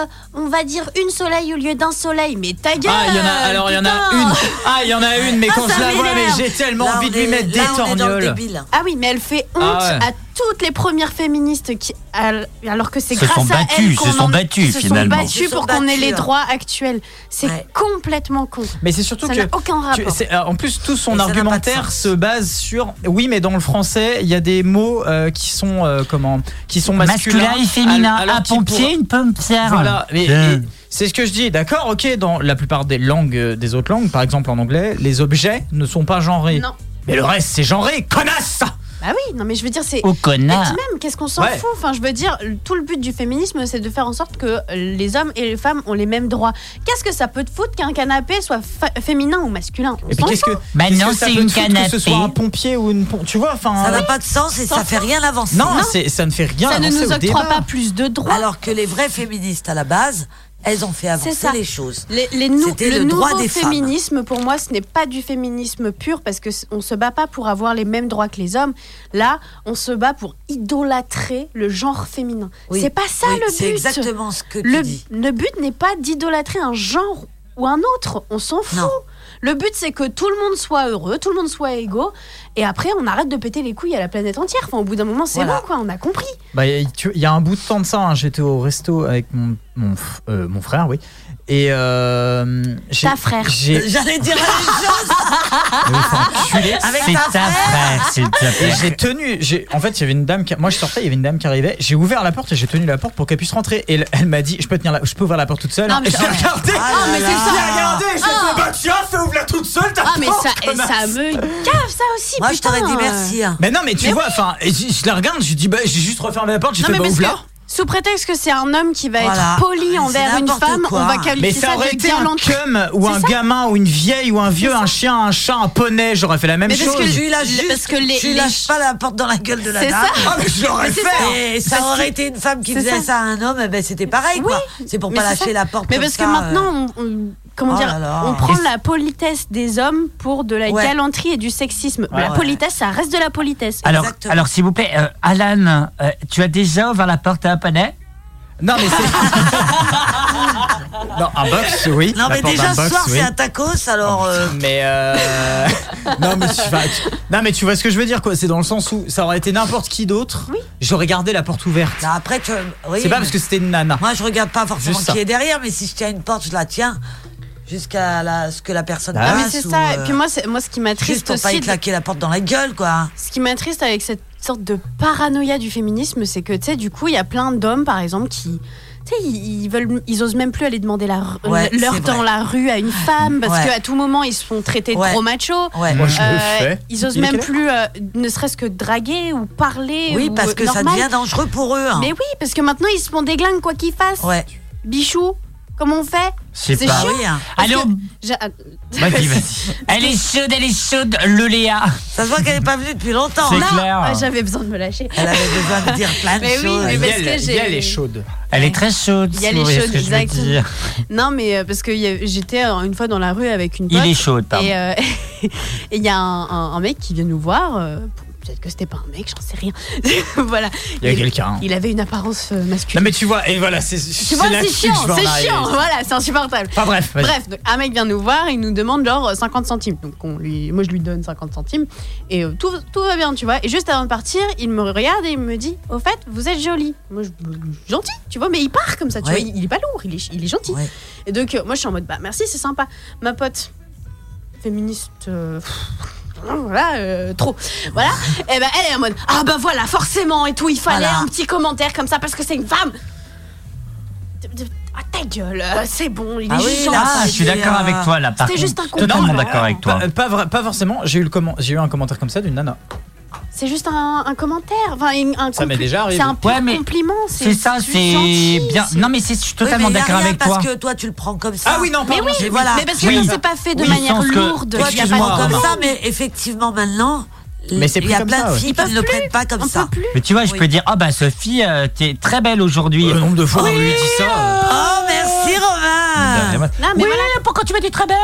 euh, on va dire une soleil au lieu d'un soleil. Mais ta gueule Ah, il y en a, alors il y en a putain. une. Ah, il y en a une, mais Ah, quand ça je la vois, mais m'énerve. j'ai tellement envie de lui mettre des torgnoles. Ah oui, mais elle fait honte Ah ouais. à toutes les premières féministes qui, al- alors que c'est Se grâce sont à battues, elles se qu'on sont en- battues, se finalement. sont Se battues sont pour qu'on ait les battues. hein. droits actuels. C'est complètement con. Mais c'est surtout ça que n'a aucun tu- rapport. c'est- euh, en plus, tout son Et ça n'a pas de argumentaire sens. se base sur oui, mais dans le français, il y a des mots euh, qui sont euh, comment Qui sont masculins, Masculin et féminin, al- alors un qu'ils pompier, pour- une pompière. Voilà, mais- Euh. et c'est ce que je dis. D'accord, ok. Dans la plupart des langues, euh, des autres langues, par exemple en anglais, les objets ne sont pas genrés. Non. Mais le reste, c'est genré, connasse. Bah oui, non mais je veux dire c'est. Oh, connard. Et puis même, qu'est-ce qu'on s'en Ouais. fout Enfin, je veux dire, tout le but du féminisme, c'est de faire en sorte que les hommes et les femmes ont les mêmes droits. Qu'est-ce que ça peut te foutre qu'un canapé soit fa- féminin ou masculin On Et puis s'en qu'est-ce que fout. qu'est-ce que ça peut te foutre Que ce soit un pompier ou une pom- tu vois, enfin. Ça n'a pas de sens et ça fait rien avancer. Non, c'est- ça ne fait rien Ça ne avancer nous au octroie débat. pas plus de droits. Alors que les vraies féministes à la base, elles ont C'est fait avancer ça. les choses. Les, les nou- C'était le, le droit nouveau des femmes. féminisme, pour moi, ce n'est pas du féminisme pur parce que c- on se bat pas pour avoir les mêmes droits que les hommes. Là, on se bat pour idolâtrer le genre féminin. Oui. C'est pas ça Oui, le but. c'est exactement ce que tu le, dis. Le but n'est pas d'idolâtrer un genre ou un autre. On s'en fout. Le but, c'est que tout le monde soit heureux, tout le monde soit égaux, et après, on arrête de péter les couilles à la planète entière. Enfin, au bout d'un moment, c'est Voilà. bon, quoi. On a compris. Bah, il tu- il y a un bout de temps de ça, hein, j'étais au resto avec mon, mon, f- euh, mon frère, oui. Et. Euh, j'ai- Ta frère. j'ai- J'allais dire la même chose. Mais enfin, enculé. Avec ta frère. s'il te plaît. Et J'ai tenu. j'ai- En fait, il y avait une dame. Qui... Moi, je sortais. Il y avait une dame qui arrivait. J'ai ouvert la porte et j'ai tenu la porte pour qu'elle puisse rentrer. Et elle, elle m'a dit, je peux tenir, la... je peux ouvrir la porte toute seule. Non, mais hein. et je ça- l'ai regardée. Ah, mais Je c'est l'ai ça. regardée, Je Ah. fais, bah tiens, fais ouvre-la toute seule. Ta Ah, mais porte, ça, et connasse. ça me cave, ça aussi. Moi, je putain. t'aurais dit merci, hein. Mais non, mais tu Mais vois, oui. enfin, et je, je la regarde. Je dis, bah, j'ai juste refermé la porte. J'ai Non, fait, mais bah, parce que ouvre-la. sous prétexte que c'est un homme qui va Voilà. être Ah, poli envers une n'importe femme, quoi. on va qualifier Mais ça aurait de été un galanterie. cum ou C'est un ça. gamin ou une vieille ou un vieux, un chien, un chat, un poney, j'aurais fait la même Mais parce chose. que lui, il a juste- parce que les- tu les- lâches pas la porte dans la gueule de la C'est dame. ça. Ah, mais je l'aurais Mais c'est fait. Et ça. ça Parce aurait que- été une femme qui c'est faisait ça. ça. à un homme, eh ben, c'était pareil. quoi. C'est pour Mais pas c'est lâcher ça. la porte. Mais comme parce ça, que euh. maintenant, on, on- comment Oh dire, là là. on prend Et- la politesse des hommes pour de la Ouais. galanterie et du sexisme. Ouais. La Ouais. politesse, ça reste de la politesse. Alors, alors s'il vous plaît, euh, Alan, euh, tu as déjà ouvert la porte à un poney Non, mais c'est. non, un box, oui. Non, la mais porte déjà, d'un ce box, soir, oui. c'est un tacos, Oh, alors. euh, Mais euh... non, mais tu vas- tu- non, mais tu vois ce que je veux dire, quoi. C'est dans le sens où ça aurait été n'importe qui d'autre. J'aurais gardé la porte ouverte. Bah, après, tu. oui, c'est pas mais- parce que c'était une nana. Moi, je regarde pas forcément Juste ça. qui est derrière, mais si je tiens une porte, je la tiens jusqu'à la- ce que la personne Ah, passe. mais c'est ou, ça. Et euh, puis moi, c'est- moi, ce qui m'attriste juste pour pas aussi y de- claquer la porte dans la gueule, quoi. Ce qui m'attriste avec cette sorte de paranoïa du féminisme, c'est que, tu sais, du coup, il y a plein d'hommes, par exemple, qui. Tu sais, ils, ils veulent, ils osent même plus aller demander la, r- Ouais, leur c'est dans vrai. la rue à une femme parce Ouais. qu'à tout moment ils se font traiter Ouais. de gros machos. Ouais. Moi, je le fais. Ils osent Il est même quelle heure plus, euh, ne serait-ce que draguer ou parler. Oui, ou, parce que euh, ça normal. devient dangereux pour eux. hein. Mais oui, parce que maintenant ils se font des glingues quoi qu'ils fassent. Ouais. Bichou, comment on fait Je sais C'est pas. chiant. Oui, hein. Parce Allô que j'ai- ah, Vas-y, vas-y. Elle est chaude, elle est chaude, le Léa. Ça se voit qu'elle n'est pas venue depuis longtemps. hein. C'est Non, clair. ah, J'avais besoin de me lâcher. Elle avait besoin de dire plein de Mais oui, choses. mais parce que j'ai- chaude. Elle est très chaude, Il y a si les vous voyez ce chaudes, que je veux exactement. dire. Non, mais euh, parce que y a- j'étais euh, une fois dans la rue avec une Il pote. est chaude, pardon. Et euh, et il y a un, un- un mec qui vient nous voir. euh, Peut-être que c'était pas un mec, j'en sais rien. voilà. Il y a quelqu'un. Il avait une apparence euh, masculine. Non mais tu vois, et voilà, c'est Tu c'est vois, c'est là-dessus que chiant, je veux en c'est arriver. chiant, voilà, c'est insupportable. Enfin, bref, vas-y. Bref, donc, un mec vient nous voir et il nous demande genre 50 centimes. Donc on lui, moi je lui donne 50 centimes et euh, tout, tout va bien, tu vois. Et juste avant de partir, il me regarde et il me dit Au fait, vous êtes jolie. Moi je euh, gentil, tu vois, mais il part comme ça, tu Ouais. vois. Il, il est pas lourd, il est, il est gentil. Et donc euh, moi je suis en mode Bah merci, c'est sympa. Ma pote, féministe. euh, voilà, euh, trop. Voilà. Et ben elle est en mode Ah bah voilà, forcément et tout, il fallait Voilà. un petit commentaire comme ça parce que c'est une femme. De- de- Ah ta gueule, euh, c'est bon, il est Ah oui, juste gentil. là, je suis d'accord avec toi, là, par C'était contre. juste un Totalement compliment. d'accord avec toi. Pas, pas vra- pas forcément, j'ai eu, le comment- j'ai eu un commentaire comme ça d'une nana. C'est juste un, un commentaire. Enfin, une- un Ça m'est compli- déjà arrivé. C'est un pur Ouais, mais compliment. C'est ça, juste c'est gentil, bien. c'est- Non, mais c'est- je suis totalement Oui, mais y a d'accord rien avec toi. parce que toi, tu le prends comme ça. Ah oui, non, mais pardon, oui, j'ai- voilà. Mais parce que Oui. là, c'est pas fait de Oui, manière sens que- lourde. Toi, tu le Excuse-moi, prends comme Romain. ça, mais effectivement, maintenant, Mais c'est il y a plus plein comme ça, de ouais. filles Ils peuvent qui ne le plus. prennent pas comme On ça. peut plus. Mais tu vois, je Oui. peux dire Ah bah Sophie, euh, t'es très belle aujourd'hui. Le nombre de fois on lui dit ça. euh, Oh, merci, Romain Non, mais voilà. pourquoi tu m'as dit très belle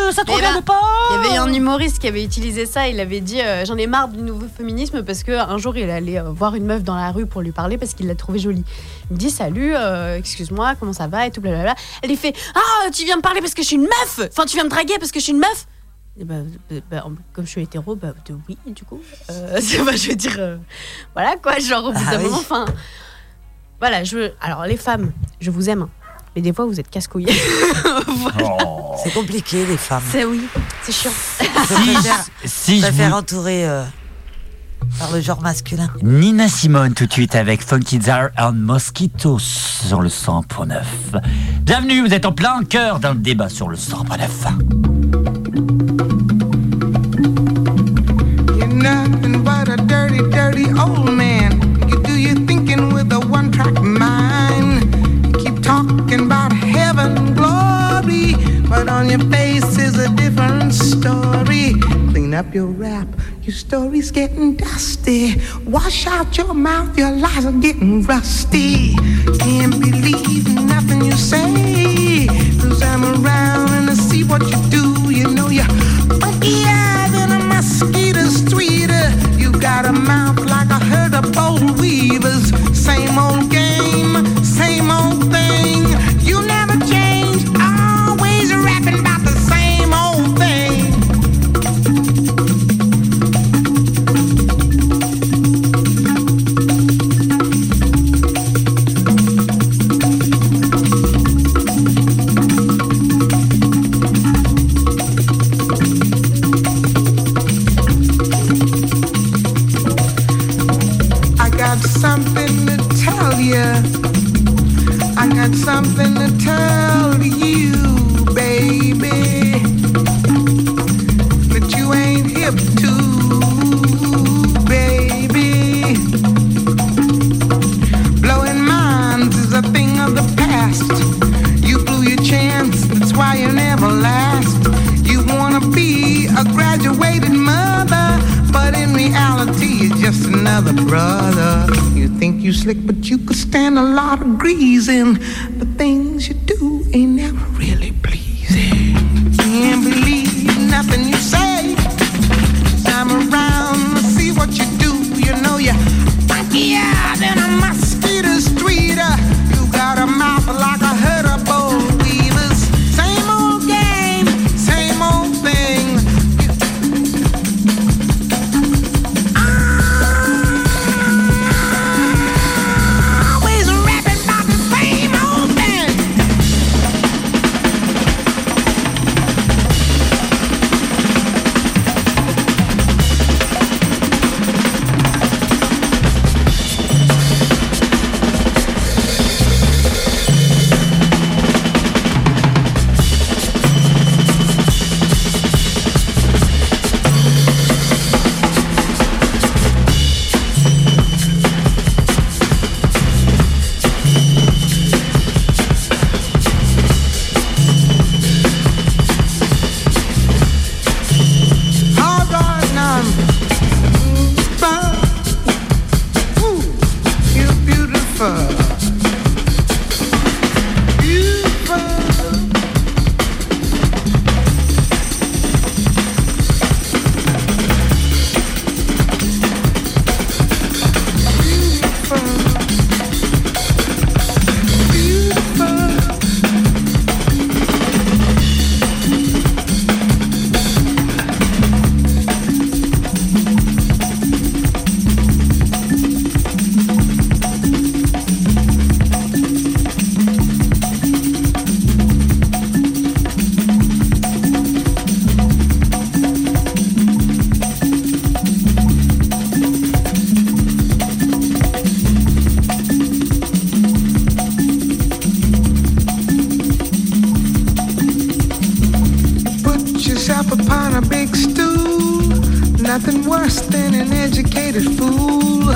euh, Ça te Eh regarde ben, pas Il y avait un humoriste qui avait utilisé ça, il avait dit euh, j'en ai marre du nouveau féminisme parce que un jour il allait euh, voir une meuf dans la rue pour lui parler parce qu'il l'a trouvée jolie. Il me dit salut, euh, excuse-moi, comment ça va et tout blablabla. Elle lui fait ah tu viens me parler parce que je suis une meuf, enfin tu viens me draguer parce que je suis une meuf. Et bah, euh, bah, en- comme je suis hétéro, bah de oui du coup. Euh, c'est- bah, je veux dire euh, voilà quoi, genre au bout Ah d'un oui. moment, enfin voilà je alors les femmes, je vous aime, hein, mais des fois vous êtes casse couilles. Oh. C'est compliqué, les femmes. c'est oui, c'est chiant. Je préfère, Si je je préfère vous- entourer euh, par le genre masculin. Nina Simone tout de suite avec Funky Zar and Mosquitoes sur le 100.9. Bienvenue, vous êtes en plein cœur d'un débat sur le 100.9. You're nothing but a dirty, dirty old man. You do your thinking with a one track mind. You keep talking about heaven, glory, but on your face is a different story. Clean up your rap, your story's getting dusty. Wash out your mouth, your lies are getting rusty. Can't believe nothing you say. Cause I'm around and I see what you do. You know you're funkier than a mosquito's tweeter. You got a mouth like a herd of boll weavers. Same old game, same old thing. You never change, always rapping about the same old thing. I got something to tell you. I got something to tell you, baby. That you ain't hip to, baby. Blowing minds is a thing of the past. You blew your chance, that's why you never last. You wanna be a graduated mother, but in reality you're just another brother. You think you slick, but you could stand a lot of greasing. The things you do ain't never really pleasing. Can't believe nothing you say. I'm around, I see what you do. You know you're funkier than a mosquito's tweeter. You got a mouth like a herd of boll weavers. Same old game, same old thing. Always rapping about the same old thing. big stew. Nothing worse than an educated fool.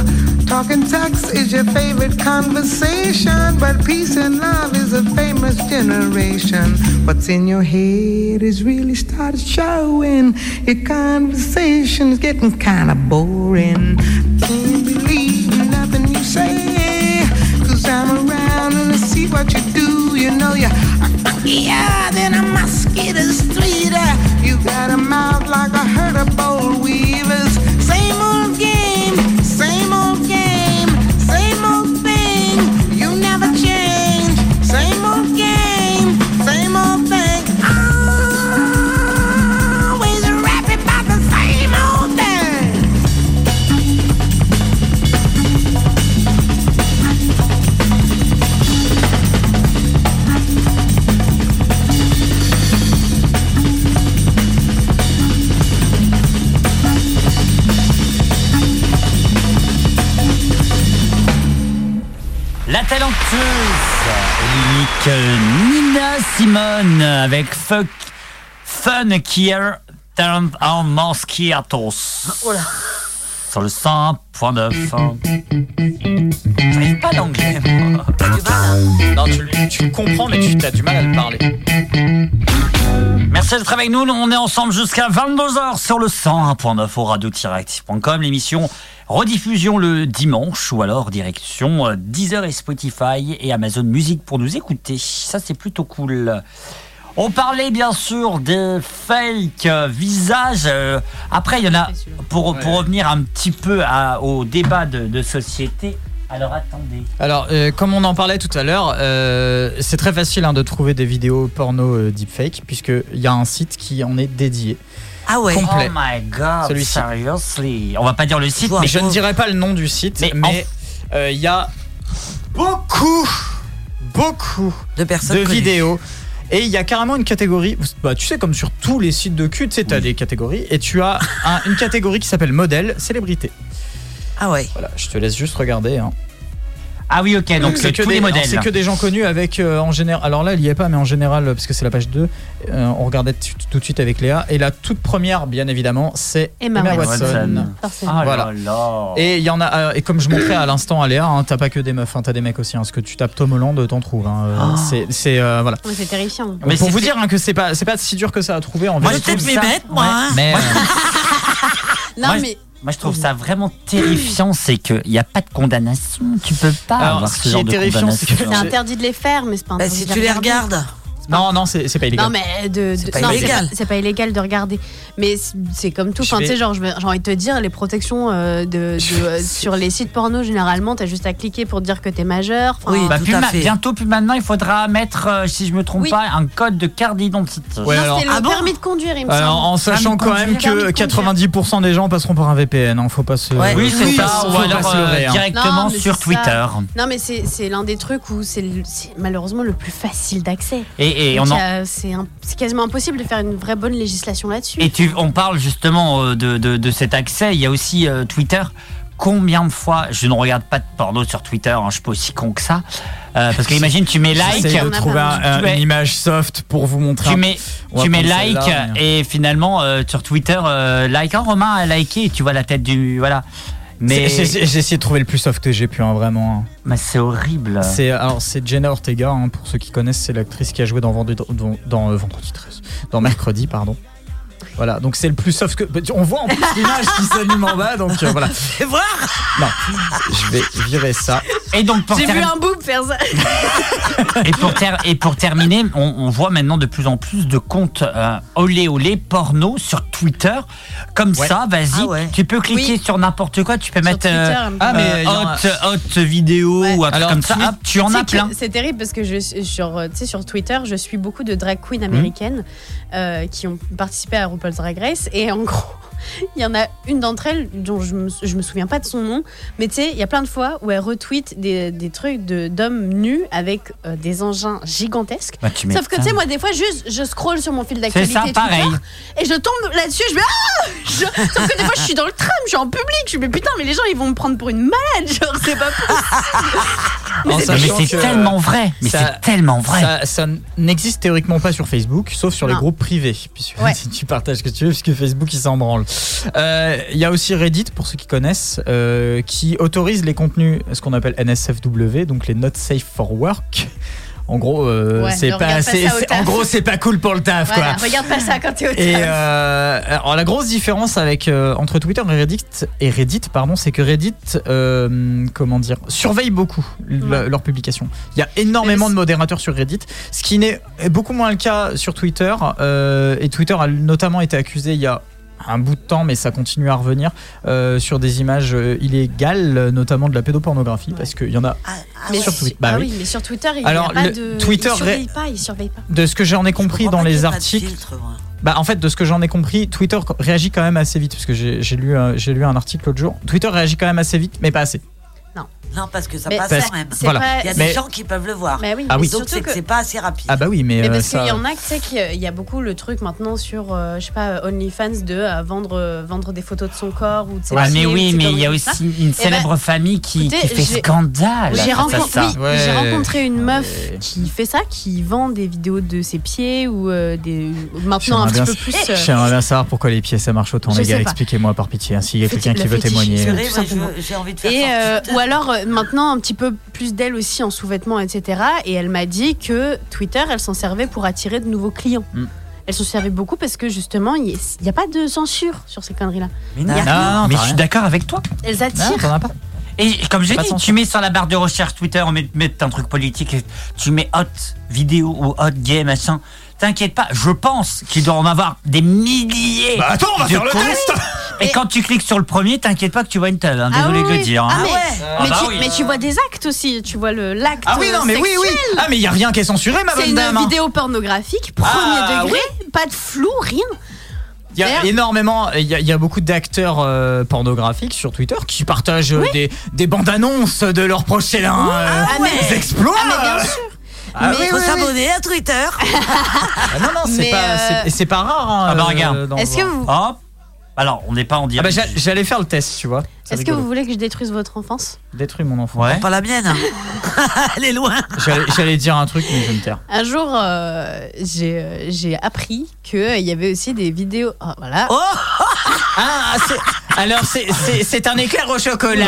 Talking sex is your favorite conversation, but peace and love is a famous generation. What's in your head is really started showing. Your conversation's getting kinda boring. Don't believe nothing you say, cause I'm around and I see what you do. You know you're a cockier than a mosquito streeter. You got a mouth like a herd of boll weavers. Same old game, same old game, same old thing. You never change. Same old game, same old thing. Always rap about the same old thing. La talentueuse, l'unique euh, Nina Simone avec Fuck Fun Kier Talent en Mosquitos. Sur le 100.9. J'arrive pas à l'anglais, moi. hein Non, tu, le- tu le comprends, mais tu as du mal à le parler. Merci d'être avec nous. On est ensemble jusqu'à 22h sur le 101.9 au radio-actif.com. L'émission rediffusion le dimanche ou alors direction euh, Deezer et Spotify et Amazon Music pour nous écouter. Ça, c'est plutôt cool. On parlait bien sûr des fake euh, visages. Euh, Après, il y en a, pour, pour revenir un petit peu à- au débat de, de société. Alors attendez. Alors, euh, comme on en parlait tout à l'heure, euh, c'est très facile hein, de trouver des vidéos porno euh, deepfake, puisqu'il y a un site qui en est dédié. Ah Complet. Oh my god, Celui-ci. seriously. On va pas dire le site, mais oh. je ne dirai pas le nom du site, mais euh, il y a beaucoup, beaucoup de, connues. vidéos. Et il y a carrément une catégorie, bah, tu sais, comme sur tous les sites de cul, tu sais, tu as des catégories, et tu as un- une catégorie qui s'appelle modèle, célébrité. Ah ouais. Voilà, je te laisse juste regarder. hein. Ah oui, ok, donc Oui, c'est que tous des- les modèles. C'est que des gens connus avec euh, en général. Alors là, il y est pas, mais en général, euh, parce que c'est la page 2, euh, on regardait t- tout de suite avec Léa. Et la toute première, bien évidemment, c'est Emma, Watson. Ah Voilà. là là. Et il y en a. euh, et comme je montrais à l'instant à Léa, hein, t'as pas que des meufs, hein, t'as des mecs aussi. hein. ce que tu tapes Tom Holland, t'en trouves. hein. Euh, Ah. C'est c'est, euh, voilà. Ouais, C'est terrifiant. Mais pour vous dire hein, que c'est pas c'est pas si dur que ça euh, à trouver en Moi, vérité. je trouve ça- ouais, hein. mais, Non, moi, je- mais- moi, je trouve ça vraiment terrifiant, c'est qu'il n'y a pas de condamnation. Tu peux pas Alors, avoir ce ce, qui genre est de terrifiant, condamnation. c'est que- C'est interdit de les faire, mais c'est pas Bah, interdit si de tu les regarder. regardes. Non non, c'est c'est pas illégal. Non, mais de, de- pas non, illégal. C'est pas illégal de regarder. Mais c'est- c'est comme tout. Je Enfin, tu vais- sais, genre, je vais- j'ai envie de te dire, les protections euh, de, de- euh, sur les sites porno, généralement, t'as juste à cliquer pour dire que t'es majeur. Enfin, Bah, plus ma- Bientôt, plus maintenant, il faudra mettre, euh, si je me trompe Oui. pas, un code de carte d'identité. Ouais, Non, alors- ah c'était le permis de conduire, il me semble. Alors, Euh, en sachant quand même que 90% des gens passeront par un VPN, hein, faut pas se. Ouais. Oui, c'est faut ça, pas se- ou faut pas alors, se leurrer, euh, hein. directement Non, mais sur c'est ça. Twitter. Non, mais c'est c'est l'un des trucs où c'est le- c'est malheureusement le plus facile d'accès. Et- et Donc, on en- euh, C'est un- c'est quasiment impossible de faire une vraie bonne législation là-dessus. Et tu, on parle justement euh, de, de- de cet accès. Il y a aussi euh, Twitter. Combien de fois je ne regarde pas de porno sur Twitter hein, Je suis pas aussi con que ça. Euh, parce que imagine, tu mets like. J'essaie de trouver un- tu un- mets- une image soft pour vous montrer. tu un- mets, On va tu mets prendre like celle-là, mais- et finalement euh, sur Twitter, euh, like. Oh, Romain a liké. Tu vois la tête du. Voilà. Mais. C'est- c'est- J'ai essayé de trouver le plus soft que j'ai pu, hein, vraiment. Mais c'est horrible. C'est alors c'est Jenna Ortega, hein, pour ceux qui connaissent, c'est l'actrice qui a joué dans, Vendredi- dans, dans, euh, Vendredi 13, dans mercredi, pardon. Voilà, donc c'est le plus soft que. bah, tu- On voit en plus l'image qui s'anime en bas, donc euh, voilà. Fais voir Non, je vais virer ça. Et donc pour J'ai vu terminer- un boob faire ça. et, pour ter- et pour terminer, on, on voit maintenant de plus en plus de comptes euh, olé olé porno sur Twitter. Comme Ouais. ça, vas-y, Ah ouais. tu peux cliquer sur n'importe quoi, tu peux mettre Twitter, euh, Ah, mais il y en a- hot, hot vidéo ou un truc Alors, comme ça. tweet- Hop, tu en Tu sais as que plein. C'est terrible parce que je, suis sur, euh, tu sais, sur Twitter, je suis beaucoup de drag queens américaines euh, qui ont participé à RuPaul's Drag Race. Et en gros, il y en a une d'entre elles dont je me, je me souviens pas de son nom, mais tu sais, il y a plein de fois où elle retweet des, des trucs de- d'hommes nus avec euh, des engins gigantesques. Bah, tu Sauf que tu sais, m'étonnes. moi, des fois, juste, je scroll sur mon fil d'actualité ça, Twitter, pareil. et je tombe là-dessus, je me. Ah Je- Sauf que des fois, je suis dans le tram, je suis en public, je me dis, putain, mais les gens, ils vont me prendre pour une malade, genre, c'est pas possible. Oh, Mais c'est- mais c'est tellement vrai, mais c'est tellement vrai. Ça, ça n'existe théoriquement pas sur Facebook, sauf sur les Non. groupes privés. Puisque si tu partages ce que tu veux, puisque Facebook, il s'en branle. Euh, Il y a aussi Reddit, pour ceux qui connaissent, euh, qui autorise les contenus, ce qu'on appelle NSFW, donc les Not Safe for Work. En gros, euh, Ouais, c'est ne regarde pas, pas c'est- ça au c'est- taf. en gros, c'est pas cool pour le taf, Voilà, quoi. regarde pas ça quand t'es au Et taf. euh, alors la grosse différence avec euh, entre Twitter et Reddit et Reddit pardon, c'est que Reddit euh, comment dire surveille beaucoup l- leurs publications. Il y a énormément de modérateurs sur Reddit, ce qui n'est est beaucoup moins le cas sur Twitter. euh, et Twitter a notamment été accusé il y a un bout de temps, mais ça continue à revenir euh, sur des images euh, illégales, euh, notamment de la pédopornographie, parce qu'il y en a Mais sur si- Twitter. Bah bah ah oui, mais sur Twitter, il n'y a Alors, pas le de. Twitter il surveille ré- pas, il surveille pas. de ce que j'en ai compris dans les articles. Bah, en fait, de ce que j'en ai compris, Twitter co- réagit quand même assez vite, parce que j'ai j'ai lu, un- j'ai lu un article l'autre jour. Twitter réagit quand même assez vite, mais pas assez. Non. Non, parce que ça Mais passe Parce- quand même. c'est Voilà. pas- Il y a Mais- des gens qui peuvent le voir. Mais oui, Ah oui. Donc surtout c'est que- c'est pas assez rapide. Ah bah oui, mais, Mais euh, parce ça. qu'il y en a, tu sais, qu'il y a- il y a beaucoup le truc maintenant sur, euh, je sais pas, euh, OnlyFans de euh, vendre, euh, vendre des photos de son corps ou de ses Ouais, Ah, mais pieds ou de oui, ses mais il y a conneries comme aussi ça. une Eh ben, célèbre famille qui, écoutez, qui fait j'ai- scandale. J'ai à cause de rencontré, ça. Ah oui, j'ai rencontré une meuf qui fait ça, qui vend des vidéos de ses pieds ou euh, des maintenant un J'aimerais petit bien- peu plus. euh, J'aimerais bien savoir pourquoi les pieds ça marche autant, Je les sais gars. pas. Expliquez-moi par pitié, hein, s'il y a Féti- quelqu'un qui la veut témoigner. fétichisme, euh, tout simplement. Et, euh, ou alors euh, maintenant un petit peu plus d'elle aussi en sous-vêtements, etc. Et elle m'a dit que Twitter, elle s'en servait pour attirer de nouveaux clients. Mm. Elle s'en servait beaucoup parce que justement, il n'y a pas de censure sur ces conneries-là. Mais non, Il y a rien. mais je suis d'accord avec toi. Elles attirent. Et comme j'ai Pas de dit, sens. tu mets sur la barre de recherche Twitter, on met, met un truc politique, et tu mets hot vidéo ou hot gay, machin. T'inquiète pas, je pense qu'il doit en avoir des milliers. Bah attends, on va de faire le comptes. test. Et quand tu cliques sur le premier, t'inquiète pas que tu vois une table. hein, Ah Désolé de oui, le dire. oui. hein. Ah, mais, mais bah tu, oui. mais tu vois des actes aussi, tu vois le l'acte. Ah oui, non, mais oui, oui. sexuel. Ah, mais il y a rien qui est censuré, ma bonne C'est une dame, hein. vidéo pornographique, premier Ah, degré, pas de flou, rien. Il y a D'ailleurs- énormément, il y a, il y a beaucoup d'acteurs euh, pornographiques sur Twitter qui partagent euh, Oui. des, des bandes annonces de leurs prochains Oui. euh, Ah, mais- exploits. Ah, mais bien sûr. Ah mais oui, faut oui, oui. s'abonner à Twitter. Ah non, non, c'est Mais, pas, euh, c'est- c'est pas rare. hein, Ah bah euh, regarde. dans- Est-ce que vous- Hop. Alors, on n'est pas en Ah direct. bah j'a- j'allais faire le test, tu vois. Ça Est-ce que vous rigolo. voulez que je détruise votre enfance Détruis mon enfant. Ouais. Pas la mienne. Elle est loin. J'allais- J'allais dire un truc, mais je vais me taire. Un jour, euh, j'ai euh, j'ai appris qu'il y avait aussi des vidéos. Ah, voilà. Oh! Ah, c'est- alors c'est- c'est c'est un éclair au chocolat.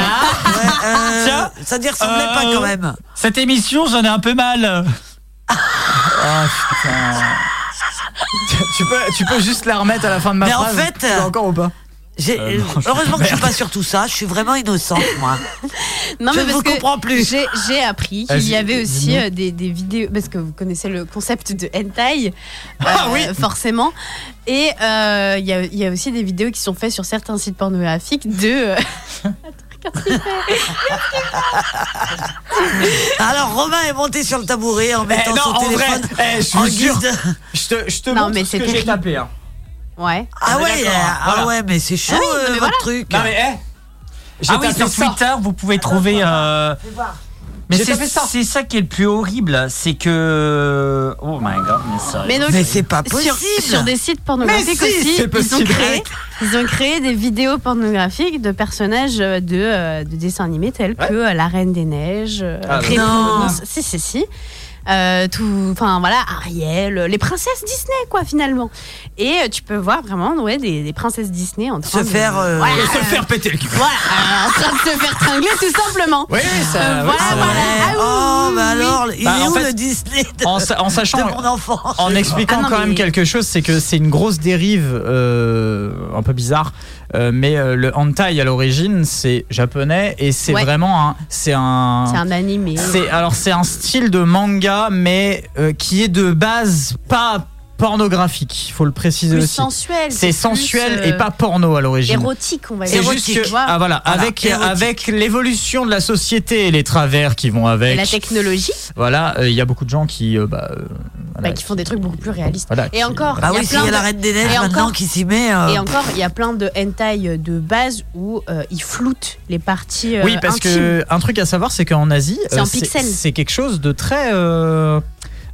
Tiens, Euh, ça ne ressemblait pas Euh, quand même. Cette émission, j'en ai un peu mal. Ah, putain. tu, peux, tu peux juste la remettre à la fin de ma Mais en phrase. fait, Tu l'as encore ou pas J'ai- Euh, non, je- Heureusement que je suis pas sur tout ça. Je suis vraiment innocente moi. Non, mais Je ne parce vous que comprends plus. J'ai j'ai appris qu'il Vas-y, y avait aussi dis-nous. euh, des, des vidéos. Parce que vous connaissez le concept de hentai. euh, Ah oui. Forcément. Et euh, il y, a, il y a aussi des vidéos qui sont faites sur certains sites pornographiques de. euh, Alors Romain est monté sur le tabouret en mettant non, son en téléphone. vrai, eh, je en vous guise jure, de- Je te, je te Non, montre mais ce c'est que j'ai terrible. tapé. hein. ouais. Ah On est ouais, d'accord, hein. ah Voilà. ouais, mais c'est chaud Ah oui, non, euh, mais votre voilà. truc. Non, mais, eh, j'ai Ah oui, tapé sur ça. Twitter, vous pouvez trouver. euh, Mais J'ai c'est tapé ça. c'est ça qui est le plus horrible, c'est que. Oh my god, mais ça. donc, sur- Sur, des sites pornographiques Mais si, aussi, c'est ils, ont possible. créé, ils ont créé des vidéos pornographiques de personnages euh, de, euh, de dessins animés tels que euh, La Reine des Neiges, euh, Ah, Réponse- non. si, si, si. Euh, tout, enfin voilà, Ariel, euh, les princesses Disney quoi finalement. Et euh, tu peux voir vraiment ouais des, des princesses Disney en train Se de faire, euh, Voilà, se faire péter le cul. voilà, euh, en train de se faire tringler tout simplement. Oui, ça- Euh, oui, voilà, ça- voilà. Oh, bah alors, il Bah, est en où fait, le Disney de, en sa- en sachant- de mon enfant En expliquant quand même quelque chose, c'est que c'est une grosse dérive euh, un peu bizarre, euh, mais euh, le hentai à l'origine c'est japonais et c'est Ouais. vraiment un, c'est un, C'est un animé. c'est alors c'est un style de manga mais euh, qui est de base pas pas pornographique, il faut le préciser Plus aussi. sensuel, C'est c'est sensuel plus, euh, et pas porno à l'origine. érotique, on va C'est dire. juste que- Érotique, tu vois. ah, voilà, Voilà, avec, érotique. avec l'évolution de la société et les travers qui vont Et avec. la technologie, Voilà, euh, il y a beaucoup de gens qui. euh, bah, euh, voilà, bah, qui font des trucs beaucoup plus réalistes. Voilà, qui- et encore, Ah il y a oui, plein s'il y a de- la Reine des Neiges et maintenant encore- qui s'y met, euh, Et encore, il y a plein de hentai de base où euh, ils floutent les parties. euh, oui, parce que intimes. un truc à savoir, c'est qu'en Asie, euh, C'est en pixels. c'est quelque chose de très euh,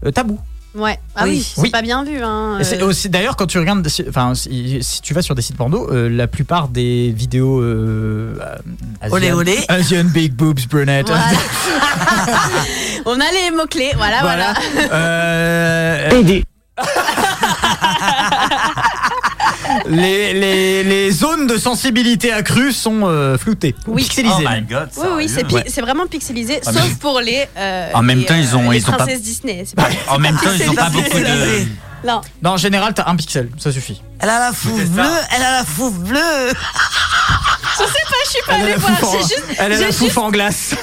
euh, tabou. Ouais, ah oui, Oui. c'est Oui. pas bien vu. Hein, Et c'est euh. aussi- D'ailleurs, quand tu regardes, si- enfin, si, si tu vas sur des sites porno, euh, la plupart des vidéos euh, Asian, Olé, olé. Asian Big Boobs Brunette, Voilà. On a les mots-clés, voilà, voilà. Euh, les, les, les zones de sensibilité accrue sont euh, floutées, ou Oui. pixelisées. Oh my God, Oui, oui, c'est pi- Ouais. c'est vraiment pixelisé, Ah, mais- sauf pour les. euh, En même les, temps, ils ont- les ils ont pas- princesses Disney. c'est pas- En même temps, ils ont pas Pixelisé. beaucoup de. Non. Non, en général, t'as un pixel, ça suffit. Elle a la fouf bleue, Ah. elle a la fouf bleue. Ah Je sais pas, je suis pas Elle a allée la voir. fouf en- j'ai juste- elle a j'ai la fouf juste- en glace. j'ai-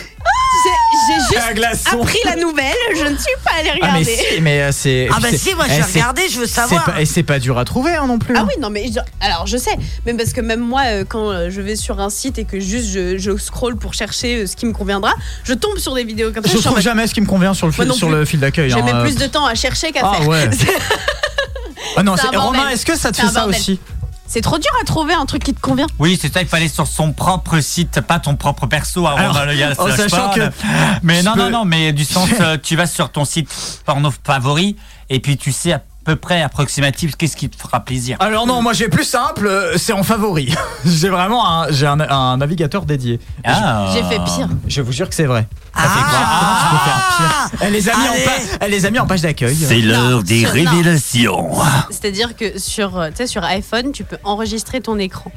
J'ai Un juste glaçon. appris la nouvelle, je ne suis pas allée Ah mais regarder. si, mais euh, c'est. Ah bah c'est- si, moi, j'ai eh, c'est- regardé, je veux c'est savoir. pas- et c'est pas dur à trouver hein, non plus. Ah oui, non, mais je- alors je sais, même parce que même moi, euh, quand euh, je vais sur un site et que juste je, je scroll pour chercher euh, ce qui me conviendra, je tombe sur des vidéos comme ça. Je suis en trouve mode- jamais ce qui me convient sur le Moi fil, non sur plus. le fil d'accueil. J'ai hein, même euh. plus de temps à chercher qu'à Ah faire. ouais. Ah non, C'est c'est- un bordel. Romain, est-ce que ça te C'est fait un ça bordel. aussi C'est trop dur à trouver un truc qui te convient. Oui, c'est ça, il fallait sur son propre site, pas ton propre perso. avant Alors, d'aller à la en slash sachant porn. que- Mais je non, non, peux- non, mais du sens, euh, tu vas sur ton site porno favori et puis tu sais à peu près approximatif qu'est-ce qui te fera plaisir. Alors non, moi j'ai plus simple, euh, c'est en favori. j'ai vraiment un, j'ai un, un navigateur dédié. Ah. Je- J'ai fait pire. Je vous jure que c'est vrai. Ah. Elle Eh, les a mis, en, Allez. pa- elle les a mis en page d'accueil. C'est l'heure des sur- non. révélations. C'est-à-dire que sur, euh, tu sais, sur iPhone, tu peux enregistrer ton écran.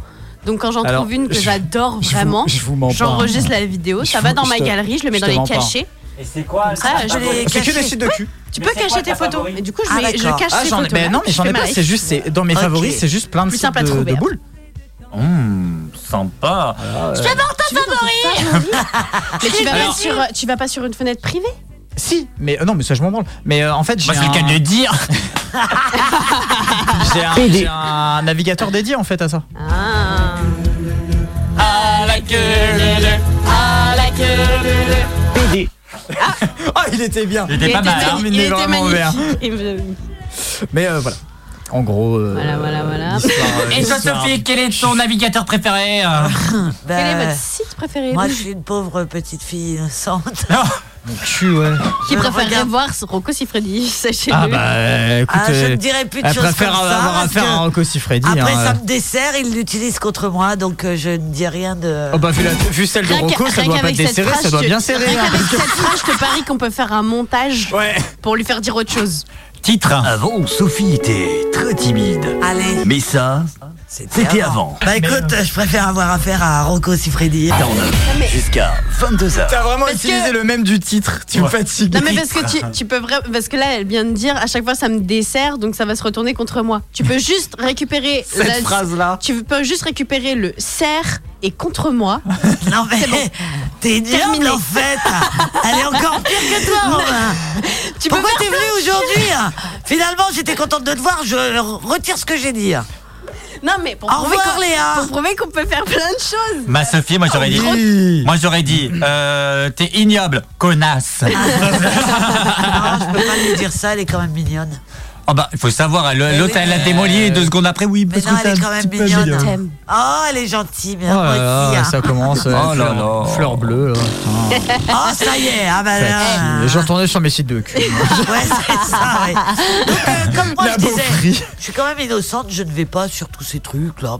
Donc quand j'en Alors, trouve une que je- j'adore je vous- vraiment, je vous mens pas. j'enregistre la vidéo, Je ça vous- va dans je ma te- galerie, je le mets je dans te mens les pas. cachets. Et c'est quoi ça, je les C'est que des sites de cul. Tu peux cacher tes photos. Et du coup, je, Ah, mets- je d'accord. cache Ah, ces j'en ai, photos. mais non, mais j'en ai pas. C'est juste, c'est dans mes Ok. favoris, c'est juste plein de Plus sites simple à de, trouver, de hein. boules. Hum, sympa. Ah ta favori Mais tu vas, pas sur, euh, tu vas pas sur une fenêtre privée Si, mais euh, non, mais ça je m'en branle. Mais euh, en fait, j'ai Moi, c'est le cas un- de le dire. j'ai un, j'ai un navigateur dédié en fait à ça. À la queue à la queue Ah, il était bien. Il était Il pas était mal, hein. Il était vraiment vert. magnifique. Et me- Mais euh, voilà. En gros. euh, Voilà, voilà, voilà. Et toi, l'histoire- Sophie, quel est ton navigateur préféré euh Quel est Ben, votre site préféré Moi, je suis une pauvre petite fille innocente. Mon cul, ouais. Qui je préférerait regarde. voir ce Rocco Siffredi Sachez-le. Ah bah euh, écoute, Ah, je ne euh, dirais plus de elle choses préfère comme ça, avoir parce affaire que à Rocco Siffredi. Après, hein. euh. ça me dessert, ils l'utilisent contre moi, donc euh, je ne dis rien de. Oh bah vu, la- vu celle de Rien Rocco, qu'à- ça rien doit pas qu'avec cette desserrer, phrase, ça doit je- bien serrer. Rien hein, qu'avec parce que- cette phrase, je te parie qu'on peut faire un montage Ouais. pour lui faire dire autre chose. Titre. Bah. Avant, Sophie était très timide. Allez. Mais ça, c'était avant. Bah écoute, je préfère avoir affaire à Rocco Siffredi. Jusqu'à 22h. T'as vraiment Parce utilisé que- le même du titre, tu me fatigues. Non mais parce que tu, tu peux vraiment parce que là elle vient de dire à chaque fois ça me dessert donc ça va se retourner contre moi. Tu peux juste récupérer Cette phrase-là. Tu peux juste récupérer le serre et contre moi. Non mais t'es Terminé. nulle en fait. Elle est encore pire que toi, Romain. Tu peux Pourquoi faire t'es venu aujourd'hui Finalement, j'étais contente de te voir. Je retire ce que j'ai dit. Non mais pour Au prouver revoir, qu'on- Léa. pour prouver qu'on peut faire plein de choses. Ma Sophie, moi j'aurais dit. Ah, Oui. Moi j'aurais dit, euh, t'es ignoble, connasse. Ah, Non, je peux pas lui dire ça. Elle est quand même mignonne. Oh bah, il faut savoir, elle- l'autre elle l'a démoli et deux secondes après, oui, Mais parce non, que elle est t'as quand un même petit peu mignonne. amélioré. Oh, elle est gentille, mais Oh moi là aussi. là, hein. ça commence. euh, Oh là fleur, là. fleur bleue. là. Oh, ça y est. Ah bah là. Fatigué. Je retournais sur mes sites de cul. Ouais, c'est ça. ouais. Donc, euh, comme moi, La je disais, beaufrie. je suis quand même innocente. Je ne vais pas sur tous ces trucs là.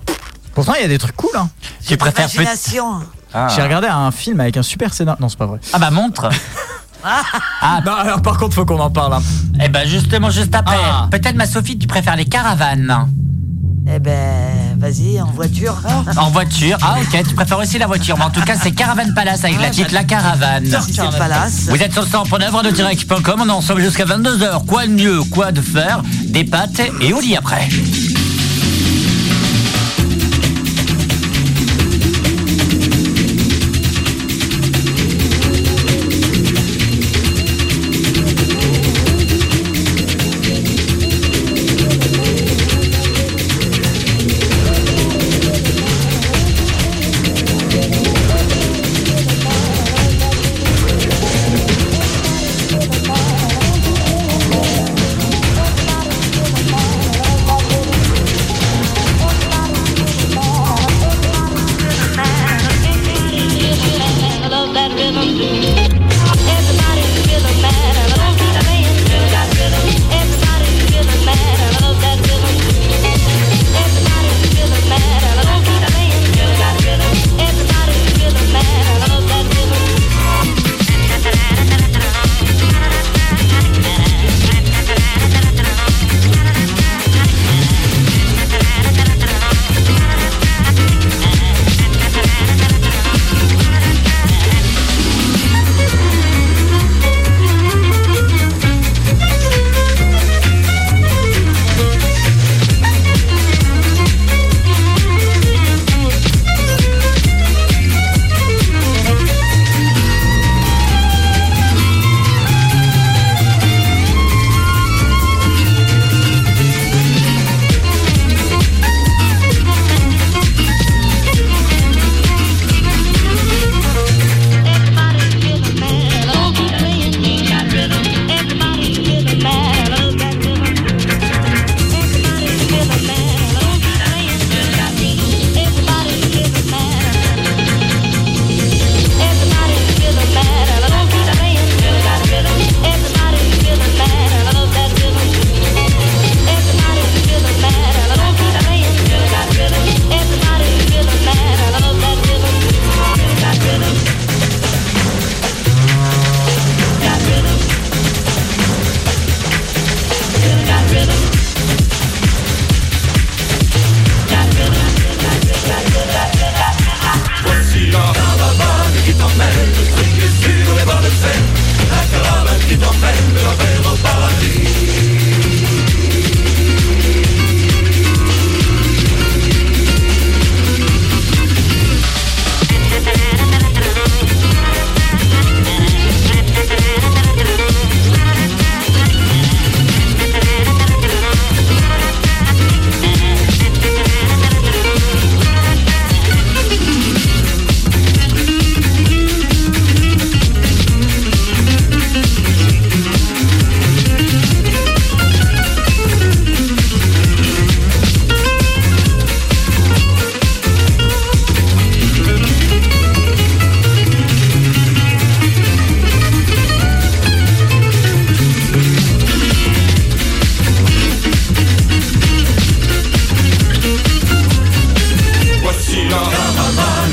Pourtant, il y a des trucs cool. hein. Tu préfères peut- Imagination. Ah. J'ai regardé un film avec un super scénario. Non, c'est pas vrai. Ah bah montre. Ah. Non, alors par contre, faut qu'on en parle. hein. Eh ben justement, juste après. Ah. Peut-être ma Sophie, tu préfères les caravanes Eh ben, vas-y, en voiture. en voiture. Ah ok, tu préfères aussi la voiture. Mais en tout cas, c'est Caravane Palace avec la petite La Caravane. Si c'est le Ah, bah, palace. Vous êtes sur le 100.9 de direct.com, on est ensemble jusqu'à 22h. Quoi de mieux, quoi de faire Des pâtes et au lit après. Thank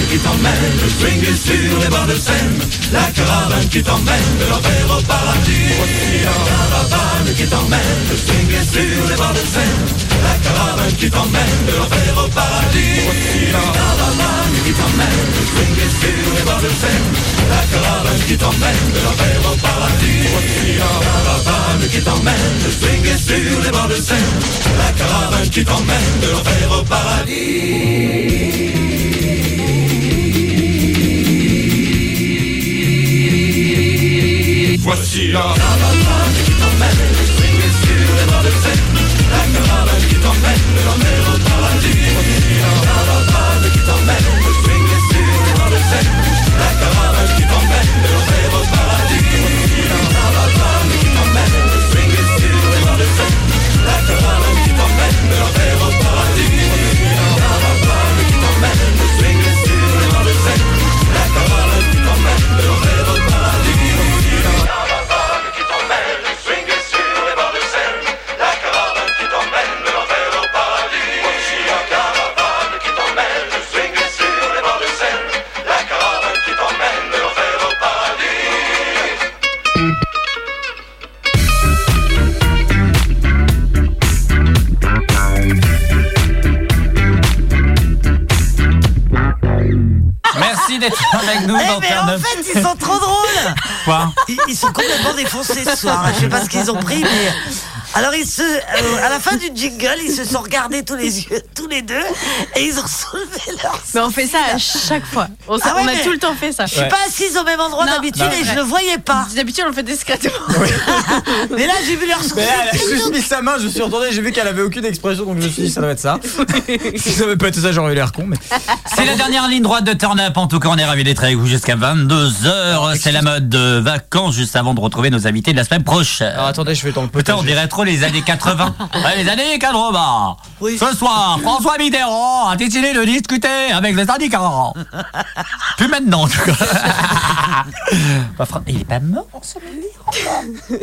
qui t'emmène, le swing sur les bords de Seine, la caravane qui t'emmène de l'enfer au paradis. Voici la caravane qui t'emmène, le swing sur les bords de Seine, la caravane qui t'emmène de l'enfer au paradis. Voici la caravane qui t'emmène, le swing sur les bords de Seine, la caravane qui t'emmène de l'enfer au paradis. Voici la caravane qui t'emmène, le swing sur les bords de Seine, la caravane qui t'emmène de l'enfer au paradis. Voici la caravane qui t'emmène, le swing sur les bords de Seine. La caravane qui t'emmène, de l'enfer au paradis. Voici la caravane qui t'emmène, le swing sur les bords de Seine. La caravane qui t'emmène, de l'enfer au paradis. Voici la caravane qui t'emmène, le swing sur les bords de Seine. La caravane qui t'emmène, de l'enfer au paradis. Voici la caravane qui t'emmène, le swing sur les bords de Seine. La caravane qui t'emmène, de l'enfer au paradis. Voici la caravane qui t'emmène, le swing sur les bords de Seine. La caravane qui t'emmène, de l'enfer au paradis. Voici la caravane qui t'emmène, le swing sur les bords de Seine. La caravane qui t'emmène, de l'enfer au paradis. Merci d'être avec nous Eh, dans mais Terre en Neuve. fait, ils sont trop drôles Quoi ils, ils sont complètement défoncés ce soir. hein. Je sais pas ce qu'ils ont pris, mais. Alors, ils se, euh, à la fin du jingle, ils se sont regardés tous les yeux, tous les deux, et ils ont soulevé leur. Mais on fait ça à chaque fois. On, Ah ouais, on a mais tout le temps fait ça. Je suis Ouais. pas assise au même endroit d'habitude et je le voyais pas. D'habitude, on le fait discrètement. Mais là, j'ai vu leur Mais elle a juste mis sa main, je suis retourné, j'ai vu qu'elle avait aucune expression, donc je me suis dit, ça doit être ça. si ça avait pas été ça, j'aurais eu l'air con. Mais... C'est la dernière ligne droite de Turn Up. En tout cas, on est ravis d'être avec vous jusqu'à Ah, 22h. C'est la mode de vacances juste avant de retrouver nos invités de la semaine prochaine. Ah, attendez, je vais dans le Putain, on dirait trop les années 80. Ouais, les années 80. Ce soir, François Mitterrand a décidé de discuter avec les syndicats. Plus maintenant, en tout cas. Pas Fran- Il est pas mort.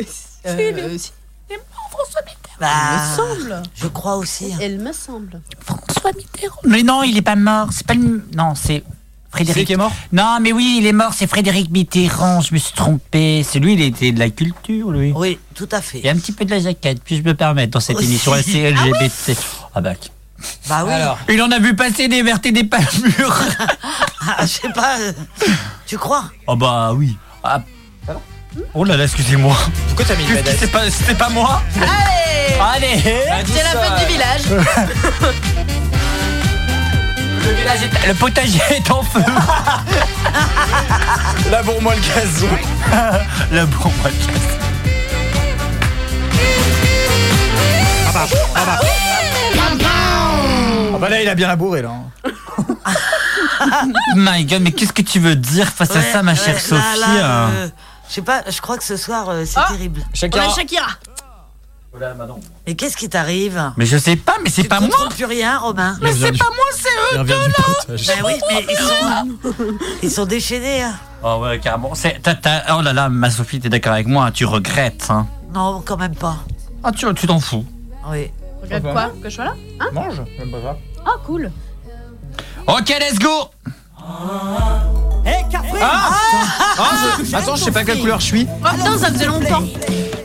Euh, si. C'est mort, François Mitterrand. Il me semble. Ah, Je crois aussi. hein. Elle me semble. François Mitterrand. Mais non, il est pas mort. C'est pas le... Non, c'est Frédéric. C'est qui est mort Non, mais oui, il est mort. C'est Frédéric Mitterrand. Je me suis trompé. C'est lui, il était de la culture, lui. Oui, tout à fait. Et un petit peu de la jaquette, puis je me permettre, dans cette Aussi. émission assez Ah LGBT. Ah, bah. Bah oui. Alors. Il en a vu passer des vertes et des pas mûres. Ah, je sais pas. euh, Tu crois Ah bah oui. Ah. Oh là là, excusez-moi. Pourquoi t'as mis une C'était pas, c'était pas moi Allez Ah, Allez Ah, C'est la fête du village. Le village est- Le potager est en feu Là pour moi le gazon Là pour moi le gazon Ah bah, ah bah. Ah bah là, il a bien labouré, là. My god, mais qu'est-ce que tu veux dire face à Ouais, ça, ma ouais, chère là, Sophie là, hein euh, Je sais pas, je crois que ce soir, euh, c'est terrible. Shakira. On a Oh, Shakira. Oh Mais qu'est-ce qui t'arrive Mais je sais pas, Ah, mais c'est pas Tu ne moi comprends plus rien, Romain. Mais c'est pas moi, Il c'est eux revient du potage. Bah Ben oui, mais ils sont, ils sont déchaînés. hein. Oh ouais, carrément. C'est- t'as- t'as- oh là là, ma Sophie, t'es d'accord avec moi, hein, tu regrettes. Hein. Non, quand même pas. Ah, tu tu t'en fous. Oui. Regarde quoi Que je sois là Hein Mange, j'aime pas ça. Oh, cool. Ok, let's go Eh, Ah, Ah, je- Attends, je sais pas quelle couleur je suis. Oh putain, ça faisait longtemps.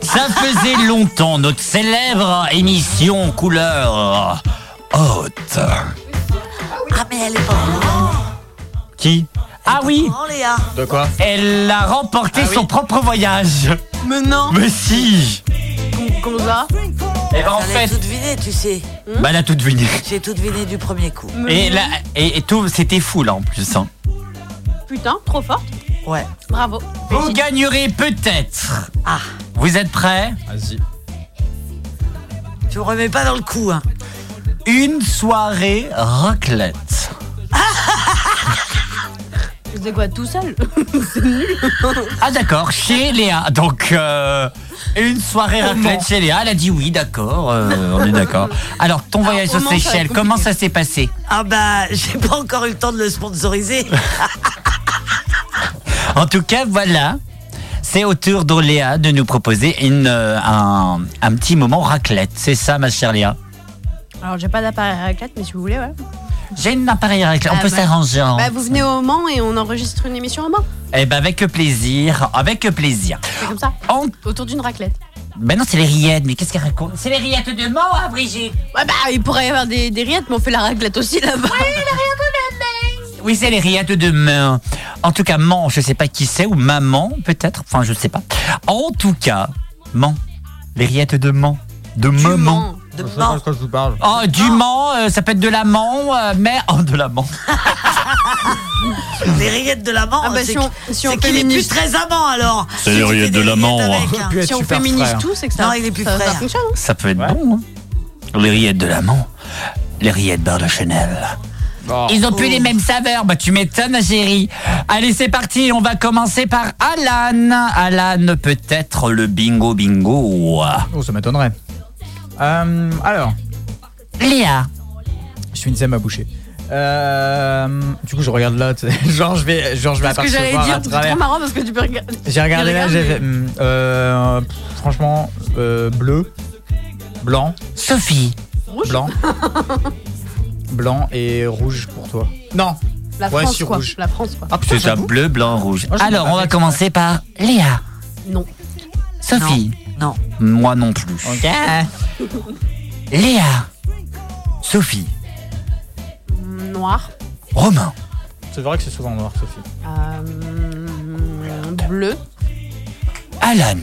Ça faisait longtemps, notre célèbre émission couleur haute. Ah, mais elle est pas Qui Ah oui Oh, Léa. De quoi Ah Elle a remporté son propre voyage. Mais non. Mais si Comment ça Et ben, en J'allais fait, tout deviné, tu sais. bah elle a tout deviné. J'ai tout deviné du premier coup. Et, là, et, et tout, c'était fou là en plus. hein. Putain, trop forte. Ouais. Bravo. Vous gagnerez peut-être. Ah. Vous êtes prêts Vas-y. Tu me remets pas dans le coup. Hein. Une soirée raclette. Vous êtes quoi tout seul Ah d'accord, chez Léa. Donc euh, une soirée raclette chez Léa. Elle a dit oui, d'accord. euh, on est d'accord. Alors ton voyage comment aux ça va être Seychelles, compliqué comment ça s'est passé Ah, bah, j'ai pas encore eu le temps de le sponsoriser. En tout cas, voilà. C'est au tour de Léa de nous proposer une, euh, un, un petit moment raclette. C'est ça, ma chère Léa. Alors, j'ai pas d'appareil à raclette, mais si vous voulez, ouais. J'ai un appareil avec. On Ah peut bah. s'arranger. en- Bah, vous venez au Mans et on enregistre une émission au Mans. Eh ben avec plaisir, avec plaisir. C'est comme ça. Autour d'une raclette. Ben non, c'est les rillettes, mais qu'est-ce qu'elle raconte C'est les rillettes de Mans, hein, Brigitte Ouais, bah, il pourrait y avoir des, des rillettes, mais on fait la raclette aussi là-bas. Oui, Oui, c'est les rillettes de Mans. En tout cas, Mans, je sais pas qui c'est, ou maman, peut-être. Enfin, je sais pas. En tout cas, Mans. Les rillettes de Mans. De maman. De Mans. Oh, du Mans, euh, ça peut être de la Mans, euh, mais. Oh, de la Mans. Les rillettes de l'amant, Ah bah, c'est si on- qu- si on c'est qu'il est plus féminise- très amant alors. C'est les rillettes de l'amant. hein. hein. Si on féminise tout, c'est que ça, Non, il est plus ça, ça frère. fonctionne. hein. Ça peut être Ah bon. hein. Les rillettes de l'amant. Les rillettes beurre de Chanel. Oh. Bah, Ils ont plus les mêmes saveurs. Bah, tu m'étonnes, Géry. Allez, c'est parti. On va commencer par Alan. Alan, peut-être le bingo bingo. Oh, ça m'étonnerait. Euh, alors. Léa. Je suis une sème à boucher. Euh, du coup, je regarde là. tu sais, Genre, je vais, genre, je vais C'est ce que j'allais apercevoir à dire, c'est travers. trop marrant parce que tu peux regarder. J'ai regardé tu là, regardes, j'ai mais- fait, hum, euh, pff, franchement, euh, bleu, blanc. Sophie. Rouge. Blanc. blanc et rouge pour toi. Non. La Ouais, France, si, quoi. rouge. Ah, La France, quoi. C'est ça, bleu, blanc, rouge. Oh, je Alors, l'ai on va commencer par Léa. Non. Sophie. Non. Moi non plus. Oh. Léa. Sophie. Euh, Noir. Romain. C'est vrai que c'est souvent noir, Sophie. Euh, bleu. Alan.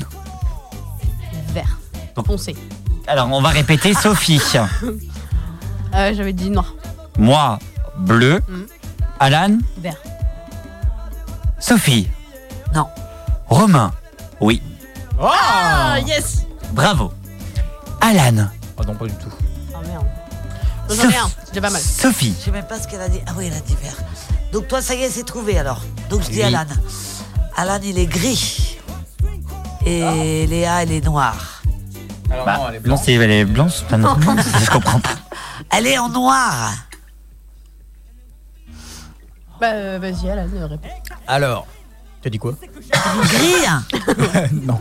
Vert. Foncé. Alors, on va répéter Sophie. Euh, J'avais dit noir. Moi, bleu. Alan. Vert. Sophie. Non. Romain. Oui. Oh Ah, yes Bravo. Alan. Ah non, pas du tout. Oh merde. J'en ai un, c'est déjà pas mal. Sophie. Je sais même pas ce qu'elle a dit. Ah oui, elle a dit vert. Donc toi, ça y est, c'est trouvé alors. Donc je dis Oui. Alan. Alan, il est gris. Ah. Et Léa, elle est noire. Alors Bah, non, c'est elle est blanche. pas non, non, je comprends pas. Elle est en noir. Bah, euh, vas-y, Alan, euh, répète. Alors. T'as dit quoi Gris. Non.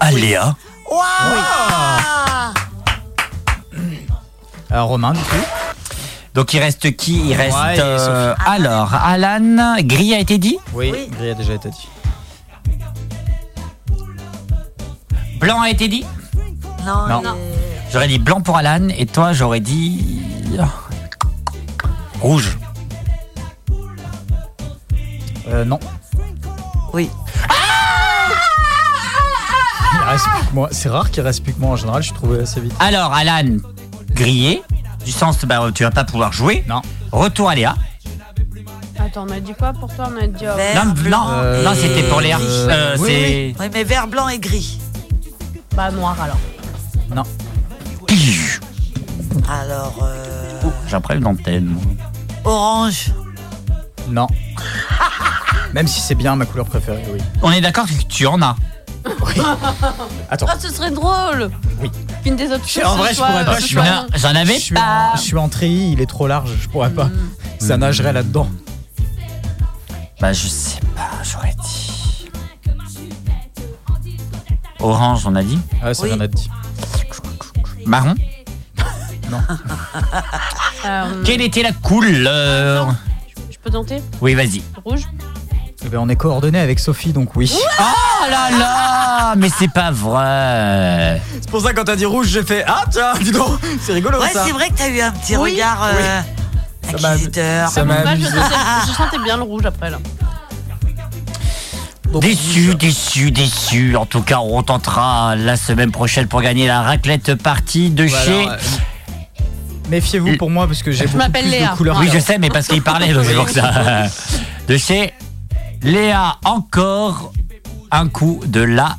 Ah, Léa. Waouh Ah. Alors, Romain, du coup. Donc, il reste qui Il reste. Ouais, et euh, alors, Alan. Gris a été dit Oui, Gris a déjà été dit. Blanc a été dit Non, Non. elle est- J'aurais dit blanc pour Alan et toi j'aurais dit rouge. Euh, non. Oui. Il reste plus que moi. C'est rare qu'il reste plus que moi en général, je suis trouvé assez vite. Alors Alan grillé du sens bah, tu vas pas pouvoir jouer. Non. Retour à Léa. Attends, on a dit quoi Pourtant, on a dit. euh, Vert, Non, blanc. non, non, c'était pour Léa. Euh, oui, c'est- oui. Oui, mais vert, blanc et gris. Bah, noir alors. Alors, euh, J'ai un problème d'antenne. moi. orange. Non. Même si c'est bien ma couleur préférée, oui. On est d'accord que tu en as. Euh, Attends. Ah, ce serait drôle Oui. Qu'une des autres choses. en ce vrai, je soit- pourrais pas, ce je suis soit- Non, J'en avais je suis pas. En, je suis en treillis, il est trop large, je pourrais pas. Ça nagerait là-dedans. Bah je sais pas, j'aurais dit. Orange, on a dit. Ouais, Ah, ça Oui. vient d'être dit. Marron. Euh, Quelle était la couleur Je peux tenter Oui, vas-y. Rouge Eh ben, on est coordonnés avec Sophie, donc oui. Oh là là Ah, Mais c'est pas vrai. C'est pour ça quand t'as dit rouge, j'ai fait Ah tiens, dis donc, c'est rigolo Ouais, c'est vrai que t'as eu un petit Oui. regard euh, m'a- inquisiteur. ça m'a Bah, je, amusé. sentais, je sentais bien le rouge après là. Donc, Déçu, déçu, déçu. En tout cas, on tentera la semaine prochaine pour gagner la raclette partie de voilà, chez. ouais. Méfiez-vous pour moi parce que j'ai Je beaucoup m'appelle plus Léa. de couleurs. Oui, je sais, mais parce qu'il parlait, donc c'est pour ça. De chez Léa, encore un coup de la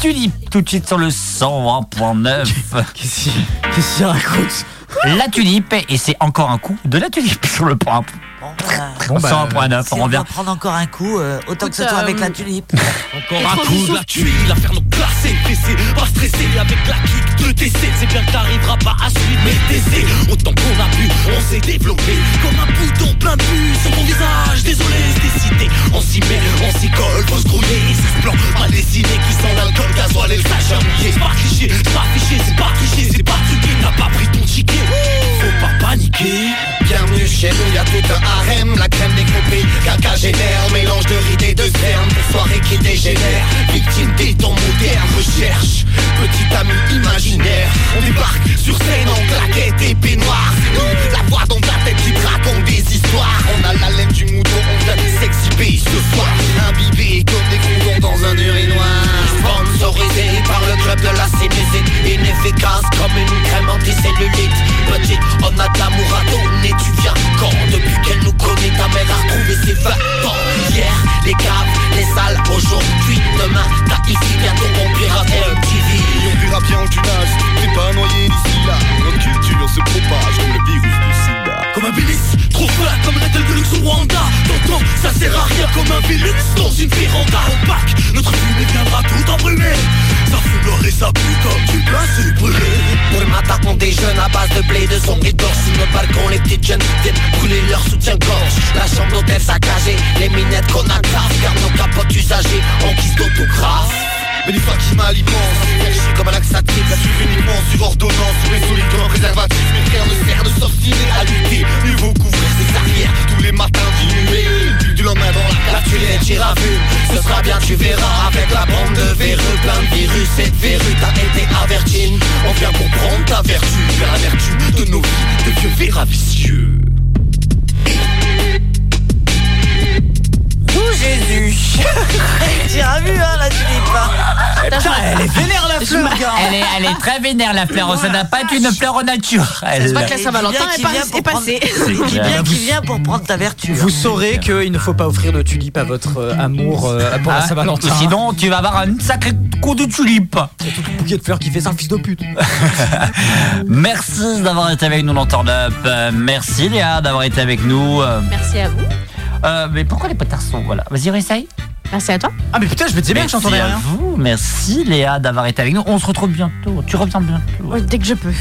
tulipe. Tout de suite sur le 101.9. Qu'est-ce qu'il- qu'est-ce qu'il raconte la tulipe, et c'est encore un coup de la tulipe sur le point. Bon, bah, Bon, bah, 101.9, si on on revient. va prendre encore un coup, euh, autant que ce Écoute, soit avec euh, la tulipe. Et Encore un coup transition. de la tuile, l'inferno classé, pressé, pas stressé avec la kick de TC. C'est bien que t'arriveras pas à suivre mes TC. Autant qu'on a pu, on s'est développé comme un bouton plein de buts sur mon visage. Désolé, c'est décidé. On s'y met, on s'y colle, faut se grouiller. Et c'est ce plan pas dessiné qui sent l'alcool, gasoil et le sachet mouillé. C'est pas cliché, c'est pas fiché, c'est pas cliché, c'est pas truqué. T'as pas pris ton ticket, faut pas Qu'un harem, la crème des groupies Quinquagénaire, mélange de rides et de cernes Pour soirée qui dégénère Victime des temps modernes Recherche, petit ami imaginaire On débarque sur scène en claquette et peignoir C'est nous, la voix dans ta tête qui te raconte des histoires On a la laine du mouton, on vient s'exhiber ce soir Imbibé comme des condons dans un urinoir Sponsorisé par le club de la CDC Inefficace comme une crème anticellulite Petite, on a de l'amour à donner Tu viens quand Depuis qu'elle nous connaît Ta mère a retrouvé ses 20 ans Hier, les caves, les salles Aujourd'hui, demain, t'as ici Bientôt, on pira TV Et on verra bien au tunage T'es pas noyé d'ici là Notre culture se propage comme le virus du sida Comme un bilis, trop plat comme la Delux au Rwanda T'entends, ça sert à rien comme un Velux Dans une véranda opaque Notre fumée viendra tout embrumée Ça fumerait et ça pue comme du placé brûlé Pour le matin, on déjeune à base de blé, de son et d'or Sous nos balcons, les petites jeunes viennent brûler leur soutien-gorge La chambre d'hôtel saccagée, les minettes qu'on aggrave Car nos capotes usagées en guise d'autographe Mais une fois qu'il m'a l'immense Réagit comme un laxatif La suivre uniquement sur ordonnance Mais solide comme un préservatif Mes frères ne servent de s'obstiner à lutter Mieux vaut couvrir ses arrières Tous les matins diminuer Puis du lendemain dans la Là tu les tiras vu, ce sera bien tu verras Avec la bande de véreux, plein de virus et de verrues T'as été avertine, on vient pour prendre ta vertu La vertu de nos vies, de vieux verras vicieux Ouh Jésus Tu as vu hein, la tulipe Eh, putain, elle est vénère, la fleur, gars. Elle est- elle est très vénère la fleur, ça n'a pas été une fleur au naturel. se voit que la Saint-Valentin est pas- est passée. Qui vient- qui vient pour prendre ta vertu Vous saurez qu'il ne faut pas offrir de tulipes à votre euh, amour euh, pour la Ah, Saint-Valentin. sinon, tu vas avoir un sacré coup de tulipe. C'est tout le bouquet de fleurs qui fait ça, fils de pute. Merci d'avoir été avec nous dans Turn Up. Euh, Merci Léa d'avoir été avec nous. Euh, Merci à vous. euh, mais pourquoi les potards sont voilà Vas-y réessaye. Merci à toi. Ah mais putain, je me disais bien que Merci j'entendais à rien. vous. Merci Léa d'avoir été avec nous. On se retrouve bientôt. Tu reviens bientôt. Ouais, dès que je peux.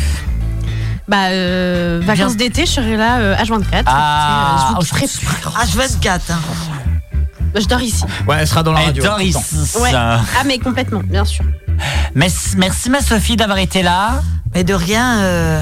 Bah, euh, vacances d'été, je serai là euh, H24. Ah, Écoutez, euh, je vous prépare. H24. hein. Je dors ici. Ouais, elle sera dans la Et radio. Doris. tout le temps. Ouais. Ça. Ah, mais complètement, bien sûr. Merci, merci ma Sophie d'avoir été là. Mais de rien, euh,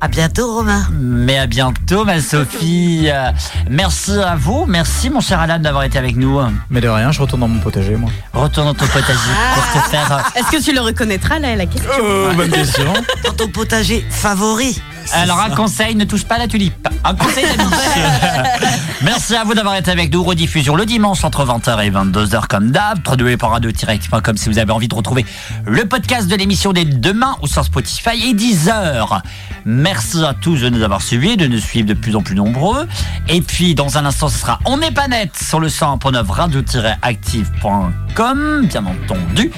à bientôt Romain. Mais à bientôt ma Sophie. Euh, Merci à vous. Merci mon cher Alan d'avoir été avec nous. Mais de rien, je retourne dans mon potager, moi. Retourne dans ton potager pour Ah. te faire. euh, Est-ce que tu le reconnaîtras, là, la question Oh, Oh, bonne question. Dans ton potager favori. Alors un conseil, ne touche pas la tulipe. Un conseil d'ami. Merci à vous d'avoir été avec nous. Rediffusion le dimanche entre 20h et 22h comme d'hab. www.radio-x.com si vous avez envie de retrouver le podcast de l'émission dès demain ou sur Spotify et 10h. Merci à tous de nous avoir suivis, de nous suivre de plus en plus nombreux. Et puis dans un instant, ce sera On n'est pas net sur le 100.9 radio-active.com bien entendu.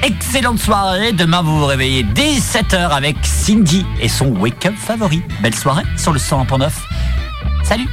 Excellente soirée. Demain, vous vous réveillez dès 7h avec Cindy et son wake-up favori. Belle soirée sur le 101.9. Salut